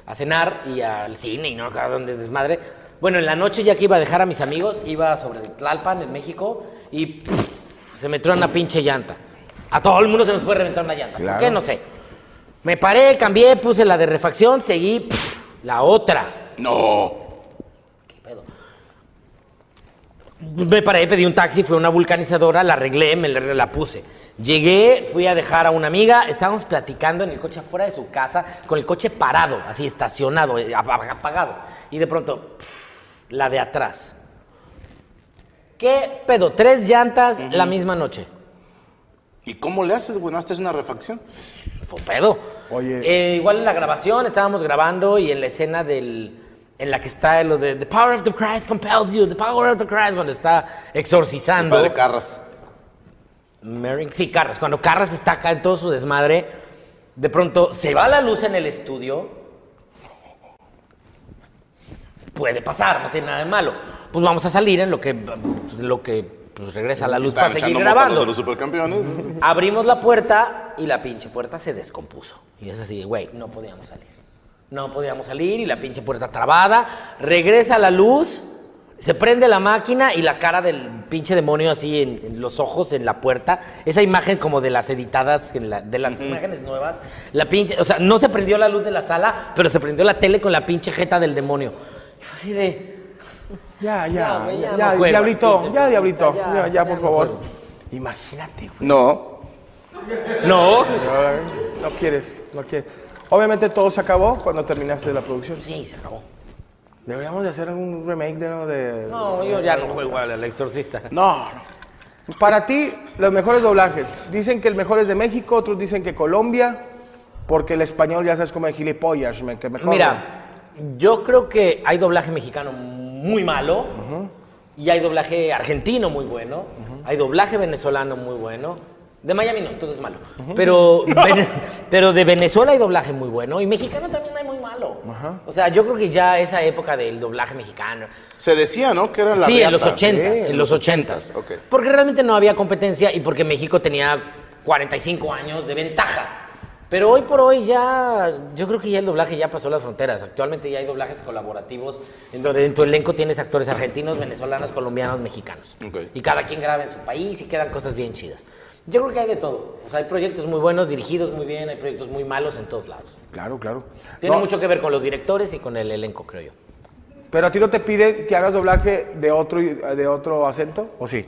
a cenar y al cine y no acá donde desmadre. Bueno, en la noche ya que iba a dejar a mis amigos, iba sobre el Tlalpan en México y pff, se metió una pinche llanta. A todo el mundo se nos puede reventar una llanta. ¿Por qué? No sé. Me paré, cambié, puse la de refacción, seguí pff, la otra. No. ¿Qué pedo? Me paré, pedí un taxi, fui a una vulcanizadora, la arreglé, me la, la puse. Llegué, fui a dejar a una amiga, estábamos platicando en el coche afuera de su casa, con el coche parado, así estacionado, eh, ap- ap- apagado. Y de pronto, pf, la de atrás. ¿Qué pedo? Tres llantas la misma noche. ¿Y cómo le haces, güey? ¿No haces una refacción? Fue pedo. Oye. Eh, igual en la grabación estábamos grabando y en la escena del. En la que está lo de The Power of the Christ compels you, The Power of the Christ, cuando está exorcizando. Padre Carras. Merrick- sí, Carras. Cuando Carras está acá en todo su desmadre, de pronto se va la luz en el estudio. Puede pasar, no tiene nada de malo. Pues vamos a salir en lo que, lo que pues, regresa la luz para Estaban seguir echando motos grabando. de los supercampeones. Abrimos la puerta y la pinche puerta se descompuso. Y es así, de, güey, no podíamos salir. No podíamos salir y la pinche puerta trabada. Regresa la luz, se prende la máquina y la cara del pinche demonio así en, en los ojos, en la puerta. Esa imagen como de las editadas, en la- de las imágenes nuevas. La pinche, o sea, no se prendió la luz de la sala, pero se prendió la tele con la pinche jeta del demonio. Y fue así de... Ya, Ya, ya, güey, ya ya, no ya, juegas, diablito, pinche ya, puta, diablito, ya, ya, ya ya, por no favor. juego. Imagínate, güey. No. No. No quieres, no quieres. Obviamente todo se acabó cuando terminaste la producción. Sí, se acabó. Deberíamos de hacer un remake de... ¿no? de- No, yo ya no juego al al exorcista. No, no. Para ti, los mejores doblajes. Dicen que el mejor es de México, otros dicen que Colombia, porque el español ya sabes cómo es gilipollas, me- que me corren. Mira, yo creo que hay doblaje mexicano muy malo y hay doblaje argentino muy bueno, hay doblaje venezolano muy bueno. De Miami no, todo es malo. pero, Vene- pero de Venezuela hay doblaje muy bueno y mexicano también hay muy malo. O sea, yo creo que ya esa época del doblaje mexicano. Se decía, ¿no? Que era la sí, en reata. los 80 ¿eh? Sí, en los 80s. ok. Porque realmente no había competencia y porque México tenía 45 años de ventaja. Pero hoy por hoy ya, yo creo que ya el doblaje ya pasó las fronteras. Actualmente ya hay doblajes colaborativos en donde en tu elenco tienes actores argentinos, venezolanos, colombianos, mexicanos. Ok. Y cada quien graba en su país y quedan cosas bien chidas. Yo creo que hay de todo. O sea, hay proyectos muy buenos, dirigidos muy bien, hay proyectos muy malos en todos lados. Claro, claro. Tiene No, mucho que ver con los directores y con el elenco, creo yo. Pero a ti no te piden que hagas doblaje de otro, de otro acento, ¿o sí?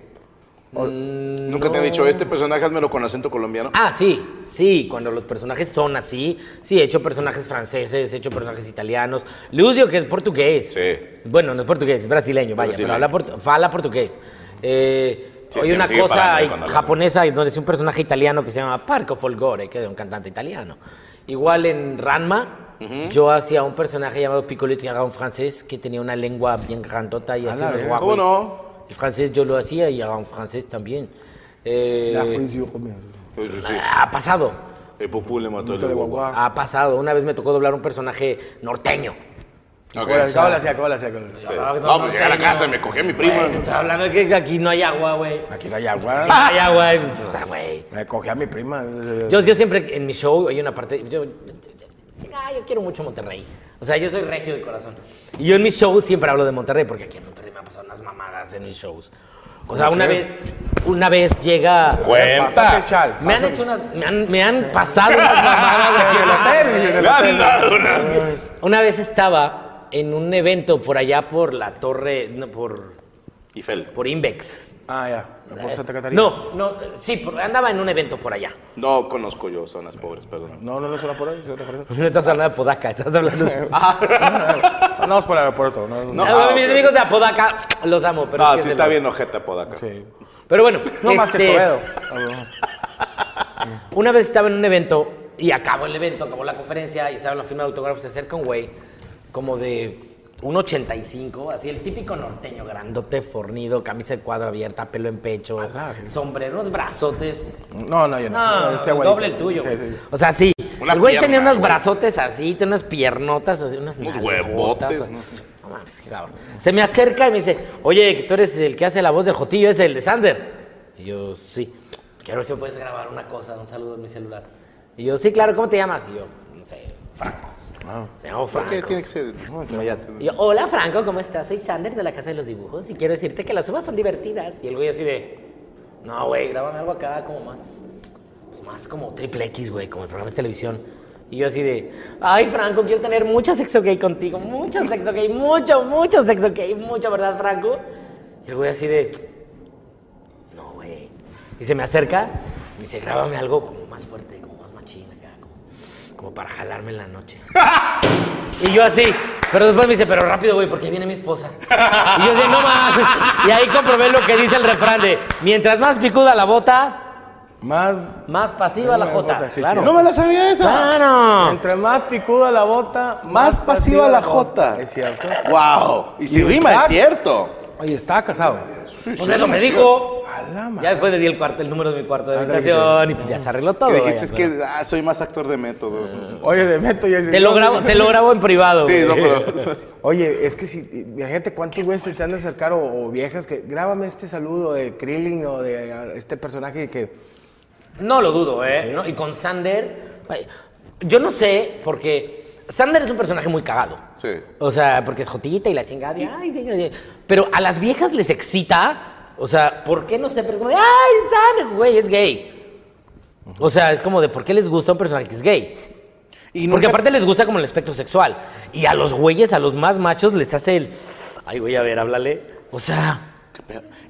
Nunca te han dicho, este personaje házmelo con acento colombiano. Ah, sí, sí, cuando los personajes son así. Sí, he hecho personajes franceses, he hecho personajes italianos. Lucio, que es portugués. Sí. Bueno, no es portugués, es brasileño, vaya, Brasileño. pero habla, portu- fala portugués. Eh, Sí, hay sí, me una sigue cosa parando i- cuando hablo. japonesa donde es un personaje italiano que se llama Parco Folgore, que es un cantante italiano. Igual en Ranma, yo hacía un personaje llamado Piccolito, que era un francés que tenía una lengua bien grandota y hacía unos verga. guagues. Ah, ¿Cómo no? El francés yo lo hacía y era un francés también. Ya Eh, coincido conmigo. Pues sí. ha pasado. El popú le mató el Puta de guagua. guagua. Ha pasado. Una vez me tocó doblar un personaje norteño. Ok. ¿Cómo la hacía? ¿Cómo la hacía? ¿Cómo la hacía? Ah, No, pues llegué a la casa y me cogí a mi prima. Güey, te estaba hablando de que aquí no hay agua, güey. Aquí no hay Ah. agua. No hay agua, güey. Puta, güey. Me cogí a mi prima. eh, Yo, yo siempre en mi show hay una parte. Yo, yo- yo- ah, yo quiero mucho Monterrey. O sea, yo soy regio de corazón. Y yo en mis shows siempre hablo de Monterrey, porque aquí en Monterrey me han pasado unas mamadas en mis shows. O sea, una vez, una vez llega. Pásate el Cuenta. chal. Me han hecho unas. Me han, me han pasado unas mamadas aquí En en el Monterrey. hotel, en el Le han dado una- Una vez estaba en un evento por allá por la torre, no, por, Y Fel. por Invex. Ah, ya. Por Santa Catarina. Eh, No, no, sí, por- andaba en un evento por allá. No conozco yo zonas pobres, perdón. No, no, no suena por ahí. suena por ahí. No estás hablando de Apodaca, estás hablando de... Andamos por el aeropuerto. No, no, No, Ah, ah, mis ok. amigos Ah. de Apodaca, los amo, pero... Ah, es sí de está la- bien ojeta Podaca. sí. Pero bueno, No más que este, Toledo. Una vez estaba en un evento y acabó el evento, acabó la conferencia y estaba en la firma de autógrafos. Se acerca un güey como de 1,85, así el típico norteño, grandote, fornido, camisa de cuadro abierta, pelo en pecho, verga. sombrero, unos brazotes. No, no, yo no. No, yo estoy aguadito. Ah, doble el tuyo. Sí, sí. O sea, sí. Una el güey pierna, tenía unos güey. brazotes así, tenía unas piernotas así, unas Unos nalgotas, huevotes, así. ¿no? No mames, qué cabrón. Se me acerca y me dice, oye, que tú eres el que hace la voz del Jotillo, es el de Sander. Y yo, sí. Quiero ver si me puedes grabar una cosa, un saludo en mi celular. Y yo, sí, claro, ¿cómo te llamas? Y yo, no sé, Franco. Ah. Me llamo ¿Por Franco. qué tiene que ser? No, no, ya te- Y yo, hola Franco, ¿cómo estás? Soy Sander de la Casa de los Dibujos y quiero decirte que las uvas son divertidas. Y el güey así de, no, güey, graban algo acá como más, pues más como triple X, güey, como el programa de televisión. Y yo así de, ay Franco, quiero tener mucho sexo gay contigo, mucho sexo gay, mucho, mucho sexo gay, mucho, ¿verdad Franco? Y el güey así de, no, güey. Y se me acerca y me dice, grábame algo como más fuerte, como más machín acá, como, como para jalarme en la noche. y yo así. Pero después me dice, pero rápido, güey, porque viene mi esposa. Y yo así, no más. Y ahí comprobé lo que dice el refrán de, mientras más picuda la bota, Más. más pasiva la jota. Sí, claro. sí. No me la sabía esa. Ah, Claro. Entre más picuda la bota, Más pasiva la jota. Es cierto. Wow. Y si Y rima, está- es cierto. Oye, estaba casado. Pues eso me dijo. A la madre. Ya después le di el, cuarto, el número de mi cuarto de Ah, habitación y pues ya se arregló todo. Eh, Que vaya, dijiste es pero- que ah, soy más actor de método. Oye, de meto ya. Se lo grabo, se lo grabo en privado. Sí, güey. no, pero. Oye, es que si, imagínate cuántos güeyes se te han de acercar o, o viejas que grábame este saludo de Krillin o de a, este personaje que. No lo dudo, ¿eh? ¿No? Y con Sander, ay, yo no sé, porque Sander es un personaje muy cagado. Sí. O sea, porque es jotita y la chingada. y, ay, sí, sí, sí. Pero a las viejas les excita. O sea, ¿por qué no sé? Pero es como de, ay, Sander, güey, es gay. O sea, es como de, ¿por qué les gusta un personaje que es gay? Y Porque nunca- aparte les gusta como el aspecto sexual. Y a los güeyes, a los más machos, les hace el. Ay, güey, a ver, háblale. O sea,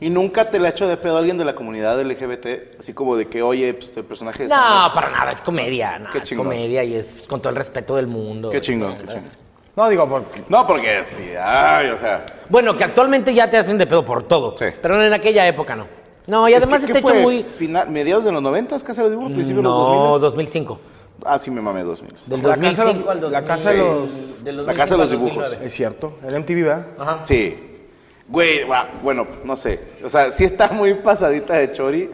Y nunca te la ha hecho de pedo a alguien de la comunidad LGBT, así como de que, oye, pues, el personaje es. no, para nada, es comedia. no, Qué es chingón. comedia y es con todo el respeto del mundo. Qué chingón, qué chingón. No, digo, porque. No, porque sí, ay, o sea. Bueno, que actualmente ya te hacen de pedo por todo. Sí. Pero en aquella época no. No, y Es que, además ¿qué está hecho fue? muy. Final, ¿Mediados de los 90 Casa de los Dibujos? ¿Principios no, de los 2000? 2005. Ah, sí, me mamé 2000. Del La casa 2005 al de 2000. los- la casa de los- la casa de los dibujos. Es cierto. El MTV, ¿verdad? Ah, Ajá. Sí. Güey, gua- bueno, no sé. O sea, sí está muy pasadita de chori,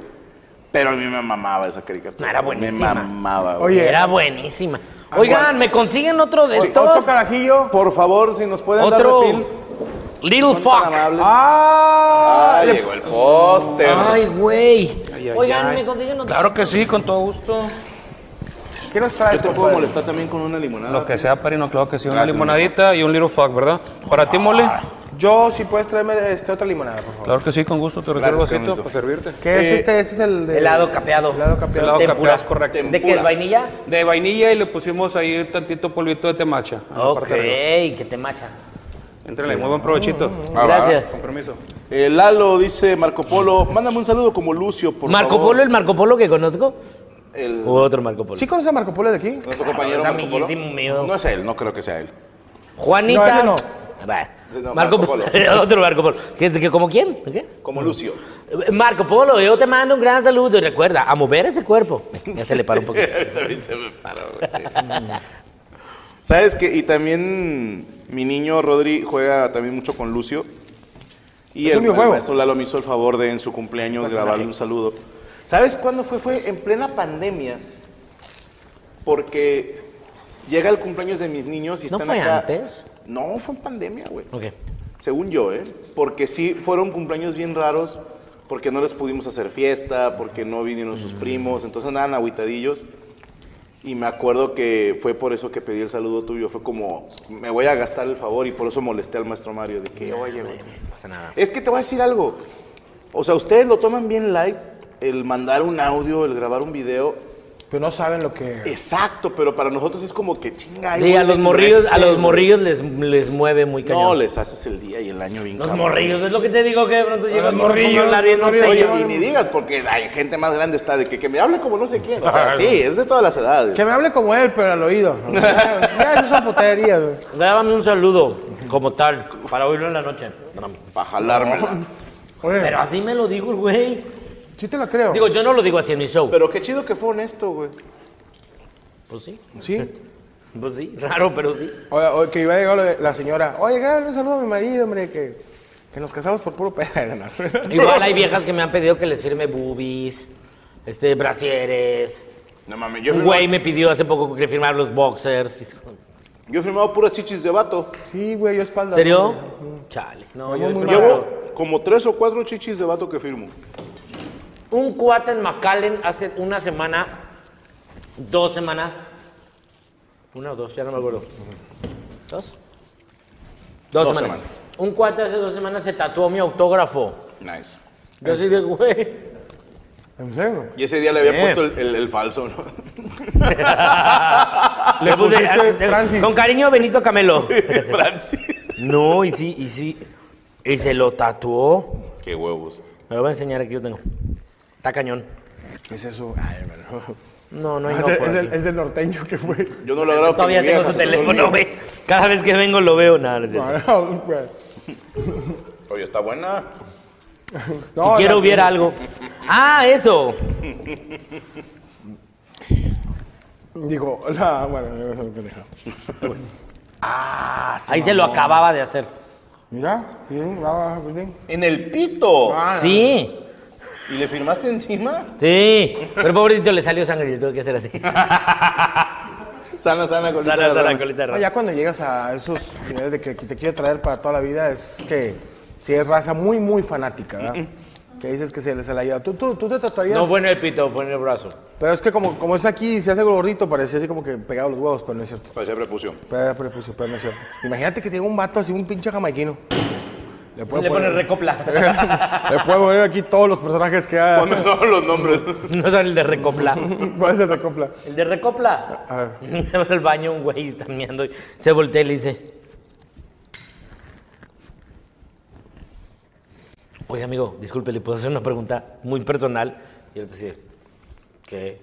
pero a mí me mamaba esa caricatura. No, era buenísima. Me mamaba, güey. Oye, Era buenísima. Oigan, ¿me consiguen otro de estos? Otro carajillo. Por favor, si nos pueden Otro. dar refil. Son Little tan Fuck. amables. ¡Ah! Ah, llegó el póster. Ay, güey. Oigan, ¿me consiguen otro? Claro que sí, con todo gusto. ¿Qué nos traes, Yo te puedo compadre? molestar también con una limonada. Lo que sea, Parino, claro que sí. Una Gracias, limonadita y un little fuck, ¿verdad? Para ti, mole. Yo, si puedes traerme este, otra limonada, por favor. Claro que sí, con gusto te retiro el Gracias, vasito carnito. para servirte. ¿Qué Eh, es este? Este es el de. Helado capeado. Helado capeado. Helado Tempura. capeado, es correcto. ¿De qué es vainilla? De vainilla y le pusimos ahí tantito polvito de temacha. en la Ok, parte de Ah, arriba. Ah, que te macha. Entrenle, muy buen provechito. Gracias. Con permiso. Eh, Lalo dice Marco Polo, mándame un saludo como Lucio, por ¿Marco favor. Polo, el Marco Polo que conozco? El- ¿O otro Marco Polo? ¿Sí conoces a Marco Polo de aquí? nuestro compañero es Marco Polo. amiguísimo mío. No es él, no creo que sea él. Juanita. Ah, No, Va. Ese no, Marco, Marco Polo. Polo. otro Marco Polo. ¿Qué, qué- ¿Como quién? ¿Qué? Como Lucio. Marco Polo, yo te mando un gran saludo y recuerda, a mover ese cuerpo. Ya se le paró un poquito. También se me paró, güey, sí. ¿Sabes qué? Y también mi niño Rodri juega también mucho con Lucio. Y Es el, un videojuego. el maestro Lalo me hizo el favor de en su cumpleaños grabarle un saludo. ¿Sabes cuándo fue? Fue en plena pandemia. Porque llega el cumpleaños de mis niños y ¿No están fue acá. antes? No, fue en pandemia, güey. Ok. Según yo, ¿eh? Porque sí, fueron cumpleaños bien raros, porque no les pudimos hacer fiesta, porque no vinieron Mm. sus primos, entonces andaban aguitadillos. Y me acuerdo que fue por eso que pedí el saludo tuyo, fue como, me voy a gastar el favor y por eso molesté al maestro Mario, de que, oye, güey, No pasa nada. es que te voy a decir algo. O sea, ustedes lo toman bien light, el mandar un audio, el grabar un video. Pero no saben lo que. Exacto, pero para nosotros es como que chinga. ahí Sí, voy a de los morrillos, a ingreso, los güey. morrillos les, les mueve muy cañón. No, les haces el día y el año bien Los cabrón. morrillos, es lo que te digo que de pronto llega los un morrillo a hablar bien morrillos, norteño. Oye, y ni digas, porque hay gente más grande está de que, que me hable como no sé quién. O sea, sí, es de todas las edades. Que me hable como él, pero al oído. Ya, esas son puterías, güey. Dábame un saludo como tal para oírlo en la noche. Para jalármela. Oye, Pero así me lo digo el güey. sí te lo creo. Digo, yo no lo digo así en mi show. Pero qué chido que fue honesto, güey. Pues sí, sí. pues sí, raro, pero sí. Oye, oye, que iba a llegar la- la señora. Oye, grábale un saludo a mi marido, hombre, que, que nos casamos por puro pedo. No, no. Igual hay viejas que me han pedido que les firme boobies, este, brasieres. No mames, yo he Un firmado- güey me pidió hace poco que firmar los boxers. ¿En yo he firmado puras chichis de vato. Sí, güey, yo espalda. serio? güey. Chale. No, Vamos yo muy firmado- Llevo como tres o cuatro chichis de vato que firmo. Un cuate en McAllen hace una semana, dos semanas, una o dos, ya no me acuerdo. ¿Dos? Dos, Dos semanas. semanas. Un cuate hace dos semanas se tatuó mi autógrafo. Nice. Yo así de, güey. ¿En serio? Y ese día le había Bien. puesto el, el- el falso, ¿no? Le Yo puse, pusiste ah, de- Francis. Con cariño, Benito Camelo. Francis. No, y sí, y sí. Y se lo tatuó. Qué huevos. Me lo voy a enseñar aquí, yo tengo. Está cañón. ¿Qué es eso? Ay, hermano. No, no hay Ah, es, no el- por es el, aquí. es el norteño que fue. Yo no lo grabo con Todavía mi tengo vieja, su son los teléfono, míos. güey. Cada vez que vengo lo veo, nada. no es cierto. Ah, No, güey. Oye, está buena. No, si la- quiero hubiera algo. Ah, eso. Dijo, la, bueno, no es una pendeja. Ahí se lo acababa de hacer. Mira, bien, va, va, bien. En el pito. Ah. Sí, ¿Y le firmaste encima? sí. Pero pobrecito le salió sangre y le tuve que hacer así. Sana, sana, colita Sala, de sala, rana. colita de No, rana. ya cuando llegas a esos niveles de que te quiero traer para toda la vida, es que si es raza muy, muy fanática, ¿verdad? Que dices que se les la lleva. ¿Tú, tú, tú te tatuarías? No fue en el pito, fue en el brazo. Pero es que como, como es aquí, se hace gordito, parece así como que pegado a los huevos, pero no es cierto. Parecía prepución. Pero, pero, pues, pero no es cierto. Imagínate que tenga un vato así, un pinche jamaiquino. Le puede Le pones poner- recopla. Le puede poner aquí todos los personajes que ha... Ponme todos los nombres. No son el de recopla. Puede ser recopla. El de recopla. A ver. En el baño un güey está meando y se voltea y le dice. Oye, amigo, disculpe, le puedo hacer una pregunta muy personal. Y el otro dice, ¿qué?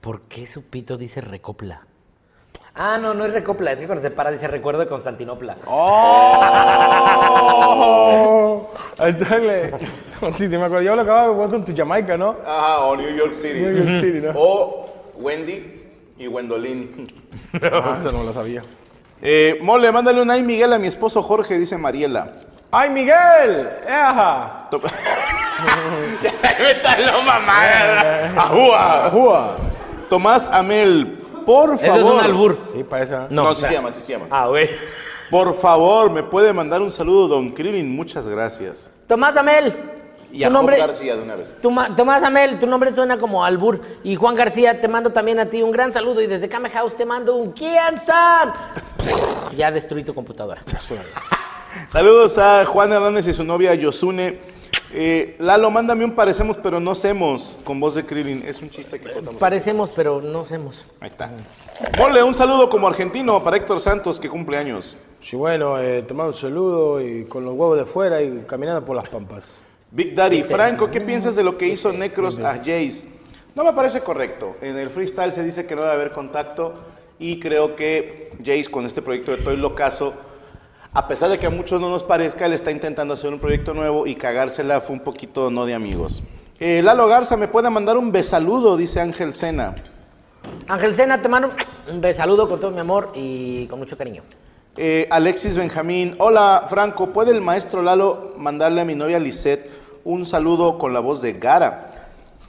¿Por qué su pito dice recopla? Ah, no, no es recopla, es que cuando se para dice recuerdo de Constantinopla. ¡Oh! Al chale. Sí, sí, me acuerdo. Yo lo acababa de jugar con tu Jamaica, ¿no? Ajá, o New York City. New York City, Oh, ¿no? O Wendy y Wendolin. Ah, esta no lo sabía. Eh, mole, mándale un ay Miguel a mi esposo Jorge, dice Mariela. ¡Ay, Miguel! ¡Eja! To- Métalo, mamá. Ajúa. ¡Ajúa! Tomás Amel, por Eso es favor. un albur. Sí, para esa. No, No, sí se llama, sí se llama. Ah, güey. Por favor, me puede mandar un saludo, don Krillin. Muchas gracias. Tomás Amel. Y a tu Job nombre- García de una vez. Tu ma- Tomás Amel, tu nombre suena como albur. Y Juan García, te mando también a ti un gran saludo. Y desde Kame House te mando un Kian San. ya destruí tu computadora. Saludos a Juan Hernández y su novia Yosune. Eh, Lalo, mándame un parecemos, pero no semos con voz de Krillin. Es un chiste que contamos. Parecemos, pero no hacemos. Ahí está. Mole, un saludo como argentino para Héctor Santos, que cumple años. Sí, bueno, eh, tomar un saludo y con los huevos de fuera y caminando por las pampas. Big Daddy, Franco, ¿qué piensas de lo que hizo Necros a Jace? No me parece correcto. En el freestyle se dice que no debe haber contacto y creo que Jace con este proyecto de Toy Locaso, a pesar de que a muchos no nos parezca, él está intentando hacer un proyecto nuevo y cagársela fue un poquito no de amigos. Eh, Lalo Garza, ¿me puede mandar un besaludo? Dice Ángel Sena. Ángel Sena, te mando un besaludo con todo mi amor y con mucho cariño. Eh, Alexis Benjamín, hola Franco, ¿puede el maestro Lalo mandarle a mi novia Lisette un saludo con la voz de Gara?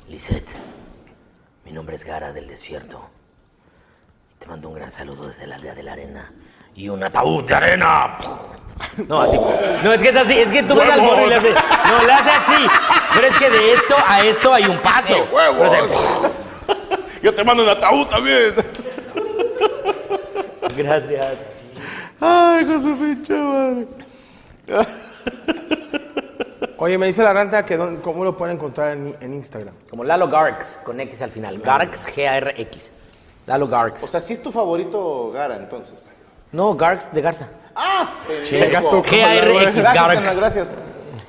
Lisette, mi nombre es Gara del Desierto. Te mando un gran saludo desde la aldea de la arena. Y un ataúd de arena. No, así. No, es que es así. Es que tú ves al morro y le haces. No, le haces así. Pero es que de esto a esto hay un paso. Pero es de- Yo te mando un ataúd también. Gracias. Ay, José pinche madre. Oye, me dice la ranta que don- cómo lo pueden encontrar en, en Instagram. Como Lalo Garx, con X al final. Garx, G-A-R-X. Lalo O Garx. sea, sí es tu favorito Gara, entonces. No, Garx de Garza. ¡Ah! Chinga tú, cómo le hago, eh. G-A-R-X, Gracias, carnal, Garx. gracias.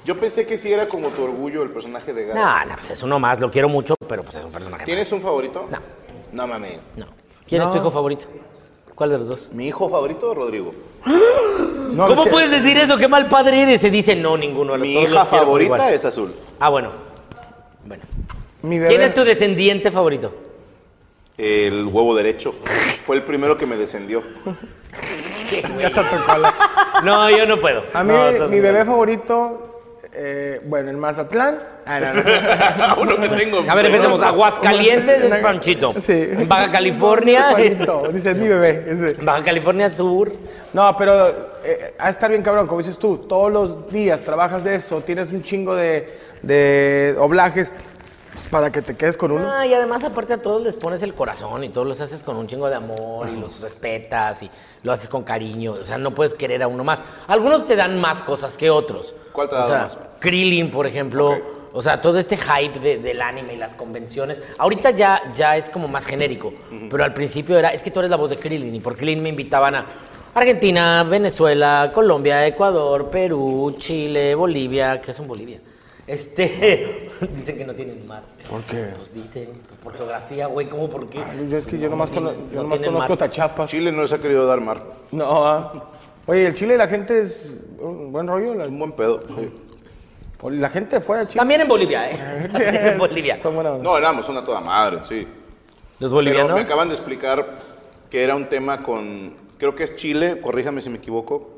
Yo pensé que sí era como tu orgullo el personaje de Gara. No, no, pues es uno más. Lo quiero mucho, pero pues es un personaje. más. ¿Tienes un favorito? No. No mames. No. ¿Quién es tu hijo favorito? ¿Cuál de los dos? ¿Mi hijo favorito, Rodrigo? No, ¿Cómo es que- puedes decir eso? ¿Qué mal padre eres? Se dice no, ninguno. de los- Mi todos hija los quiero por favorita igual. es Azul. Ah, bueno. Bueno. Mi bebé, ¿Quién es tu descendiente favorito? El huevo derecho. Fue el primero que me descendió. Ya está tu cola. No, yo no puedo. A mí, No, mi todos- bebé favorito, eh, bueno, en Mazatlán. Ah, no, no. Uno que tengo. A ver, empecemos. Aguascalientes es Panchito. Sí. Baja California es... Juanito, Dice, es mi bebé. ese. Baja California Sur. No, pero eh, ha de estar bien cabrón, como dices tú, todos los días trabajas de eso, tienes un chingo de, de oblajes pues, para que te quedes con uno. Ah, y además aparte a todos les pones el corazón y todos los haces con un chingo de amor y los respetas y lo haces con cariño. O sea, no puedes querer a uno más. Algunos te dan más cosas que otros. ¿Cuál te O da sea, más? Krillin, por ejemplo. Ok. O sea, todo este hype de- del anime y las convenciones. Ahorita ya, ya es como más genérico. Pero al principio era, es que tú eres la voz de Krillin y por Krillin me invitaban a... Argentina, Venezuela, Colombia, Ecuador, Perú, Chile, Bolivia, que es un Bolivia. Este, dicen que no tienen mar. ¿Por qué? Pues dicen, pues por geografía, güey, ¿cómo por qué? Yo es que yo No nomás, tienen- cono- yo no nomás tienen conozco mar. Tachapas. Chile no les ha querido dar mar. No, ah. Oye, el Chile la gente es un buen rollo. La, Un buen pedo. sí. o la gente fuera de Chile. También en Bolivia, ¿eh? También en Bolivia. Son buena onda. No, éramos una toda madre, sí. Los Pero me bolivianos. acaban de explicar que era un tema con, creo que es Chile, corríjame si me equivoco,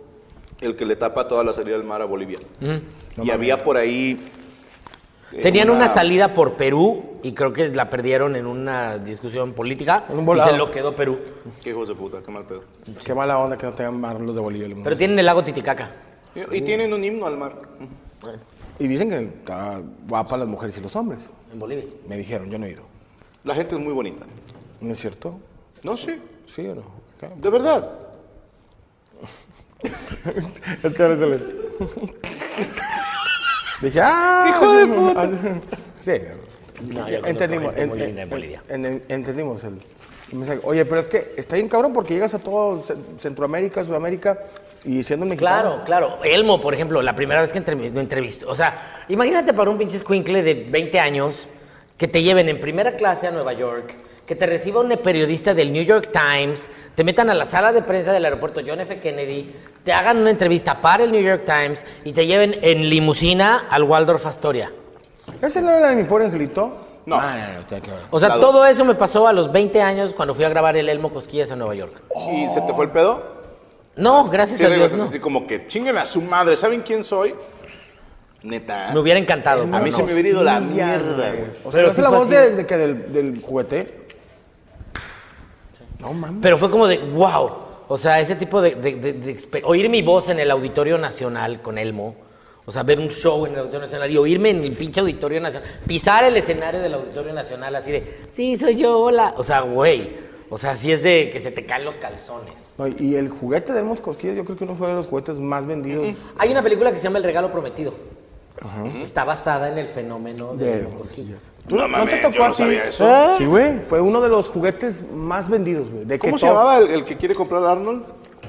el que le tapa toda la salida del mar a Bolivia. y había por ahí... eh, Tenían una salida por Perú y creo que la perdieron en una discusión política En un y volado. se lo quedó Perú. Qué hijos de puta, qué mal pedo. Qué mala onda que no tengan mar los de Bolivia. Pero tienen el lago Titicaca. Y, y tienen un himno al mar. Y dicen que está guapa las mujeres y los hombres. En Bolivia. Me dijeron, yo no he ido. La gente es muy bonita. ¿No es cierto? No, sí, ¿Sí o no? Claro. de verdad. Es que ahora se le... Dije, ¡ah! ¡Hijo de puta! Sí. No, yo conozco entendimos. gente muy en- linda en en- Bolivia. en- en- entendimos el el mensaje. Oye, pero es que está bien cabrón porque llegas a todo Cen- Centroamérica, Sudamérica y siendo un mexicano. Claro, claro. Elmo, por ejemplo, la primera vez que entrevi- lo entrevistó. O sea, imagínate para un pinche escuincle de 20 años que te lleven en primera clase a Nueva York, que te reciba un periodista del New York Times, te metan a la sala de prensa del aeropuerto John F. Kennedy, te hagan una entrevista para el New York Times y te lleven en limusina al Waldorf Astoria. ¿Esa no era la de mi pobre angelito? No. O sea, La dos. todo eso me pasó a los 20 años cuando fui a grabar el Elmo Cosquillas a Nueva York. ¿Y se te fue el pedo? No, gracias Sí, a Oh, Dios. regresaste no. así como que chinguen a su madre, ¿saben quién soy? Neta. Me hubiera encantado. A pero mí no. se me hubiera ido la mierda, güey. O sea, Pero ¿no es sí la fue voz así. de, de que del, del juguete? No mames. Pero fue como de, wow. O sea, ese tipo de, de- de- de exper- Oír mi voz en el Auditorio Nacional con Elmo. O sea, ver un show en el Auditorio Nacional y oírme en el pinche Auditorio Nacional. Pisar el escenario del Auditorio Nacional así de, sí, soy yo, hola. O sea, güey. O sea, así es de que se te caen los calzones. No, y el juguete de Hermos Cosquillas, yo creo que uno fue de los juguetes más vendidos. Hay una película que se llama El Regalo Prometido. Está basada en el fenómeno de, De- Elmo Cosquillas. ¿Tú No mames, yo no a ti? sabía eso. ¿Eh? Sí, güey. Fue uno de los juguetes más vendidos, güey. De que ¿Cómo se todo- llamaba el, el que quiere comprar a Arnold?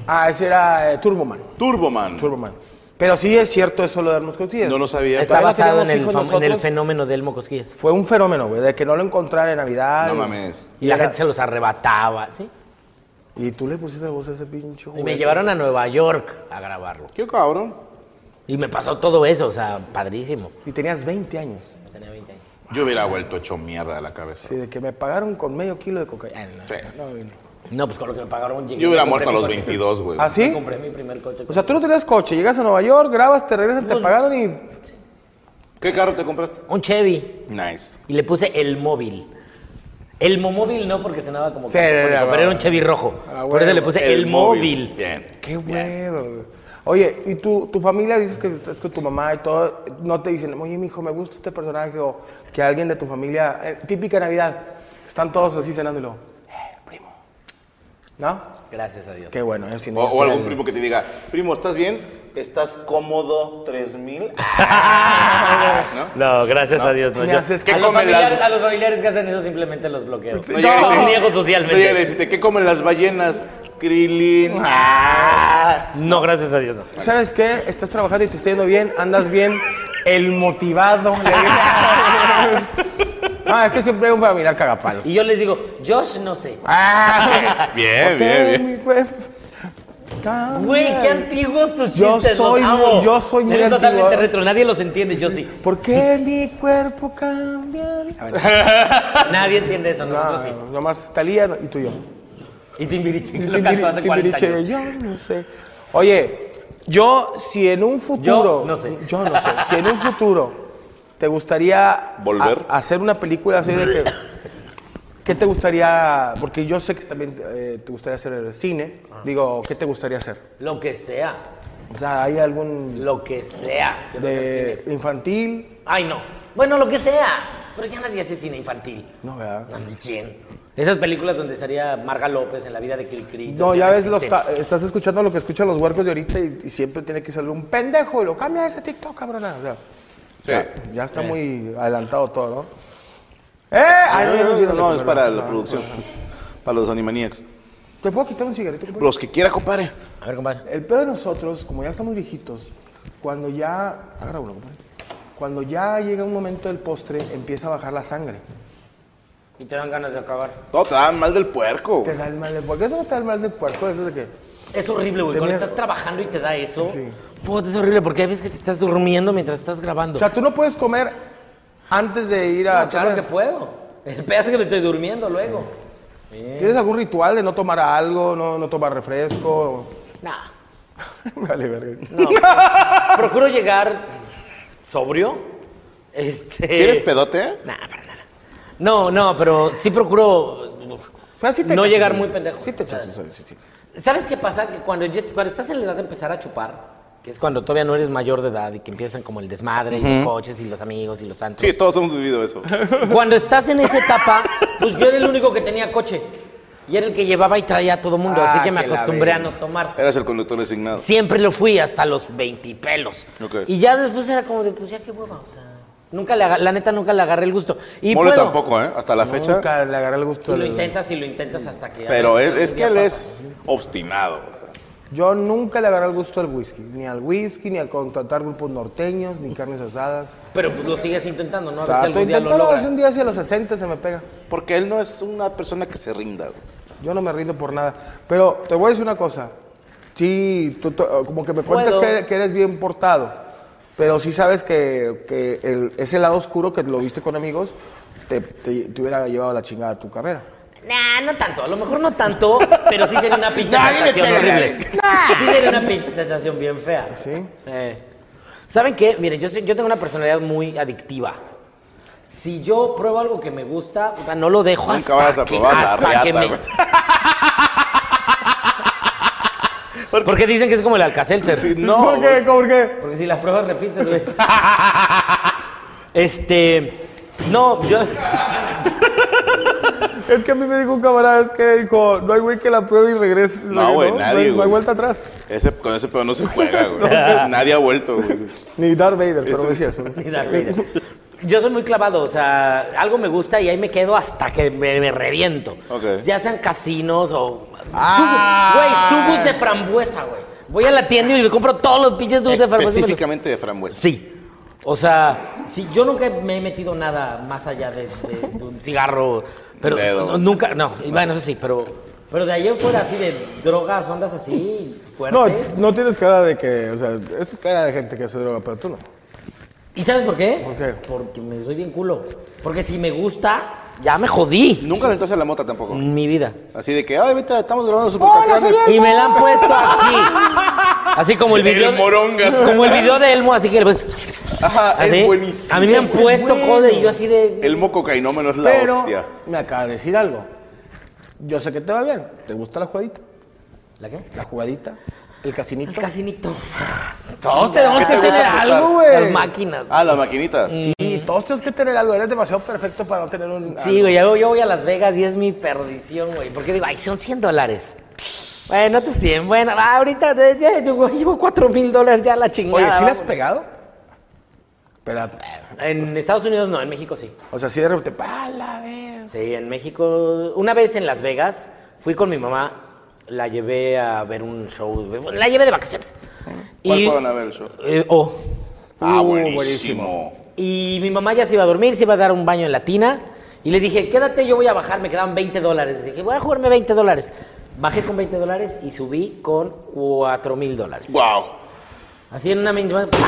Ah, ese era eh, Turboman. Turboman. Turboman. Pero sí es cierto eso lo de Hermos Cosquillas. No lo sabía. Está Todavía no basado teníamos en el, hijos fam- en el nosotros. fenómeno de Elmo Cosquillas. Fue un fenómeno, güey. De que no lo encontrara en Navidad. No y- mames. Y la era- gente se los arrebataba, ¿sí? Y tú le pusiste voz a ese pinche Y juguete. me llevaron a Nueva York a grabarlo. Qué cabrón. Y me pasó todo eso, o sea, padrísimo. Y tenías 20 años. Tenía 20 años. Yo hubiera vuelto hecho mierda de la cabeza. Sí, de que me pagaron con medio kilo de cocaína. Ah, Sí. No, no. No, pues con lo que me pagaron llegué. Yo hubiera me muerto a compré los mi coche. 22, güey. ¿Ah, sí? Compré mi primer coche. O sea, tú no tenías coche. Llegas a Nueva York, grabas, te regresan, Pues, te pagaron y... ¿Qué carro te compraste? Un Chevy. Nice. Y le puse el móvil. El móvil no, porque sonaba como Sí, cacofónico, era, pero era va. un Chevy rojo. Ah, Por eso huevo. le puse Pues el, móvil. Bien. ¡Qué huevo! güey. Oye, y tu, tu familia, dices que estás con tu mamá y todo, no te dicen, oye, mijo, me gusta este personaje o que alguien de tu familia... eh, típica Navidad, están todos así cenando y luego, "Eh, primo. ¿No? Gracias a Dios. Qué bueno, eh, si no, O, yo o estoy algún ahí. primo que te diga, primo, ¿estás bien? ¿Estás cómodo 3000? No, gracias a Dios. Me yo- haces- ¿Qué a, los comen familiares, las- a los familiares que hacen eso simplemente los bloqueo. No llega y Los te- niego No llega y socialmente. decirte, ¿qué comen las ballenas? Krillin. Ah. No, gracias a Dios. no. ¿Sabes qué? Estás trabajando y te está yendo bien, andas bien, el motivado. ah, es que siempre hay un familiar cagapalos. Y yo les digo, Josh, no sé. Eh, Ah, Bien, bien, bien. Güey, qué antiguos tus Yo chistes. los soy muy- amo. yo soy muy Eres antiguo. totalmente retro. Nadie los entiende, yo sí. ¿Por qué mi cuerpo cambia? A ver, Nadie entiende eso, no, nosotros no, nomás Talía y tú y yo. sí. Y Timbiriche, que lo cantó hace 40 Timbiriche, años. Yo no sé. Oye, yo si en un futuro. Yo no sé. Yo no sé. Si en un futuro te gustaría. ¿Volver? a- hacer una película así de que. ¿Qué te gustaría.? Porque yo sé que también eh, te gustaría hacer cine. Ah. Digo, ¿qué te gustaría hacer? Lo que sea, O sea, ¿hay algún. lo que sea. que no sea de cine. infantil? Ay, no. Bueno, lo que sea. Pero ya nadie hace cine infantil. No, ¿verdad? No, ¿de ¿Quién? Esas películas donde salía Marga López en la vida de Cricri. No, que ya no ves, los existen. ta- estás escuchando lo que escuchan los huercos de ahorita y, y siempre tiene que salir un pendejo y lo cambia ese TikTok, cabrona. O sea, Sí. ya, ya está muy adelantado todo, ¿no? ¡Eh! Ay, no, no, no, no, no, es para la producción. Para los Animaniacs. ¿Te puedo quitar un cigarrito? compadre? Los que quiera, compadre. A ver, compadre. El pedo de nosotros, como ya estamos viejitos, cuando ya. Agarra uno, compadre. Cuando ya llega un momento del postre, empieza a bajar la sangre. Y te dan ganas de acabar. No, te dan mal del puerco. Te da el mal de puerco. Eso no te da el mal de puerco, eso es de que. Es horrible, güey. Te Cuando mira- estás trabajando y te da eso, Sí. puta, es horrible porque hay veces que te estás durmiendo mientras estás grabando. O sea, tú no puedes comer antes de ir a. No, claro que puedo. El pedazo que me estoy durmiendo luego. ¿Tienes algún ritual de no tomar algo, no, no tomar refresco? Nah. vale, verga. Procuro llegar sobrio. Este. ¿Si eres pedote? Nah, para nada. No, no, pero sí procuro. Pero sí te no echas llegar un- muy pendejo. Sí te echas O un sea, sol, sí, sí. ¿Sabes qué pasa? Que cuando, ya- cuando estás en la edad de empezar a chupar, que es cuando todavía no eres mayor de edad y que empiezan como el desmadre y los coches y los amigos y los santos. Sí, todos hemos vivido eso. Cuando estás en esa etapa, pues yo era el único que tenía coche. Y era el que llevaba y traía a todo mundo. así Ah, que me que la acostumbré a no verga. tomar. Eras el conductor designado. Siempre lo fui hasta los 20 pelos. Ok. Y ya después era como de, pues ya qué hueva, o sea. Nunca le aga- la neta nunca le agarré el gusto. Y Mole puedo. tampoco, ¿eh? Hasta la fecha. Nunca le agarré el Y gusto. lo al- intentas y lo intentas hasta que. Pero algún- él- algún es que día él pasa. es obstinado. Yo nunca le agarré el gusto al whisky. Ni al whisky, ni a contratar grupos norteños, ni carnes asadas. Pero pues lo sigues intentando, ¿no? A ver si Trato de algún día lo intentarlo, a ver si logras. un día hacia los 60 se me pega. Porque él no es una persona que se rinda. güey. Yo no me rindo por nada. Pero te voy a decir una cosa. Sí, tú, tú, eh, como que me cuentas Puedo. que, que eres bien portado, pero sí sabes que, que el- ese lado oscuro que lo viste con amigos te, te- te hubiera llevado la chingada a tu carrera. Nah, no tanto, a lo mejor no tanto, pero sí sería una pinche Nah, tentación dile, horrible. Sí sería una pinche tentación bien fea. Pues Sí. Eh. ¿Saben qué? Miren, yo, soy- yo tengo una personalidad muy adictiva. Si yo pruebo algo que me gusta, o sea, no lo dejo Nunca hasta vas a que, probar la hasta riata, que me... güey. Porque dicen que es como el Alcacelser. Pues No, ¿Por qué? ¿Por qué? Porque si las pruebas repites, güey. Este... No, yo... Es que a mí me dijo un camarada, es que dijo, no hay güey que la pruebe y regrese. No, güey, hay- nadie, No güey. hay vuelta atrás. Ese, con ese pedo no se juega, güey. Nadie ha vuelto, güey. Ni Darth Vader, pero Este- decías. Ni Darth Vader. Yo soy muy clavado, o sea, algo me gusta y ahí me quedo hasta que me, me reviento. Ok. Ya sean casinos o... Ah. Sugu- Güey, subus de frambuesa, güey. Voy a la tienda y me compro todos los pinches subus de frambuesa. y me los- Específicamente de frambuesa. Sí. O sea, sí, yo nunca me he metido nada más allá de, de- de un cigarro. Pero Dedo. no, nunca, no, y bueno, eso sí, pero... Pero de ahí en fuera, así de drogas, ondas así, No, fuertes. no tienes cara de que, o sea, esta es cara de gente que se droga, pero tú no. ¿Y sabes por qué? ¿Por qué? Porque me doy bien culo. Porque si me gusta, ya me jodí Nunca le entraste a la mota tampoco. en mi vida. Así de que, ay, ahorita estamos grabando Pues supercampeones. Y me la han puesto aquí. Así como el El video. morongas. Como el video de Elmo, así que. pues, Ajá, así. es buenísimo. A mí me han Es puesto bueno. codo y yo así de. El mococainómeno es la Pero hostia. me acaba de decir algo. Yo sé que te va bien. ¿Te gusta la jugadita? ¿La qué? ¿La jugadita? ¿El casinito? El casinito. Todos tenemos ¿Qué que te gusta tener apostar? algo, Las güey. máquinas. Ah, las maquinitas. Mm, Sí, todos tenemos que tener algo. Eres demasiado perfecto para no tener un... Sí, güey. Yo, yo voy a Las Vegas y es mi perdición, güey. Porque digo, ay, son 100 dólares. Bueno, te 100. Bueno, va, ahorita eh, ya, yo llevo 4 mil dólares ya a la chingada. Oye, ¿sí le has vámonos. pegado? Pero, En Estados Unidos no, en México sí. o sea, si de repente... ¡pa, la verga! Sí, en México. Una vez en Las Vegas fui con mi mamá, la llevé a ver un show, la llevé de vacaciones. ¿Cuál Y- fueron a ver el show? Eh, oh. Ah, Uh, buenísimo. Y mi mamá ya se iba a dormir, se iba a dar un baño en la tina. Y le dije, quédate, yo voy a bajar. Me quedaban 20 dólares. Dije, voy a jugarme 20 dólares. Bajé con 20 dólares y subí con 4 mil dólares. Wow. Así en una mínima. ¡paz!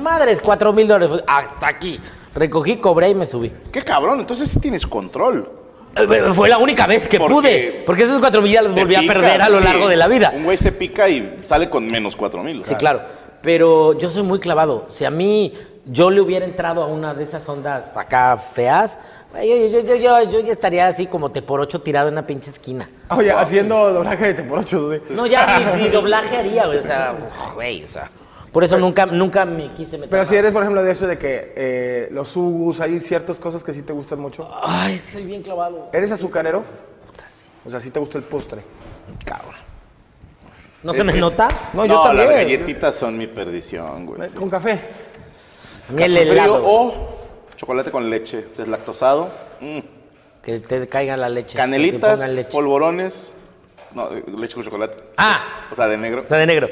Madres, 4 mil dólares. Hasta aquí. Recogí, cobré y me subí. Qué cabrón, entonces sí tienes control. Eh, Fue la única vez que Porque pude. Porque esos 4 mil ya los Te volví a picas, perder a lo sí. largo de la vida. Un güey se pica y sale con menos 4 mil. Sí, claro. Pero yo soy muy clavado. Si a mí yo le hubiera entrado a una de esas ondas acá feas, güey, yo, yo, yo, yo- yo ya estaría así como te por ocho tirado en una pinche esquina. Oye, haciendo doblaje de te por ocho, güey. No, ya ni, ni doblaje haría, güey. O sea, uf, güey, o sea. Por eso nunca, nunca me quise meter. Pero si más. eres, por ejemplo, de eso de que eh, los hugus, hay ciertas cosas que sí te gustan mucho. Ay, soy bien clavado. ¿Eres azucarero? O sea, sí te gusta el postre. Cabrón. ¿No se me nota? No, yo también. las galletitas son mi perdición, güey. Con café. Ni el Café frío helado. güey. o chocolate con leche deslactosado. Mm. Que te caiga la leche. que te Canelitas, pongan leche. polvorones, No, eh, leche con chocolate. Ah. O sea, de negro. O sea, de negro.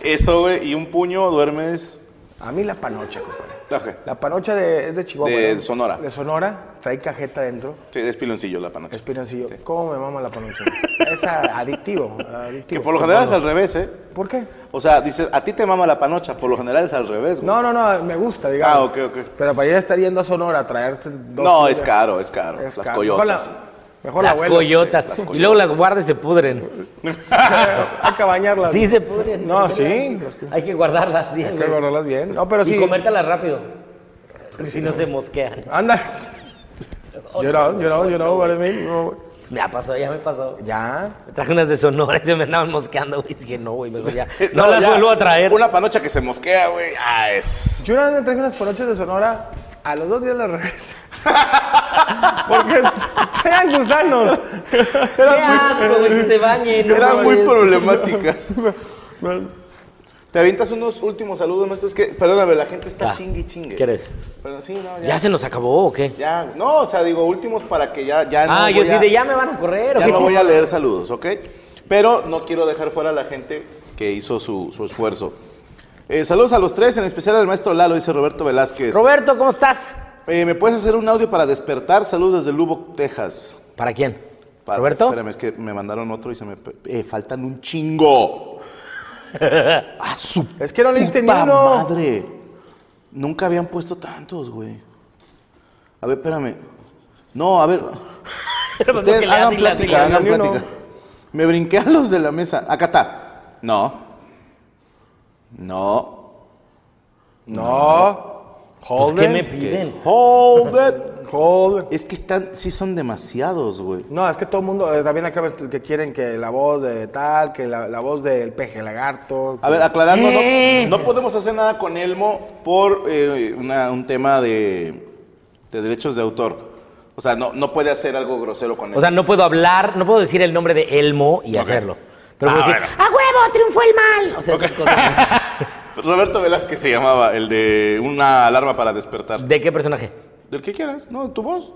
Eso, güey, y un puño duermes. A mí la panocha, compadre. Ajá. La panocha de- es de Chihuahua. De ¿no? Sonora. De Sonora. Trae cajeta dentro. Sí, es piloncillo la panocha. Es piloncillo. ¿Cómo me mama la panocha? es a- adictivo, Que adictivo. por lo general es al revés, ¿eh? ¿Por qué? O sea, dices, a ti te mama la panocha, por lo general es al revés, güey. No, no, no, me gusta, digamos. Ah, ok, ok. Pero para ya estar yendo a Sonora a traerte dos No, kilos es de- caro, es caro. es Las caro. coyotas. Mejor la, mejor la Las abuela, pues, coyotas. sí, las Y luego las coyotas. guardas y se pudren. Hay que bañarlas. Sí, se pudren. No, sí. Hay que guardarlas bien. Hay que güey. guardarlas bien. No, pero sí. Y comértelas rápido. Si no se mosquean. Anda. Yo no, yo no, yo no, vale, mi- no. Ya pasó, ya me pasó. Ya. Me traje unas de Sonora y se me andaban mosqueando, güey. Dije, no, güey, mejor ya. Eh, No, las ya. vuelvo a traer. Una panocha que se mosquea, güey. Ah, es. Yo una vez me traje unas panochas de Sonora, a los dos días las regresé. Porque eran gusanos. ¡Qué asco, güey! Que se bañen. no Eran muy mames. problemáticas. Te avientas unos últimos saludos, maestro. Es que, perdóname, la gente está Ah, chingue y chingue. ¿Quieres? Perdón, sí, no, ya. ¿Ya se nos acabó o qué? Ya, no, o sea, digo, últimos para que ya, ya no. Ah, yo voy sí, a- de ya me van a correr. Ya güey. no voy a leer saludos, ¿ok? Pero no quiero dejar fuera a la gente que hizo su, su esfuerzo. Eh, saludos a los tres, en especial al maestro Lalo, dice Roberto Velázquez. Roberto, ¿cómo estás? Eh, ¿Me puedes hacer un audio para despertar? Saludos desde Lubbock, Texas. ¿Para quién? Para- ¿Roberto? Espérame, es que me mandaron otro y se me... pe- Eh, faltan un chingo. ¡A su Es que no leíste ni puta uno. madre! Nunca habían puesto tantos, güey. A ver, espérame. No, a ver. Ustedes que le hagan hace y le hace y le plática, hace. hagan Ni uno. plática. Me brinqué a los de la mesa. Acá está. No. No. No. Pues, Hold ¿Qué it. me piden? Hold it. Hold it. Es que están, sí son demasiados, güey. No, es que todo el mundo, eh, también acá ves que quieren que la voz de tal, que la, la voz del peje lagarto. A ver, aclarando, no- ¡Eh! no, podemos hacer nada con Elmo por eh, una- un tema de, de derechos de autor. O sea, no, no puede hacer algo grosero con Elmo. O sea, no puedo hablar, no puedo decir el nombre de Elmo y hacerlo. Pero Ah, puedo decir, bueno. ¡a huevo! ¡Triunfó el mal! O sea, esas cosas. Roberto Velázquez se llamaba, el de una alarma para despertar. ¿De qué personaje? Del que quieras, ¿no? Tu voz.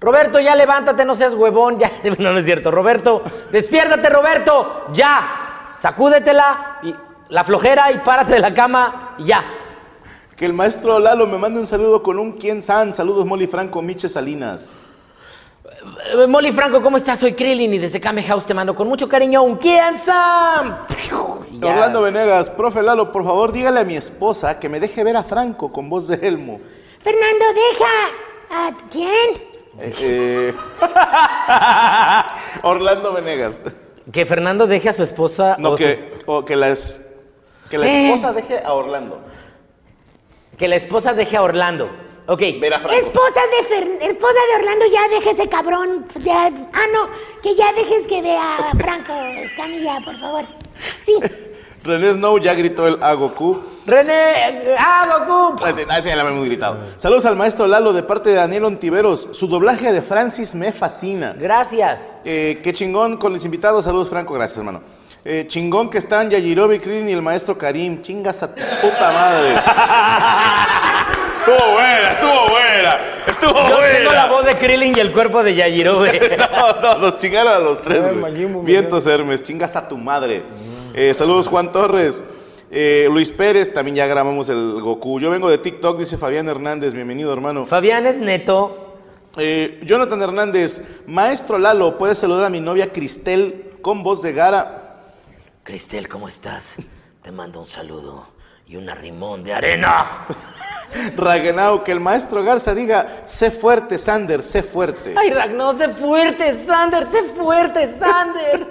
Roberto, ya levántate, no seas huevón. Ya, no, no es cierto. Roberto, despiértate, Roberto. Ya. Sacúdetela, y, la flojera y párate de la cama y ya. Que el maestro Lalo me mande un saludo con un quién san. Saludos, Molly Franco, Miche Salinas. Eh, Molly Franco, ¿cómo estás? Soy Krillin y desde Kame House te mando con mucho cariño un Kian Sam. Y ya. Orlando Venegas, profe Lalo, por favor, dígale a mi esposa que me deje ver a Franco con voz de Elmo. Fernando, deja. ¿A quién? Eh, eh, Orlando Venegas. Que Fernando deje a su esposa. No, o sea, que, o que la, es- que la Eh. esposa deje a Orlando. que la esposa deje a Orlando. Ok. Ver a Franco. Esposa de Fern- esposa de Orlando, ya deja ese cabrón. ya- ah, no, que ya dejes que vea a Franco Escamilla, por favor. Sí. René Snow ya gritó el a Goku. René, eh, ah, Goku. Ah, sí, ya la habíamos gritado. Saludos al maestro Lalo de parte de Daniel Ontiveros. Su doblaje de Francis me fascina. Gracias. Eh, qué chingón con los invitados. Saludos, Franco. Gracias, hermano. Eh, chingón que están Yajirobe, Krillin y el maestro Karim. Chingas a tu puta madre. estuvo buena, estuvo buena. Estuvo Yo tengo la voz de Krillin y el cuerpo de Yajirobe. No, no, los chingaron a los tres, Ay, güey. Majin Buu, Vientos Hermes, chingas a tu madre. Eh, saludos, Juan Torres. Eh, Luis Pérez, también ya grabamos el Goku. Yo vengo de TikTok, dice Fabián Hernández. Bienvenido, hermano. Fabián es neto. Eh, Jonathan Hernández, maestro Lalo, ¿puedes saludar a mi novia Cristel con voz de gara? Cristel, ¿cómo estás? Te mando un saludo y una rimón de arena. Ragenau, que el maestro Garza diga, sé fuerte, Sander, sé fuerte. Ay, Ragnos, sé fuerte, Sander, sé fuerte, Sander.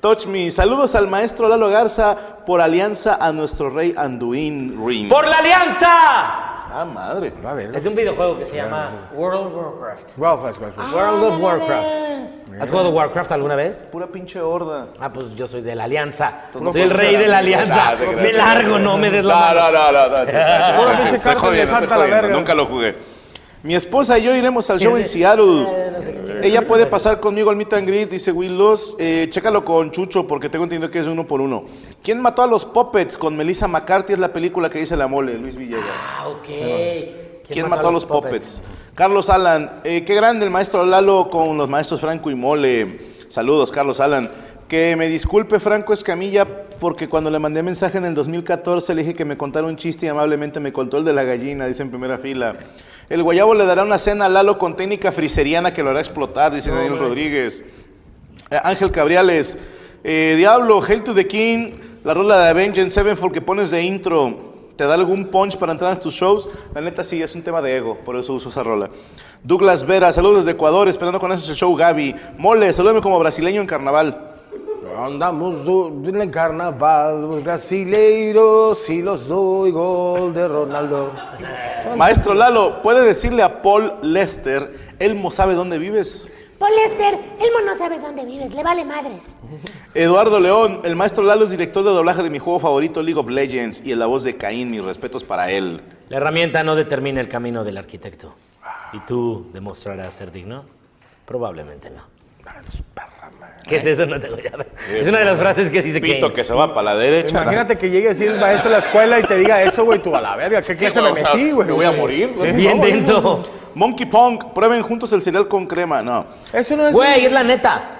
Touch me. Saludos al maestro Lalo Garza por alianza a nuestro rey Anduin Ring. ¡Por la alianza! Ah, madre. A ver. Es de un videojuego que se llama World of Warcraft. Ralph, Ralph, Ralph, Ah, Ralph. World of Warcraft. ¿Has jugado Warcraft alguna vez? Pura pinche horda. Ah, pues yo soy de la alianza. no soy el conoces rey a la de la alianza. alianza. Ah, te Me creas. largo, no me des la No, mano. no, no, no, no, chica, chica, Puro chica, ah, pinche estoy cártel de jodiendo, estoy Santa la jodiendo, verga. Nunca lo jugué. Mi esposa y yo iremos al show en Seattle. Ella puede pasar conmigo al meet and greet, dice Willos. Eh, chécalo con Chucho, porque tengo entendido que es uno por uno. ¿Quién mató a los Puppets con Melissa McCarthy? Es la película que dice La Mole, Luis Villegas. Ah, ok. ¿Quién, ¿Quién mató a los Puppets? Carlos Alan. eh, qué grande el maestro Lalo con los maestros Franco y Mole. saludos Carlos Alan, que me disculpe Franco Escamilla porque cuando le mandé mensaje en el 2014 le dije que me contara un chiste y amablemente me contó el de la gallina, dice en primera fila. El guayabo le dará una cena a Lalo con técnica friseriana que lo hará explotar, dice Daniel Rodríguez. Eh, Ángel Cabriales, eh, Diablo, Hail to the King, la rola de Avengers Sevenfold que pones de intro, ¿te da algún punch para entrar a tus shows? La neta sí, es un tema de ego, por eso uso esa rola. Douglas Vera, saludos desde Ecuador, esperando con ese show Gaby. Mole, salúdame como brasileño en carnaval. Andamos du- en el carnaval, los brasileiros y los oigo de Ronaldo. Maestro Lalo, ¿puede decirle a Paul Lester, Elmo sabe dónde vives? Paul Lester, Elmo no sabe dónde vives, le vale madres. Eduardo León, el maestro Lalo es director de doblaje de mi juego favorito League of Legends y en la voz de Caín, mis respetos para él. La herramienta no determina el camino del arquitecto. ¿Y tú demostrarás ser digno? Probablemente no. ¿Qué es eso? No te lo llamas. Es una de las frases que dice Pito que... que se va para la derecha. Imagínate que llegue a decir el maestro de la escuela y te diga eso, güey, tú a la verga, ¿qué clase me güey, o sea, metí, güey? me voy a morir, Sí, Bien no, güey, denso. Monkey Pong, prueben juntos el cereal con crema. No. Eso no es... Güey, es la neta.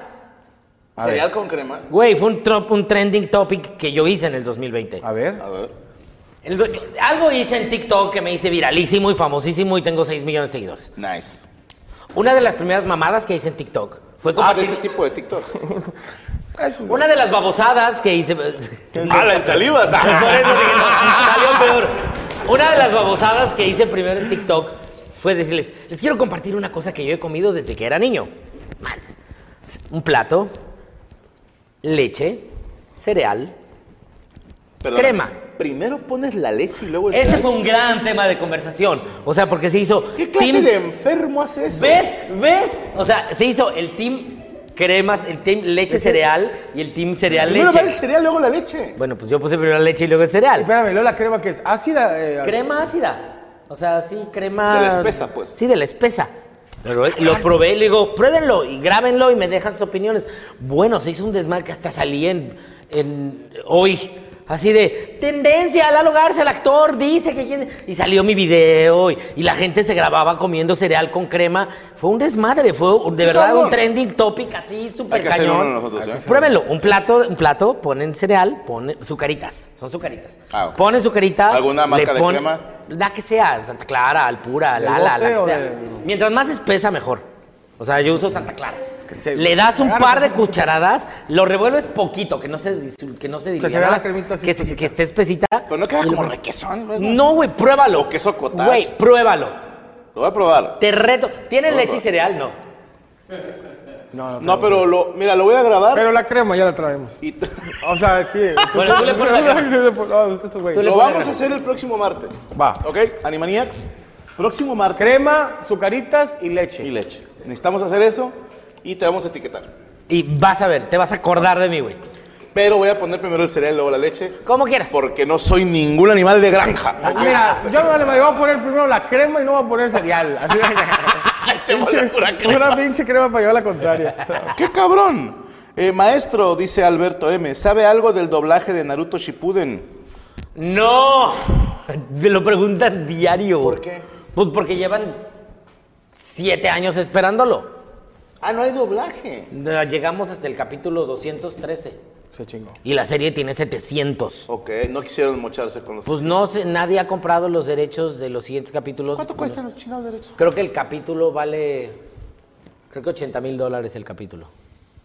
¿Cereal con crema? Güey, fue un, trop- un trending topic que yo hice en el 2020. A ver. A ver. El do- algo hice en TikTok que me hice viralísimo y famosísimo y tengo 6 millones de seguidores. Nice. Una de las primeras mamadas que hice en TikTok Ah, fue de compartir... ese tipo de TikTok. Una de las babosadas que hice... ah, la ensalivas. Por eso dije, no, salió peor. Una de las babosadas que hice primero en TikTok fue decirles, les quiero compartir una cosa que yo he comido desde que era niño. Madres. Un plato, leche, cereal. Perdona, Crema. Primero pones la leche y luego el Ese cereal. fue un gran tema de conversación. O sea, porque se hizo... ¿Qué clase team- de enfermo hace eso? ¿Ves? ¿Ves? O sea, se hizo el team cremas, el team leche cereal y el team cereal Primero va el leche. cereal, luego la leche. Bueno, pues yo puse primero la leche y luego el cereal. Espérame, luego la crema que es ácida. eh, Crema ácida. O sea, sí, crema. De la espesa, pues. Sí, de la espesa. Pero eh, lo probé y le digo, pruébenlo y grábenlo y me dejan sus opiniones. Bueno, se hizo un desmadre que hasta salí en, en- hoy. Así de, tendencia, Lalo Garza, el actor, dice que... quién-". Y salió mi video y, y la gente se grababa comiendo cereal con crema. Fue un desmadre, fue un- de verdad un trending topic así súper Hay que hacer cañón. uno nosotros, ¿eh? Pruébenlo, un plato, un plato, ponen cereal, ponen sucaritas, son sucaritas. Ah, ok. Ponen sucaritas. ¿Alguna le marca de pon- crema? La que sea, Santa Clara, Alpura, Lala, bote la que o sea. de- Mientras más espesa, mejor. O sea, yo uso Santa Clara. se- le das un par de cucharadas, lo revuelves poquito, que no se disu- que no se Que se diluya vea la más, cremita así que, se- espesita. que esté espesita. Pero no queda como requesón. luego. No, güey, pruébalo. O queso cottage. Güey, pruébalo. Lo voy a probar. Te reto. ¿Tienes leche y cereal? No. No, no, No, pero lo, mira, lo voy a grabar. Pero la crema ya la traemos. y t- O sea, aquí... Bueno, tú le pones la Ah, usted es un güey. Tú le- lo pones vamos la- a hacer el próximo martes. Va. ¿Ok? Animaniacs. Próximo martes. Crema, sucaritas y leche. y leche. Necesitamos hacer eso y te vamos a etiquetar. Y vas a ver, te vas a acordar de mí, güey. Pero voy a poner primero el cereal, luego la leche. Como quieras. Porque no soy ningún animal de granja. Ah, Mira, yo me vale, madre, voy a poner primero la crema y no voy a poner cereal. Así pinche, Una pinche crema para llevar la contraria. ¡Qué cabrón! Eh, maestro, dice Alberto M., ¿sabe algo del doblaje de Naruto Shippuden? ¡No! Me lo preguntan diario. ¿Por qué? Pues porque llevan siete años esperándolo. Ah, no hay doblaje. No, Llegamos hasta el capítulo 213 Se chingó. y la serie tiene 700. Ok, no quisieron mocharse con los... Pues no, sé, nadie ha comprado los derechos de los siguientes capítulos. ¿Cuánto cuestan los chingados derechos? Creo que el capítulo vale, creo que 80 mil dólares el capítulo,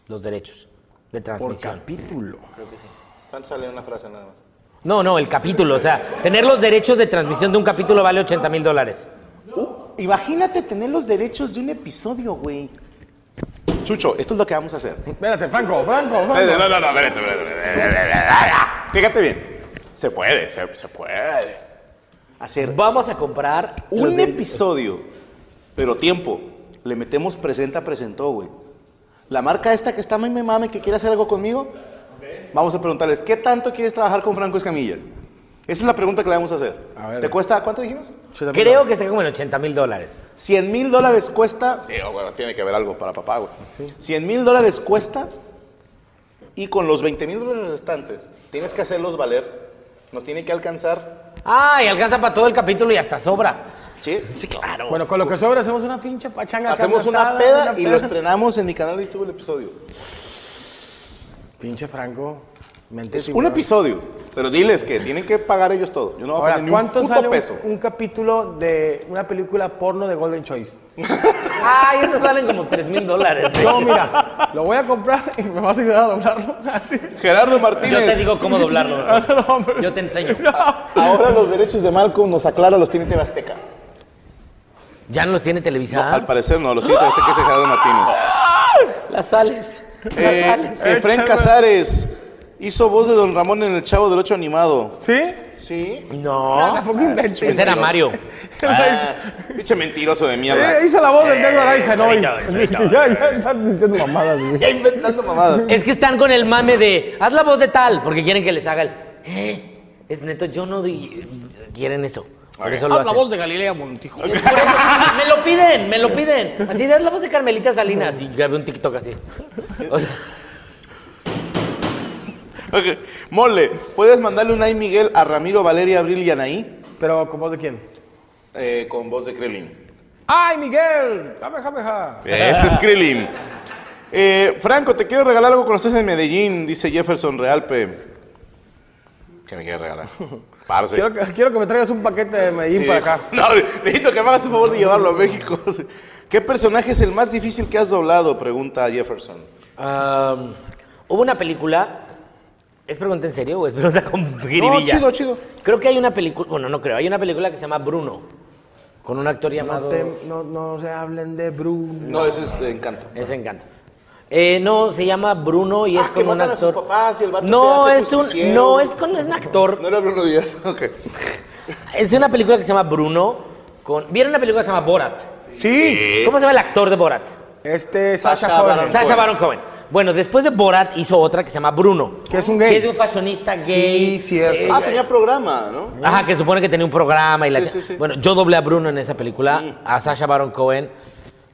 los derechos de transmisión. capítulo. ¿Cuánto sale una frase nada más? no, no, el capítulo, o sea, tener los derechos de transmisión de un capítulo vale 80 mil dólares. imagínate tener los derechos de un episodio, güey. Chucho, esto es lo que vamos a hacer. Espérate, Franco, Franco, No, Franco. no, no, espérate, espérate, espérate, espérate. Fíjate bien. Se puede, se, se puede. Hacer Vamos a comprar los un derechos. episodio, pero tiempo. Le metemos presenta, presentó, güey. La marca esta que está mame, mame, que quiere hacer algo conmigo, vamos a preguntarles, ¿qué tanto quieres trabajar con Franco Escamilla? Esa es la pregunta que le vamos a hacer. A ver. ¿Te cuesta, cuánto dijimos? Creo que se como en 80 mil dólares. 100 mil dólares cuesta. Sí, oh, bueno, tiene que haber algo para papá, güey. 100 mil dólares cuesta. Y con los 20 mil dólares restantes, tienes que hacerlos valer. Nos tiene que alcanzar. Ay, alcanza para todo el capítulo y hasta sobra. Sí. claro. Bueno, con lo que sobra hacemos una pinche pachanga. Hacemos carne una asada, peda una y lo estrenamos en mi canal de YouTube el episodio. Pinche Franco. mente Es un tiburón. episodio. Pero diles que tienen que pagar ellos todo. Yo no voy a Ahora, pagar ni un ¿cuánto puto sale un- peso. Un, capítulo de una película porno de Golden Choice? Ay, esos valen como 3 mil dólares. ¿eh? No, mira, lo voy a comprar y me vas a ayudar a doblarlo. Así. Gerardo Yo Martínez. te digo cómo doblarlo. mejor. No, hombre. Yo te enseño. Ahora los derechos de Malcolm nos aclara los tiene TV Azteca. ¿Ya no los tiene No, televisada? al parecer no, los tiene TV Azteca es de Gerardo Martínez. Las sales. Las Eh, sales. Efren Casares hizo voz de Don Ramón en El Chavo del Ocho Animado. ¿Sí? Sí. No. Tampoco invento. Ese era Mario. Ah, Pinche mentiroso de mierda. Eh, hizo la voz del Negro Araiza, ¿no? ya, ya, ya. Ya, ya están diciendo mamadas, güey. Ya inventando mamadas. Es que están con el mame de haz la voz de tal, porque quieren que les haga el. "Eh, Es neto, yo no. di-". Quieren eso. Por eso lo Haz la hacen. voz de Galilea Montijo. Por eso, me lo piden, me lo piden. Así de haz la voz de Carmelita Salinas. Y grabé un TikTok así. O sea, Ok. Mole, ¿puedes mandarle un ay Miguel a Ramiro, Valeria, Abril y Anaí? Pero, ¿con voz de quién? Eh, con voz de Kremlin. ¡Ay, Miguel! ¡Jame, jame, ja! Ese es Kremlin. Eh, Franco, te quiero regalar algo con ustedes de Medellín, dice Jefferson Realpe. ¿Qué me quieres regalar? Parce. Quiero, que- quiero que me traigas un paquete de Medellín Sí. para acá. No, necesito que me hagas el favor de llevarlo a México. ¿Qué personaje es el más difícil que has doblado? Pregunta Jefferson. um, hubo una película. ¿Es pregunta en serio o es pregunta con jiribilla? chido, chido. Creo que hay una película. Bueno, no creo. Hay una película que se llama Bruno. Con un actor llamado. No, te- no, no se hablen de Bruno. No, ese es Encanto. Ese encanta. Eh, no, se llama Bruno y Ah, es que con un matan a sus actor. papás y el vato no, se hace es un, justiciero. no, es con es un actor. No era Bruno Díaz. Ah, Ok. Es una película que se llama Bruno. Con, ¿Vieron una película que se llama Borat? Sí. ¿Cómo se llama el actor de Borat? Este es Sasha, Sasha Cohen. Baron- Sasha Cohen. Baron Cohen. Bueno, después de Borat hizo otra que se llama Bruno. Que es un gay. Que es un fashionista gay. Sí, cierto. eh, Ah, tenía programa, ¿no? Ajá, que supone que tenía un programa y la... Sí, sí, sí. Bueno, yo doblé a Bruno en esa película, a Sasha Baron Cohen.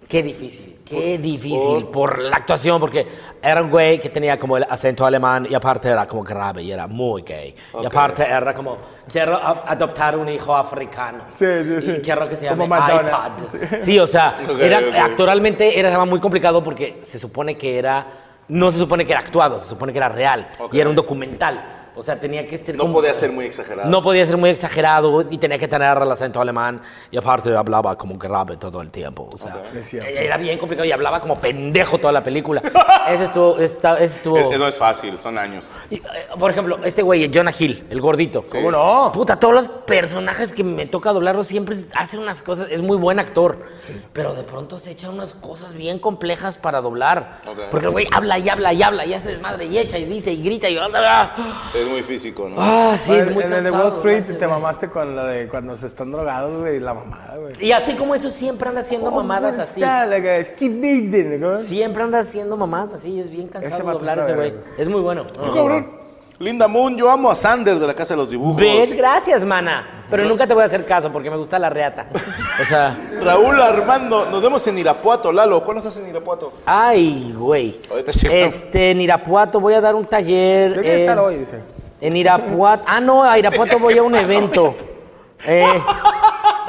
Qué difícil, qué difícil por la actuación, porque era un güey que tenía como el acento alemán y aparte era como grave y era muy gay. Y aparte era como, quiero a- adoptar un hijo africano. Sí, sí, sí. Y quiero que se llame Como Madonna. iPad. Sí. o sea, Ok, era, ok. actoralmente era muy complicado porque se supone que era, no se supone que era actuado, se supone que era real Ok. y era un documental. O sea, tenía que ser No como- podía ser muy exagerado. no podía ser muy exagerado y tenía que tener el acento alemán y aparte hablaba como grave todo el tiempo. O sea, Es cierto. era bien complicado y hablaba como pendejo toda la película. ese estuvo... esta- ese estuvo- Eh, eh, No es fácil, son años. y, eh, por ejemplo, este güey, Jonah Hill, el gordito. ¿Cómo no? Puta, todos los personajes que me toca doblarlos siempre hace unas cosas, es muy buen actor. Pero de pronto se echa unas cosas bien complejas para doblar. Ok. Porque el güey habla y habla y habla y hace desmadre y echa y dice y grita y... Ah, Es muy físico, ¿no? sí, Bueno, es muy en el de cansado. Wall Street doblarse, te güey. mamaste con lo de cuando se están drogados, güey, la mamada, güey. Y así como eso, siempre anda haciendo mamadas ¿Cómo así. está la que- Steve Biden, ¿no? Siempre anda haciendo mamadas así. Es bien cansado Ese vato doblar es ese una güey. verga, Es muy bueno. Ah, cabrón. Linda Moon, yo amo a Sander de la Casa de los Dibujos. ¿Ves? Gracias, mana. Pero nunca te voy a hacer caso porque me gusta la reata. O sea... Raúl Armando, nos vemos en Irapuato, Lalo. ¿Cuándo estás en Irapuato? Ay, güey. Ahorita sí. Este, en Irapuato voy a dar un taller. Debe en- estar hoy, dice. En Irapuato. Ah, no, a Irapuato voy a un evento. Eh,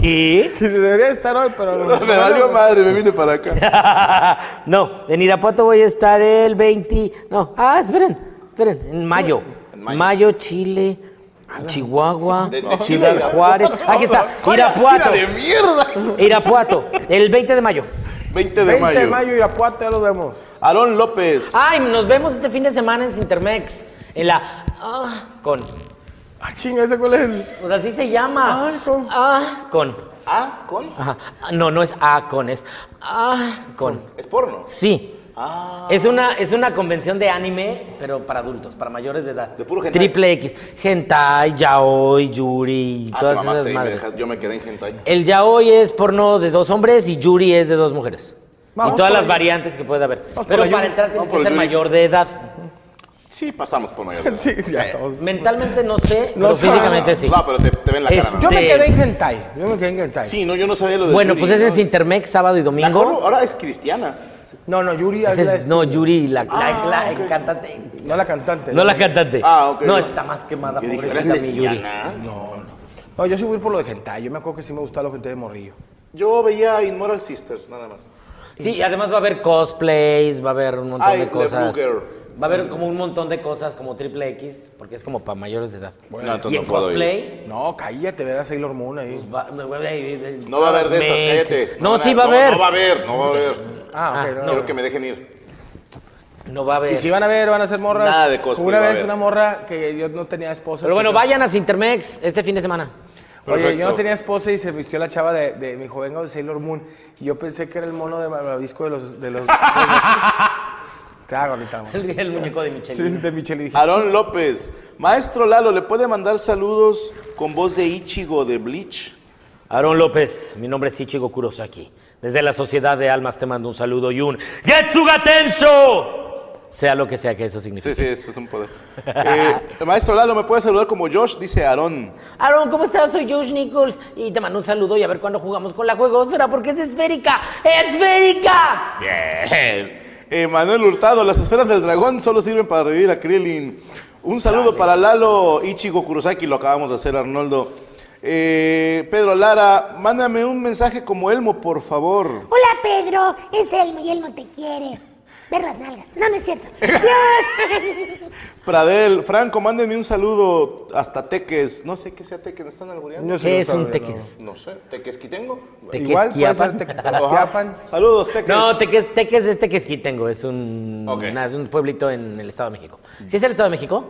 ¿Qué? Sí, Debería estar hoy, pero... Me valió madre, me vine para acá. no, en Irapuato voy a estar el 20. No, ah, esperen, esperen, en mayo. En mayo. Ah, mayo. Chile, Chihuahua, De- de Chile a Ciudad Irapuato. Juárez. Aquí está, Vaya Irapuato. gira de mierda! Irapuato, el 20 de mayo. 20 de 20 de mayo. mayo y Apuato, ya los vemos. Aarón López. Ay, nos vemos este fin de semana en Cintermex. En la. Ah, con. Ah, chinga, ¿ese cuál es el...? Pues así se llama. Ay, con. Ah, con. Ah, con. Ajá. No, no es A con, es Ah, con. Es porno. Sí. Ah. Es una, es una convención de anime, pero para adultos, para mayores de edad. De puro hentai. Triple X. Hentai, yaoi, yuri, y Ah, te todas esas mamaste y me madres. dejas- yo me quedé en hentai. El yaoi es porno de dos hombres y yuri es de dos mujeres. Vamos y todas por las ahí. variantes que puede haber. por Pero la para yuri. entrar Vamos tienes por que la ser yuri. mayor de edad. Sí, pasamos por mayor. de edad. Sí, ya estamos. Mentalmente no sé, No pero sabemos. físicamente sí. No, pero te, te ven la cara. Es- Yo ¿no? me Te- quedé en Gentai. Yo me quedé en Gentai. Sí, no, yo no sabía lo de Bueno, Yuri, pues es ¿no? en Cintermex, sábado y La domingo. Coro ahora es cristiana. No, no, Yuri Ah, Esa Ávila es- es- no. no, Yuri, la, la- la cantante. la cantante. No la cantante. Ah, ok. No, está más quemada, Yo dije, pobrecita ¿eres mi Yuri. lesbiana? No. No, yo sí voy a ir por lo de hentai. Yo me acuerdo que sí me gustaba lo hentai de morrillo. Yo veía Immoral Sisters, nada más. Sí, y además va a haber cosplays, va a haber un montón Ay, de The cosas. Blue Girl. Va a haber como un montón de cosas como triple X, porque es como para mayores de edad. No, entonces y no en puedo ir. cosplay. No, cállate, ver a Sailor Moon ahí. va- va- No va a haber de esas, Maids. cállate. No, van sí va a no, haber. No va a haber, no va a haber. Ah, ok. Ah, no, Quiero no. que me dejen ir. No va a haber. Y si van a ver, van a ser morras. Nada de cosplay, Una va a vez haber. una morra que yo no tenía esposa. Pero bueno, que- vayan a Sintermex este fin de semana. Oye, yo Perfecto. no tenía esposa y se vistió la chava de, de mi joven de Sailor Moon. Y yo pensé que era el mono de Malvavisco de los. De los, de los- Claro, ahorita. amor. El, el muñeco de Michelle. Sí, de Michelle y dije. Aarón López. Maestro Lalo, ¿le puede mandar saludos con voz de Ichigo de Bleach? Aarón López, mi nombre es Ichigo Kurosaki. Desde la Sociedad de Almas te mando un saludo y un Getsuga Tensho. Sea lo que sea que eso signifique. Sí, sí, eso es un poder. Eh, maestro Lalo, ¿me puede saludar como Josh? Dice Aarón. Aaron, ¿cómo estás? Soy Josh Nichols y te mando un saludo y a ver cuándo jugamos con la juegosfera porque es esférica. ¡Esférica! Bien. Eh, Manuel Hurtado, las esferas del dragón solo sirven para revivir a Krillin. Un saludo para Lalo Ichigo Kurosaki, lo acabamos de hacer, Arnoldo. Eh, Pedro Lara, mándame un mensaje como Elmo, por favor. Hola Pedro, es Elmo y Elmo te quiere. Ver las nalgas. No, no es cierto. Dios. Pradel, Franco, mándenme un saludo hasta Teques. No sé qué sea Teques, ¿me están albureando? No sé ¿Qué lo es un sabe, teques? No sé, ¿Tequesquitengo? no. ¿Teques Igual puede Quiapan? ser Tequesquiapan. Saludos, Teques. No, teques, teques es tequesquitengo, es un, Ok. una- un pueblito en el Estado de México. ¿Sí es el Estado de México?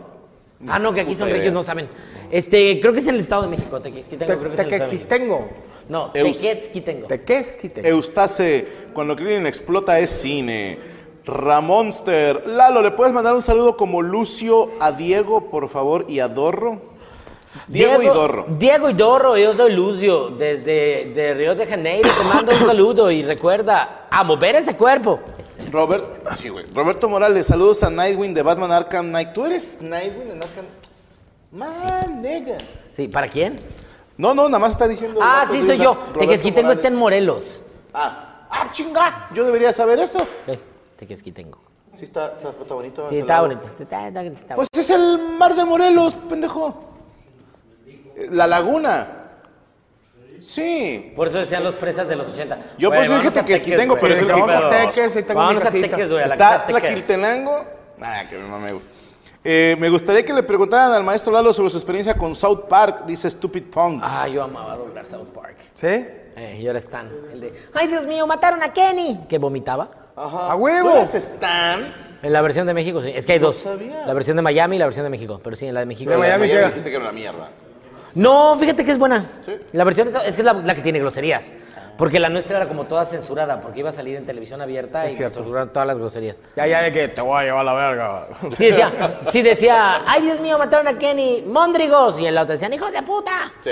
Ah, no, que aquí son Puta regios, idea. no saben. Este, creo que es en el Estado de México, tequesquitengo, creo que es en el Estado de México. Tequesquistengo. No, Eus- tequesquitengo. Tequesquitengo. Eustace, cuando Krillin explota es cine. Ramonster, Lalo, ¿le puedes mandar un saludo como Lucio a Diego, por favor, y a Dorro? Diego, y Dorro. Diego y Dorro, yo soy Lucio, desde de Río de Janeiro, te mando un saludo y recuerda, a mover ese cuerpo. Robert, sí, güey. Roberto Morales, saludos a Nightwing de Batman Arkham Knight. ¿Tú eres Nightwing en Arkham? Man, nega. Sí, ¿para quién? No, no, nada más está diciendo. Ah, Roberto, sí, digo, soy yo. Roberto Tequesquitengo está este en Morales. Morelos. Ah, ah, chinga. Yo debería saber eso. Eh, Tequesquitengo. Sí, está, está, está bonito. Sí, Ángel está Lalo. bonito. está- está- está- está Pues es el mar de Morelos, pendejo. Eh, La laguna. Sí. Por eso decían los fresas de los 80. Yo por eso dije fíjate que tequesquitengo, pero es el vamos a que- Teques, ahí tengo mi Vámonos a casita. Teques, güey, a la Está casa Teques. Tlaquiltenango. Ah, que me mame, güey. Eh, me gustaría que le preguntaran al maestro Lalo sobre su experiencia con South Park, dice Stupid Punks. Ah, yo amaba doblar South Park. ¿Sí? Eh, y ahora están. El de, ay Dios mío, mataron a Kenny. Que vomitaba. ¡A huevo! ¿Tú eres Stan? En la versión de México, sí. Es que hay dos. sabía. La versión de Miami y la versión de México. Pero sí, en la de México. De Pero Miami ya llega. dijiste que era una mierda. No, fíjate que es buena. Sí. La versión de South- es que es la, la que tiene groserías. Porque la nuestra era como toda censurada, porque iba a salir en televisión abierta y censuraron todas las groserías. Ya, ya, de que te voy a llevar la verga. Sí decía, sí decía, ay Dios mío, mataron a Kenny, Mondrigos. Y en la otra decían, hijos de puta. Sí.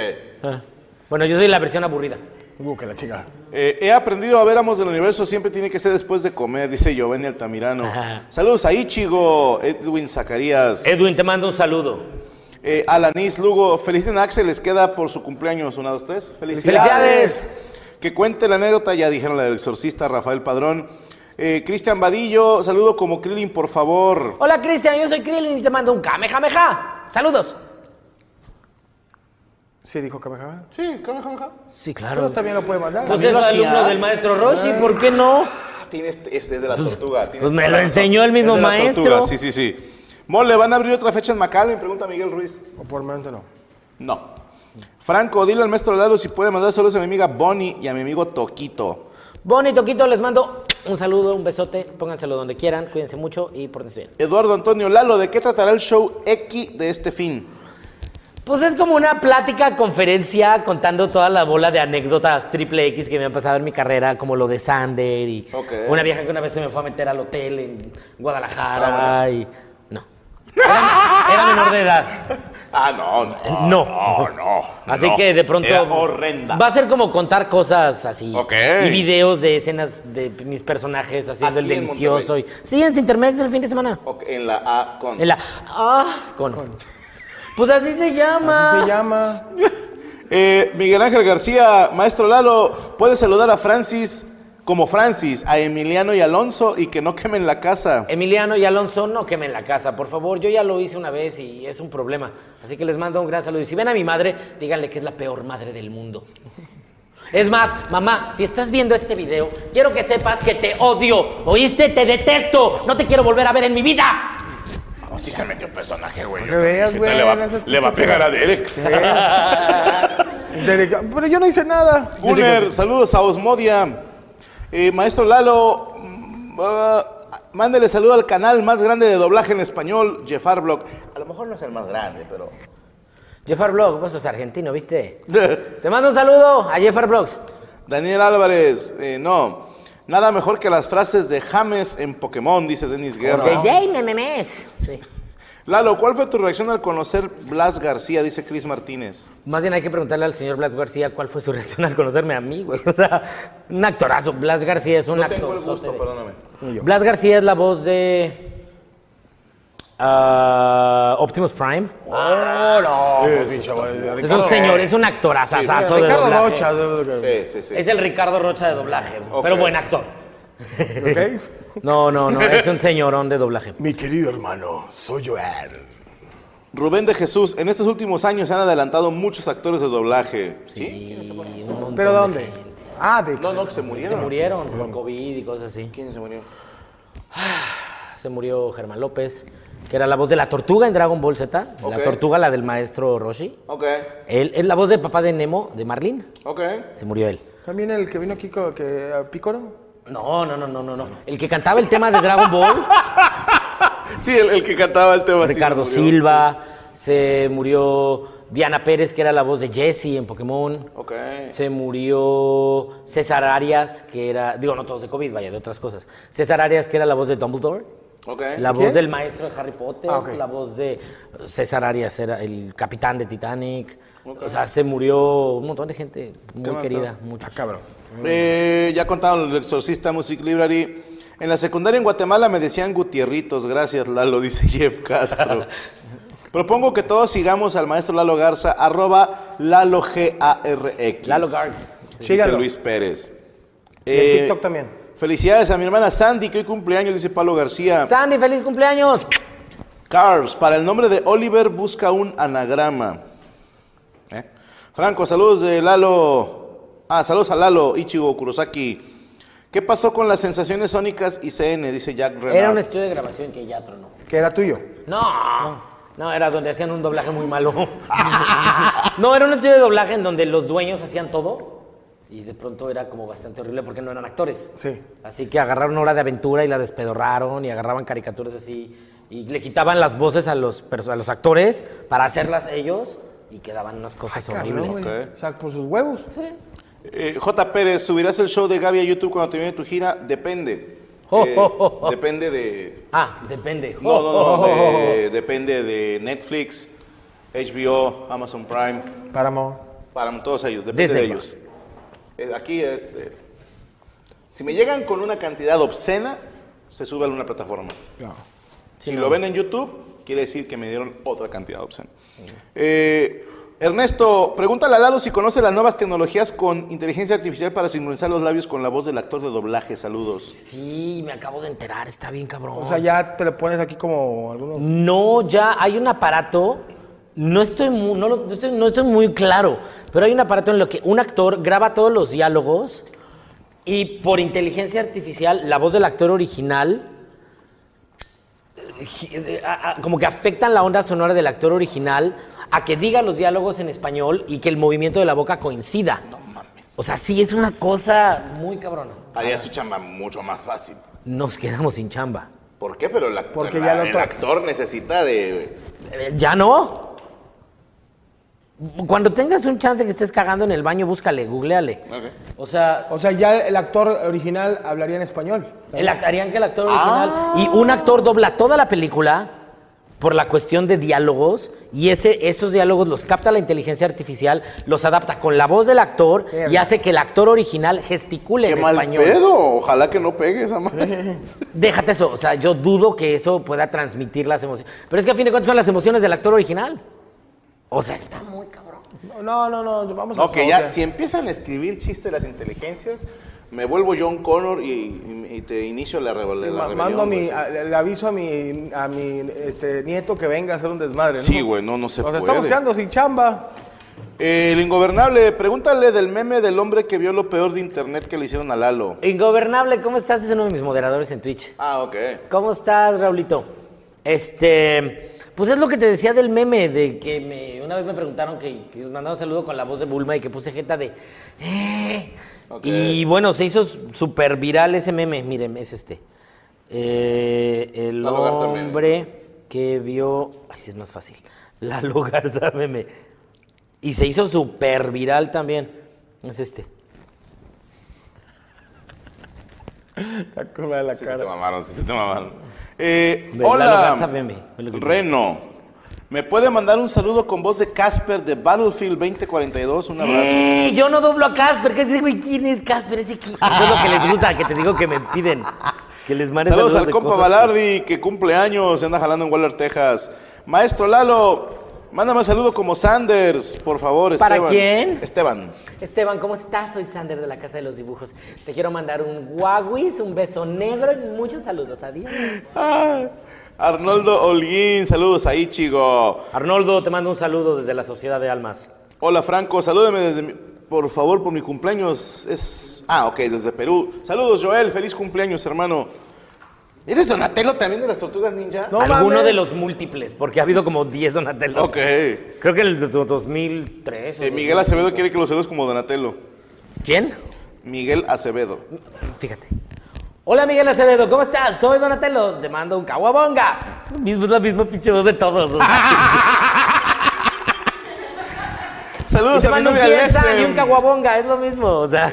Bueno, yo soy la versión aburrida. Uh, que la chica. Eh, he aprendido a ver Amos del Universo, siempre tiene que ser después de comer, dice Giovanni Altamirano. Saludos a Ichigo, Edwin Zacarías, Edwin, te mando un saludo. eh, Alanis Lugo. Felicidades a Axel, les queda por su cumpleaños. Una, dos, tres. ¡Felicidades! Que cuente la anécdota, ya dijeron la del exorcista Rafael Padrón. Eh, Cristian Vadillo, saludo como Krillin, por favor. Hola Cristian, yo soy Krillin y te mando un kamehameha. Saludos. Sí, dijo Kamehameha. Sí, caja, caja. Sí, Pero claro. también lo puede mandar. Pues mí es lo hacía. alumno del maestro Roshi, ¿por qué no? Ah, tienes, es desde la tortuga. tienes pues me toda lo la razón. enseñó el mismo Es de la maestro. tortuga, Sí, sí, sí. Mole, ¿van a abrir otra fecha en McAllen? Pregunta Miguel Ruiz. O por el momento no. No. Franco, dile al maestro Lalo si puede mandar saludos a mi amiga Bonnie y a mi amigo Toquito. Bonnie Toquito, les mando un saludo, un besote. Pónganselo donde quieran, cuídense mucho y pórtense bien. Eduardo Antonio Lalo, ¿de qué tratará el show X de este fin? Pues es como una plática, conferencia, contando toda la bola de anécdotas triple X que me han pasado en mi carrera, como lo de Sander y Ok. una vieja que una vez se me fue a meter al hotel en Ah, Guadalajara y... No. Era, era menor de edad. Ah, no, no. No. no. Así no. que de pronto. Era horrenda. Va a ser como contar cosas así. Ok. Y videos de escenas de mis personajes haciendo Aquí el en delicioso. Y, sí, en Sintermex el fin de semana. Ok, en la A con. En la. Ah, con. Pues así se llama. Así se llama. Eh, Miguel Ángel García, maestro Lalo, ¿puedes saludar a Francis Como Francis, a Emiliano y Alonso y que no quemen la casa. Emiliano y Alonso, no quemen la casa, por favor. Yo ya lo hice una vez y es un problema. Así que les mando un gran saludo. Y si ven a mi madre, díganle que es la peor madre del mundo. Es más, mamá, si estás viendo este video, quiero que sepas que te odio. ¿Oíste? Te detesto. No te quiero volver a ver en mi vida. No, Oh, sí se metió un personaje, güey. Que veas, güey. le va, no seas le va a pinche pegar a Derek. Derek, Pero yo no hice nada. Gunner, saludos a Osmodia. Eh, Maestro Lalo, mm, ah, mándele saludo al canal más grande de doblaje en español, Jeffar Blog. A lo mejor no es el más grande, pero... Jeffar Blog, vos sos argentino, ¿viste? Te mando un saludo a Jeffar Blogs. Daniel Álvarez, eh, no. Nada mejor que las frases de James en Pokémon, dice Denis Guerra. De Jaime Memes. Sí. Lalo, ¿cuál fue tu reacción al conocer Blas García? Dice Cris Martínez. Más bien hay que preguntarle al señor Blas García cuál fue su reacción al conocerme a mí, güey. O sea, un actorazo. Blas García es un actor. perdóname. Blas García es la voz de ah, Optimus Prime. Oh, no, pues, pinche, güey. Es un Ricardo- señor, es un actorazazazo de Ricardo doblaje. Rocha. Sí, sí, sí. Es el Ricardo Rocha de doblaje, güey, pero buen actor. ¿Ok? No, no, no, es un señorón de doblaje. Mi querido hermano, soy Joel. Rubén de Jesús, en estos últimos años se han adelantado muchos actores de doblaje. ¿Sí? Y un montón ¿Pero de dónde? gente. Ah, de No, no, que se Se murieron. murieron por COVID y cosas así. ¿Quién se murió? Se murió Germán López, que era la voz de la tortuga en Dragon Ball Z. Ok. La tortuga, la del maestro Roshi. Ok, Él es la voz del papá de Nemo, de Marlene. ok. Se murió él. También el que vino aquí, co- que, a Pícoro. No, no, no, no, no, no. El que cantaba el tema de Dragon Ball, Sí, el, el que cantaba el tema. sí se Ricardo murió, Silva. Se murió Diana Pérez, que era la voz de Jessie en Pokémon. sí. Ok. Se murió César Arias, que era. Digo, no todos de COVID, vaya, de otras cosas. César Arias, que era la voz de Dumbledore. Ok. La ¿Quién? voz del maestro de Harry Potter, Ah, ok. la voz de César Arias, era el capitán de Titanic. O sea, se murió un montón de gente muy querida, muchos. Ah, Ah, Cabrón. Eh, ya contaron el exorcista Music Library. En la secundaria en Guatemala me decían Gutierritos, gracias Lalo, dice Jeff Castro. Propongo que todos sigamos al maestro Lalo Garza, arroba Lalo G A R X. Lalo Garza. Dice Sígalo. Luis Pérez. Y en Eh, TikTok también. Felicidades a mi hermana Sandy, que hoy cumpleaños, dice Pablo García. Sandy, feliz cumpleaños. Cars, para el nombre de Oliver busca un anagrama. ¿Eh? Franco, saludos de Lalo. Ah, saludos a Lalo, Ichigo Kurosaki. ¿Qué pasó con las sensaciones sónicas y CN? Dice Jack Renard. Era un estudio de grabación que ya tronó. Que era tuyo. No, no, era donde hacían un doblaje muy malo. no, era un estudio de doblaje en donde los dueños hacían todo y de pronto era como bastante horrible porque no eran actores. Sí. Así que agarraron Hora de Aventura y la despedorraron y agarraban caricaturas así y le quitaban las voces a los, perso- a los actores para hacerlas ellos y quedaban unas cosas horribles. Cabrón, güey. O sea, por sus huevos. Eh, J. Pérez, ¿subirás el show de Gaby a YouTube cuando termine tu gira? Depende. Oh, Eh, oh, oh, oh. Depende de. Ah, depende. No, no, no. oh, de- depende de Netflix, HBO, Amazon Prime, Páramo. para todos ellos. Depende Disney de Plus. ellos. Eh, aquí es. eh, si me llegan con una cantidad obscena, se sube a una plataforma. Si lo ven en YouTube, quiere decir que me dieron otra cantidad obscena. Eh, Ernesto, pregúntale a Lalo si conoce las nuevas tecnologías con inteligencia artificial para sincronizar los labios con la voz del actor de doblaje. Saludos. Sí, me acabo de enterar, está bien cabrón. O sea, ya te le pones aquí como algunos. No, ya hay un aparato. No estoy, mu- no, lo- no estoy, no estoy muy claro, pero hay un aparato en lo que un actor graba todos los diálogos y por inteligencia artificial la voz del actor original eh, gi- eh, a- a- como que afectan la onda sonora del actor original a que diga los diálogos en español y que el movimiento de la boca coincida. No mames. O sea, sí es una cosa muy cabrona. Haría su chamba mucho más fácil. Nos quedamos sin chamba. ¿Por qué? Pero el, act- Porque el- ya lo el toca. actor necesita de... Eh, ¿Ya no? Cuando tengas un chance que estés cagando en el baño, búscale, googleale. O sea, O sea, ya el actor original hablaría en español. el act- harían que el actor original Ah. y un actor dobla toda la película por la cuestión de diálogos y ese, esos diálogos los capta la inteligencia artificial, los adapta con la voz del actor y Verga. hace que el actor original gesticule ¡Qué en mal español. pedo! Ojalá que no pegue esa madre. Déjate eso, o sea, yo dudo que eso pueda transmitir las emociones. Pero es que a fin de cuentas son las emociones del actor original. O sea, está muy cabrón. No, no, no, no, vamos a No, que ya, si empiezan a escribir chistes las inteligencias, Me vuelvo John Connor y, y- y te inicio la, rebe- Sí, la ma- rebelión. mando a güey. mi, a- le aviso a mi, a mi este, nieto que venga a hacer un desmadre, ¿no? Sí, güey, no, no se Nos puede. estamos quedando sin chamba. Eh, el ingobernable, pregúntale del meme del hombre que vio lo peor de internet que le hicieron a Lalo. Ingobernable, ¿cómo estás? Es uno de mis moderadores en Twitch. Ah, ok. ¿Cómo estás, Raulito? Este, pues es lo que te decía del meme, de que me, una vez me preguntaron que, que les mandaba un saludo con la voz de Bulma y que puse jeta de... "Eh". Y bueno, se hizo súper viral ese meme, miren, es este. Eh, el Lalo Garza meme. hombre que vio... Ay, sí, es más fácil. La Garza meme. Y se hizo súper viral también. Es este. La curva de la Sí, se cara. te mamaron, sí, se te mamaron. Eh, Ve, Lalo hola, Garza meme, es lo que- Reno. ¿Me puede mandar un saludo con voz de Casper de Battlefield 2042? Un abrazo. ¡Eh! Yo no doblo a Casper. ¿Qué es de güey? ¿Quién es Casper? Es de qui- Eso es lo que les gusta, que te digo que me piden. Que les mande Saludos, al de compa cosas que- Balardi, que cumple años, se anda jalando en Waller, Texas. Maestro Lalo, mándame un saludo como Sanders, por favor, ¿Para Esteban. quién? Esteban. Esteban, ¿cómo estás? Soy Sander de la Casa de los Dibujos. Te quiero mandar un guaguis, un beso negro y muchos saludos. Adiós. Ah, Arnoldo Holguín, saludos ahí, chico. Arnoldo, te mando un saludo desde la Sociedad de Almas. Hola, Franco, salúdame desde mi- Por favor, por mi cumpleaños es... Ah, ok, desde Perú. Saludos, Joel, feliz cumpleaños, hermano. ¿Eres Donatello también de las Tortugas Ninja? Alguno de los múltiples, porque ha habido como 10 Donatelos. Ok. Eh, Creo que en el de tu- 2003. o Miguel 2005. Acevedo quiere que lo saludes como Donatello. ¿Quién? Miguel Acevedo. Fíjate. Hola Miguel Acevedo, ¿cómo estás? Soy Donatello, te mando un caguabonga. Ah, Mismo- Es la misma pinche voz de todos. o sea. Y Saludos te a mi mando un novia piensa y Lesem. un caguabonga, es lo mismo. O sea,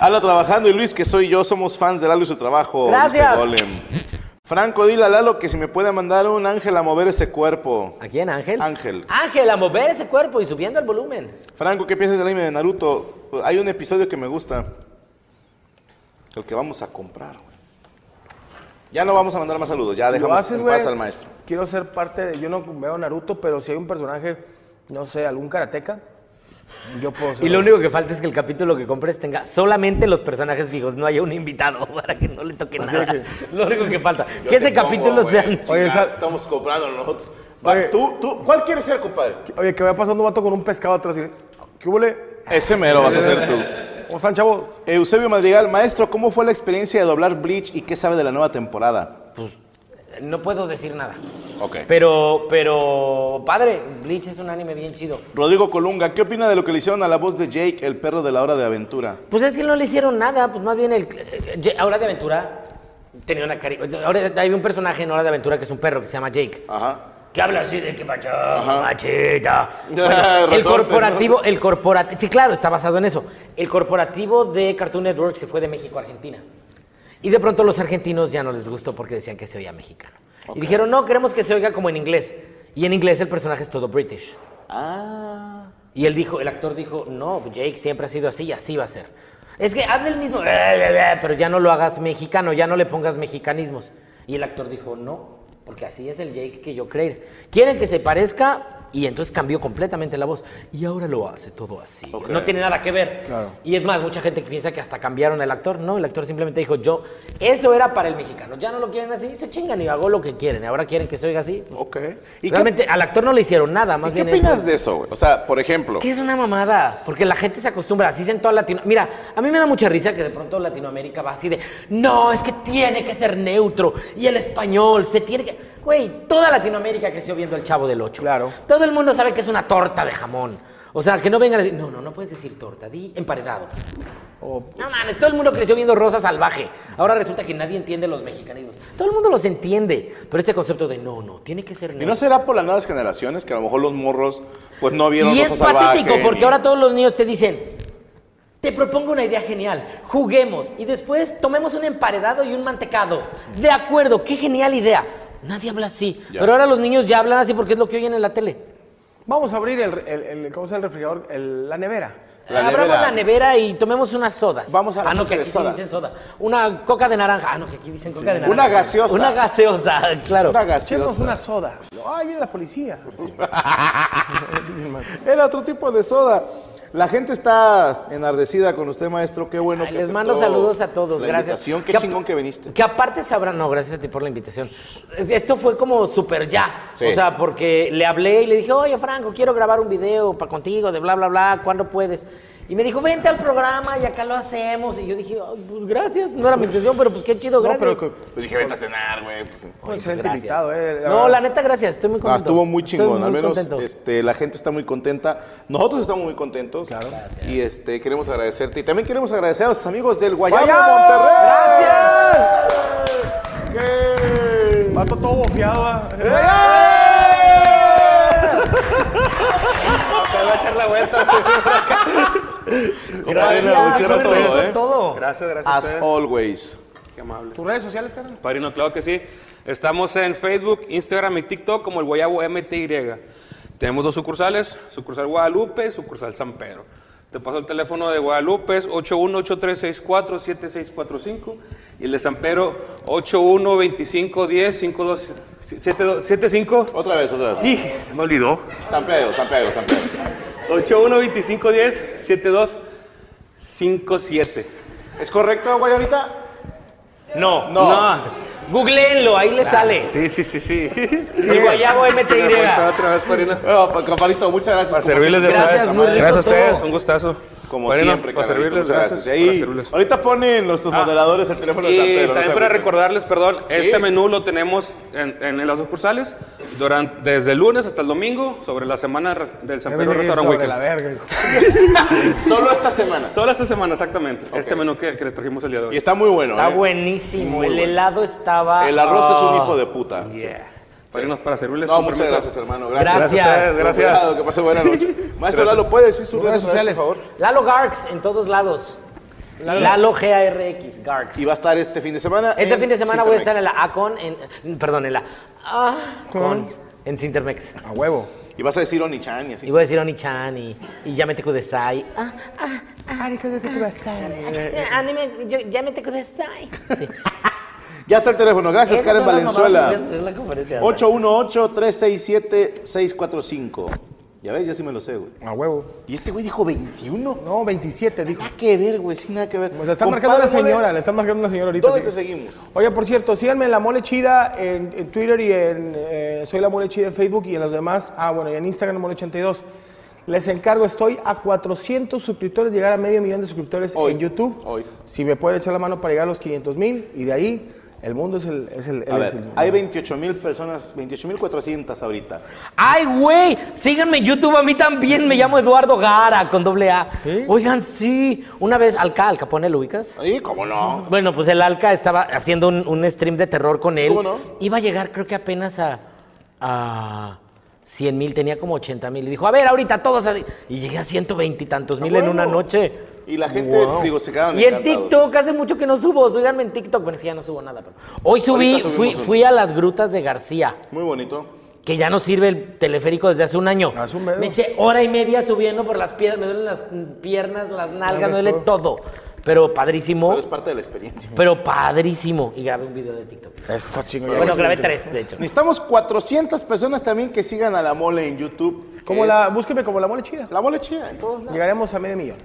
Ala trabajando y Luis, que soy yo, somos fans de Lalo y su trabajo. dice Gracias. Golem. Franco, dile a Lalo que si me puede mandar un ángel a mover ese cuerpo. ¿a quién, Ángel? Ángel. Ángel, a mover ese cuerpo y subiendo el volumen. Franco, ¿qué piensas del anime de Naruto? Hay un episodio que me gusta. El que vamos a comprar, güey. Ya no vamos a mandar más saludos, ya Si lo dejamos haces, en güey, paz al maestro. Quiero ser parte de. Yo no veo Naruto, pero si hay un personaje, no sé, algún karateca, yo puedo ser. Y lo único que falta es que el capítulo que compres tenga solamente los personajes fijos, no haya un invitado para que no le toque nada. Lo único que falta. Pues Yo que te ese pongo, capítulo güey. sea... Chingada, Oye, esa- estamos comprando lots. Va, Oye. ¿tú, tú, ¿Cuál quieres ser, compadre? Oye, que vaya pasando un vato con un pescado atrás y. ¿Qué huele? Ese mero vas a hacer tú. ¿Cómo están, chavos? Eusebio Madrigal, maestro, ¿cómo fue la experiencia de doblar Bleach y qué sabe de la nueva temporada? pues, No puedo decir nada. Ok. Pero, pero, padre, Bleach es un anime bien chido. Rodrigo Colunga, ¿qué opina de lo que le hicieron a la voz de Jake, el perro de la hora de aventura? Pues es que no le hicieron nada, pues más bien el... eh, Ahora de Aventura tenía una cari... Ahora hay un personaje en Hora de Aventura que es un perro que se llama Jake. Ajá. Que habla así de que macha, machita. Ya, Bueno, el resortes, ¿no? corporativo, el corporativo... Sí, claro, está basado en eso. El corporativo de Cartoon Network se fue de México a Argentina. Y de pronto los argentinos ya no les gustó porque decían que se oía mexicano. Y dijeron, no, queremos que se oiga como en inglés. Y en inglés el personaje es todo british. Ah. Y él dijo, el actor dijo, no, Jake siempre ha sido así y así va a ser. Es que hazle el mismo, pero ya no lo hagas mexicano, ya no le pongas mexicanismos. Y el actor dijo, no, porque así es el Jake que yo creí. Quieren que se parezca y entonces cambió completamente la voz. Y ahora lo hace todo así. Ok. No tiene nada que ver. Y es más, mucha gente que piensa que hasta cambiaron el actor. No, el actor simplemente dijo, yo, eso era para el mexicano. Ya no lo quieren así, se chingan y hago lo que quieren. Ahora quieren que se oiga así. Pues, Ok. ¿Y qué, Realmente al actor no le hicieron nada, más ¿y qué bien. él opinas fue- de eso, güey? O sea, por ejemplo. que es una mamada, porque la gente se acostumbra, así es en toda Latinoamérica. Mira, a mí me da mucha risa que de pronto Latinoamérica va así de, no, es que tiene que ser neutro, y el español se tiene que... Güey, toda Latinoamérica creció viendo el Chavo del Ocho. Claro. Todo el mundo sabe que es una torta de jamón. O sea, que no vengan a decir, no, no, no puedes decir torta, di emparedado. No mames, todo el mundo creció viendo Rosa Salvaje. Ahora resulta que nadie entiende los mexicanismos. Todo el mundo los entiende, pero este concepto de no, no, tiene que ser ¿Y neutro. no será por las nuevas generaciones que a lo mejor los morros pues no vieron Y Rosa es Salvaje, patético porque ni- ahora todos los niños te dicen, te propongo una idea genial, juguemos y después tomemos un emparedado y un mantecado. De acuerdo, qué genial idea. Nadie habla así, Ya. pero ahora los niños ya hablan así porque es lo que oyen en la tele. Vamos a abrir el, el, el- ¿cómo se llama el refrigerador? El- la nevera. La Abramos nevera. la nevera y tomemos unas sodas. Vamos a la ah, no, fuente que de aquí sí sodas. dicen soda. Una coca de naranja. Ah, no, que aquí dicen coca de naranja. Una gaseosa. Una gaseosa, claro. Una Echémonos gaseosa. una soda. Ay, viene la policía. Era otro tipo de soda. La gente está enardecida con usted, maestro. Qué bueno Ay, que les mando aceptó saludos a todos, la gracias. invitación. Qué Que ap- chingón que viniste. Que aparte sabrán, no, gracias a ti por la invitación. Esto fue como súper ya. Sí. O sea, porque le hablé y le dije, oye, Franco, quiero grabar un video para contigo de bla, bla, bla, ¿cuándo puedes? Y me dijo, vente al programa y acá lo hacemos. Y yo dije, "Ay, pues gracias, no era mi intención, pero pues qué chido, gracias. que- Pues dije, vete a cenar, güey. pues. Pues, Excelente gracias. invitado, eh. No, la neta, gracias, estoy muy Ah, contento. estuvo muy Estoy chingón. Al muy menos contento. este, la gente está muy contenta. Nosotros estamos muy contentos. Claro. Y este, queremos agradecerte. Y también queremos agradecer a los amigos del Guayabo ¡Guayabo! Monterrey. Mato todo bofiado, ah. va. ¡Eh! Te voy a echar la vuelta. Compadre, Gracias, muchas gracias a todos, ¿eh? todo. Gracias, gracias a As ustedes. always. Qué amable. ¿Tus redes sociales, carnal? Padrino, claro que sí. Estamos en Facebook, Instagram y TikTok como el Guayabo MTY. Tenemos dos sucursales, sucursal Guadalupe, sucursal San Pedro. Te paso el teléfono de Guadalupe, es 8183647645 y el de San Pedro 8125105275. Otra vez, otra vez. Sí, se me olvidó. San Pedro, San Pedro, San Pedro. 8125107257. ¿Es correcto, Guayabita? No, No. Googleenlo, ahí le sale. Sí, sí, sí, sí. El Guayabo Se me fue MTY. otra vez, padrino. Bueno, pa- compadrito, muchas gracias. Para como servirles de siempre. Gracias, saber. muy rico Gracias a ustedes, todo. un gustazo. Como Bueno, siempre, para carnalito, servirles, muchas gracias. Ahí, para servirles. Ah. ahorita ponen los moderadores el teléfono de San Y Pedro. no también se para preocupen. recordarles, perdón, Sí. este menú lo tenemos en, en- en las sucursales durante, desde el lunes hasta el domingo sobre la semana res- del San Pedro Restaurant Sobre la Weekend. verga, hijo. Solo esta semana. Solo esta semana, exactamente. Este menú que, que les trajimos el día de Y hoy. está muy bueno. Está ¿eh? buenísimo, Muy el bueno. helado estaba... El arroz es un Ah. hijo de puta. Yeah. Para irnos para servirles. No, con muchas permiso. gracias, hermano. Gracias. Gracias. Gracias a ustedes, gracias. Cuidado, Que pase buena noche. Maestro Gracias. Lalo, ¿puede decir sus redes redes sociales, sociales. por favor? Lalo Garx en todos lados. Lalo, G-A-R-X, Garx. Y va a estar este fin de semana. Este en fin de semana voy a estar en Cintermex. la Acon, en, perdón, en la Acon, en Cintermex. A huevo. Y vas a decir Onichan y así. Y voy a decir Oni-chan y, y Yamete Kudesai. Ah, Eh, anime, yo, Yamete Kudesai. Sí. Ya está el teléfono. Gracias, Esas Karen son las Valenzuela. mamadas que voy a hacer en la conferencia. 818-367-645. Ya ves, yo sí me lo sé, güey. A huevo. Y este güey dijo 21. No, 27, dijo. Nada que ver, güey. Sin nada que ver. Pues le están Compadre, marcando a la güey, señora, le están marcando a la señora ahorita. ¿Dónde sí. te seguimos? Oye, por cierto, síganme en La Mole Chida en, en Twitter y en eh, Soy La Mole Chida en Facebook y en los demás. Ah, bueno, y en Instagram Mole82. Les encargo, estoy a 400 suscriptores, llegar a medio millón de suscriptores Hoy, en YouTube. hoy. Si me pueden echar la mano para llegar a los 500 mil y de ahí el mundo es el... Es el, A el- ver, es el- hay 28 mil personas, 28 mil 400 ahorita. Ay, güey, síganme en YouTube, a mí también, me llamo Eduardo Gara, con doble A. Oigan, sí, una vez, Alca, Al Capone, ¿lo ubicas? Ahí, ¿cómo no? Bueno, pues el Alca estaba haciendo un, un stream de terror con él. ¿Cómo no? Iba a llegar, creo que apenas a. a 100 mil, tenía como 80 mil. Y dijo, a ver, ahorita todos así. Y llegué a 120 y tantos mil en Ah, bueno. Ah, una noche. Y la gente, digo, se quedaron Y en encantados. TikTok, hace mucho que no subo. Síganme en TikTok. Bueno, es que ya no subo nada, pero. Hoy subí, Ahorita subimos fui, uno. fui a las grutas de García, Muy bonito. que ya no sirve el teleférico desde hace un año. Ah, Hace un mero. Me eché hora y media subiendo por las piernas. Me duelen las mm, piernas, las nalgas, me duele todo. Pero padrísimo. Pero es parte de la experiencia. Pero padrísimo. Y grabé un video de TikTok. Eso, chingo. ya Bueno, ves. grabé tres, de hecho. Necesitamos 400 personas también que sigan a la mole en YouTube. que Como es- la, búsqueme como La Mole Chida. La mole chida, en todos lados. Llegaremos a medio millón.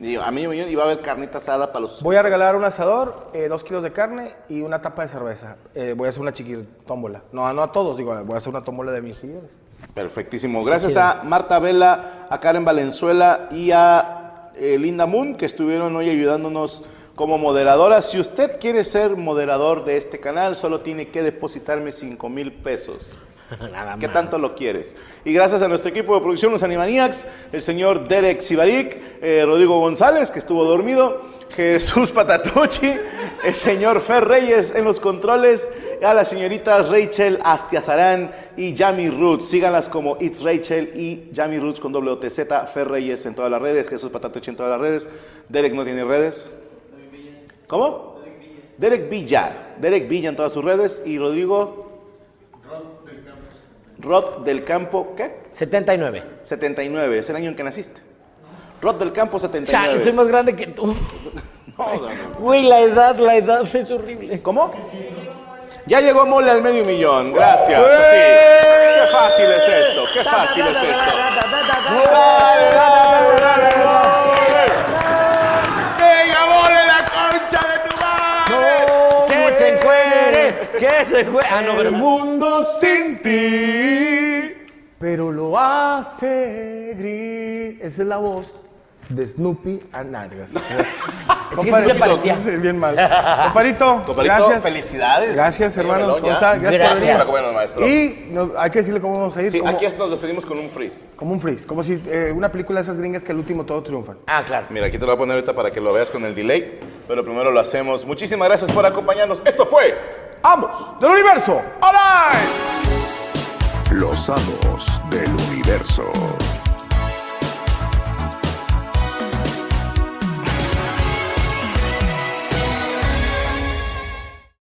Y a mí me iba a haber carnita asada para los. Voy a regalar un asador, eh, dos kilos de carne y una tapa de cerveza. Eh, voy a hacer una chiquil tómbola. No, no a todos, digo, voy a hacer una tómbola de mis seguidores. Perfectísimo. Gracias a Marta Vela, a Karen Valenzuela y a eh, Linda Moon que estuvieron hoy ayudándonos como moderadoras. Si usted quiere ser moderador de este canal, solo tiene que depositarme 5 mil pesos. Nada ¿Qué más. tanto lo quieres? Y gracias a nuestro equipo de producción, los Animaniacs, el señor Derek Sibarik, eh, Rodrigo González, que estuvo dormido, Jesús Patatucci, el señor Fer Reyes en los controles, a las señoritas Rachel Astiazarán y Yami Roots. Síganlas como It's Rachel y Yami Roots con WTZ, Fer Reyes en todas las redes, Jesús Patatucci en todas las redes, Derek no tiene redes. ¿Cómo? Derek Villa. Derek Villa en todas sus redes y Rodrigo Rod del Campo, ¿qué? 79. 79, es el año en que naciste. Rod del Campo, Chale, 79. soy más grande que tú. No, no, no. Güey, la edad, la edad es horrible. ¿Cómo? Ya llegó Mole al medio millón, gracias. Así. ¡Eh! Qué fácil es esto, qué fácil es esto. se juega. Ah, no, El ¿verdad? mundo sin ti, pero lo hace gris. Esa es la voz de Snoopy a Nalgas. Es que sí se parecía. Bien mal. Comparito, Comparito, gracias. felicidades. Gracias, Señor hermano. Melón, ¿Cómo ya. está? Gracias, por Gracias. venir. Para comernos, maestro. Y no, hay que decirle cómo vamos a ir. Sí, como, aquí es- nos despedimos con un freeze. como un freeze. Como si eh, una película de esas gringas que al último todos triunfan. Ah, claro. Mira, aquí te lo voy a poner ahorita para que lo veas con el delay, pero primero lo hacemos. Muchísimas gracias por acompañarnos. Esto fue ¡Ambos! ¡Del universo! ¡Alright! Los amos del universo.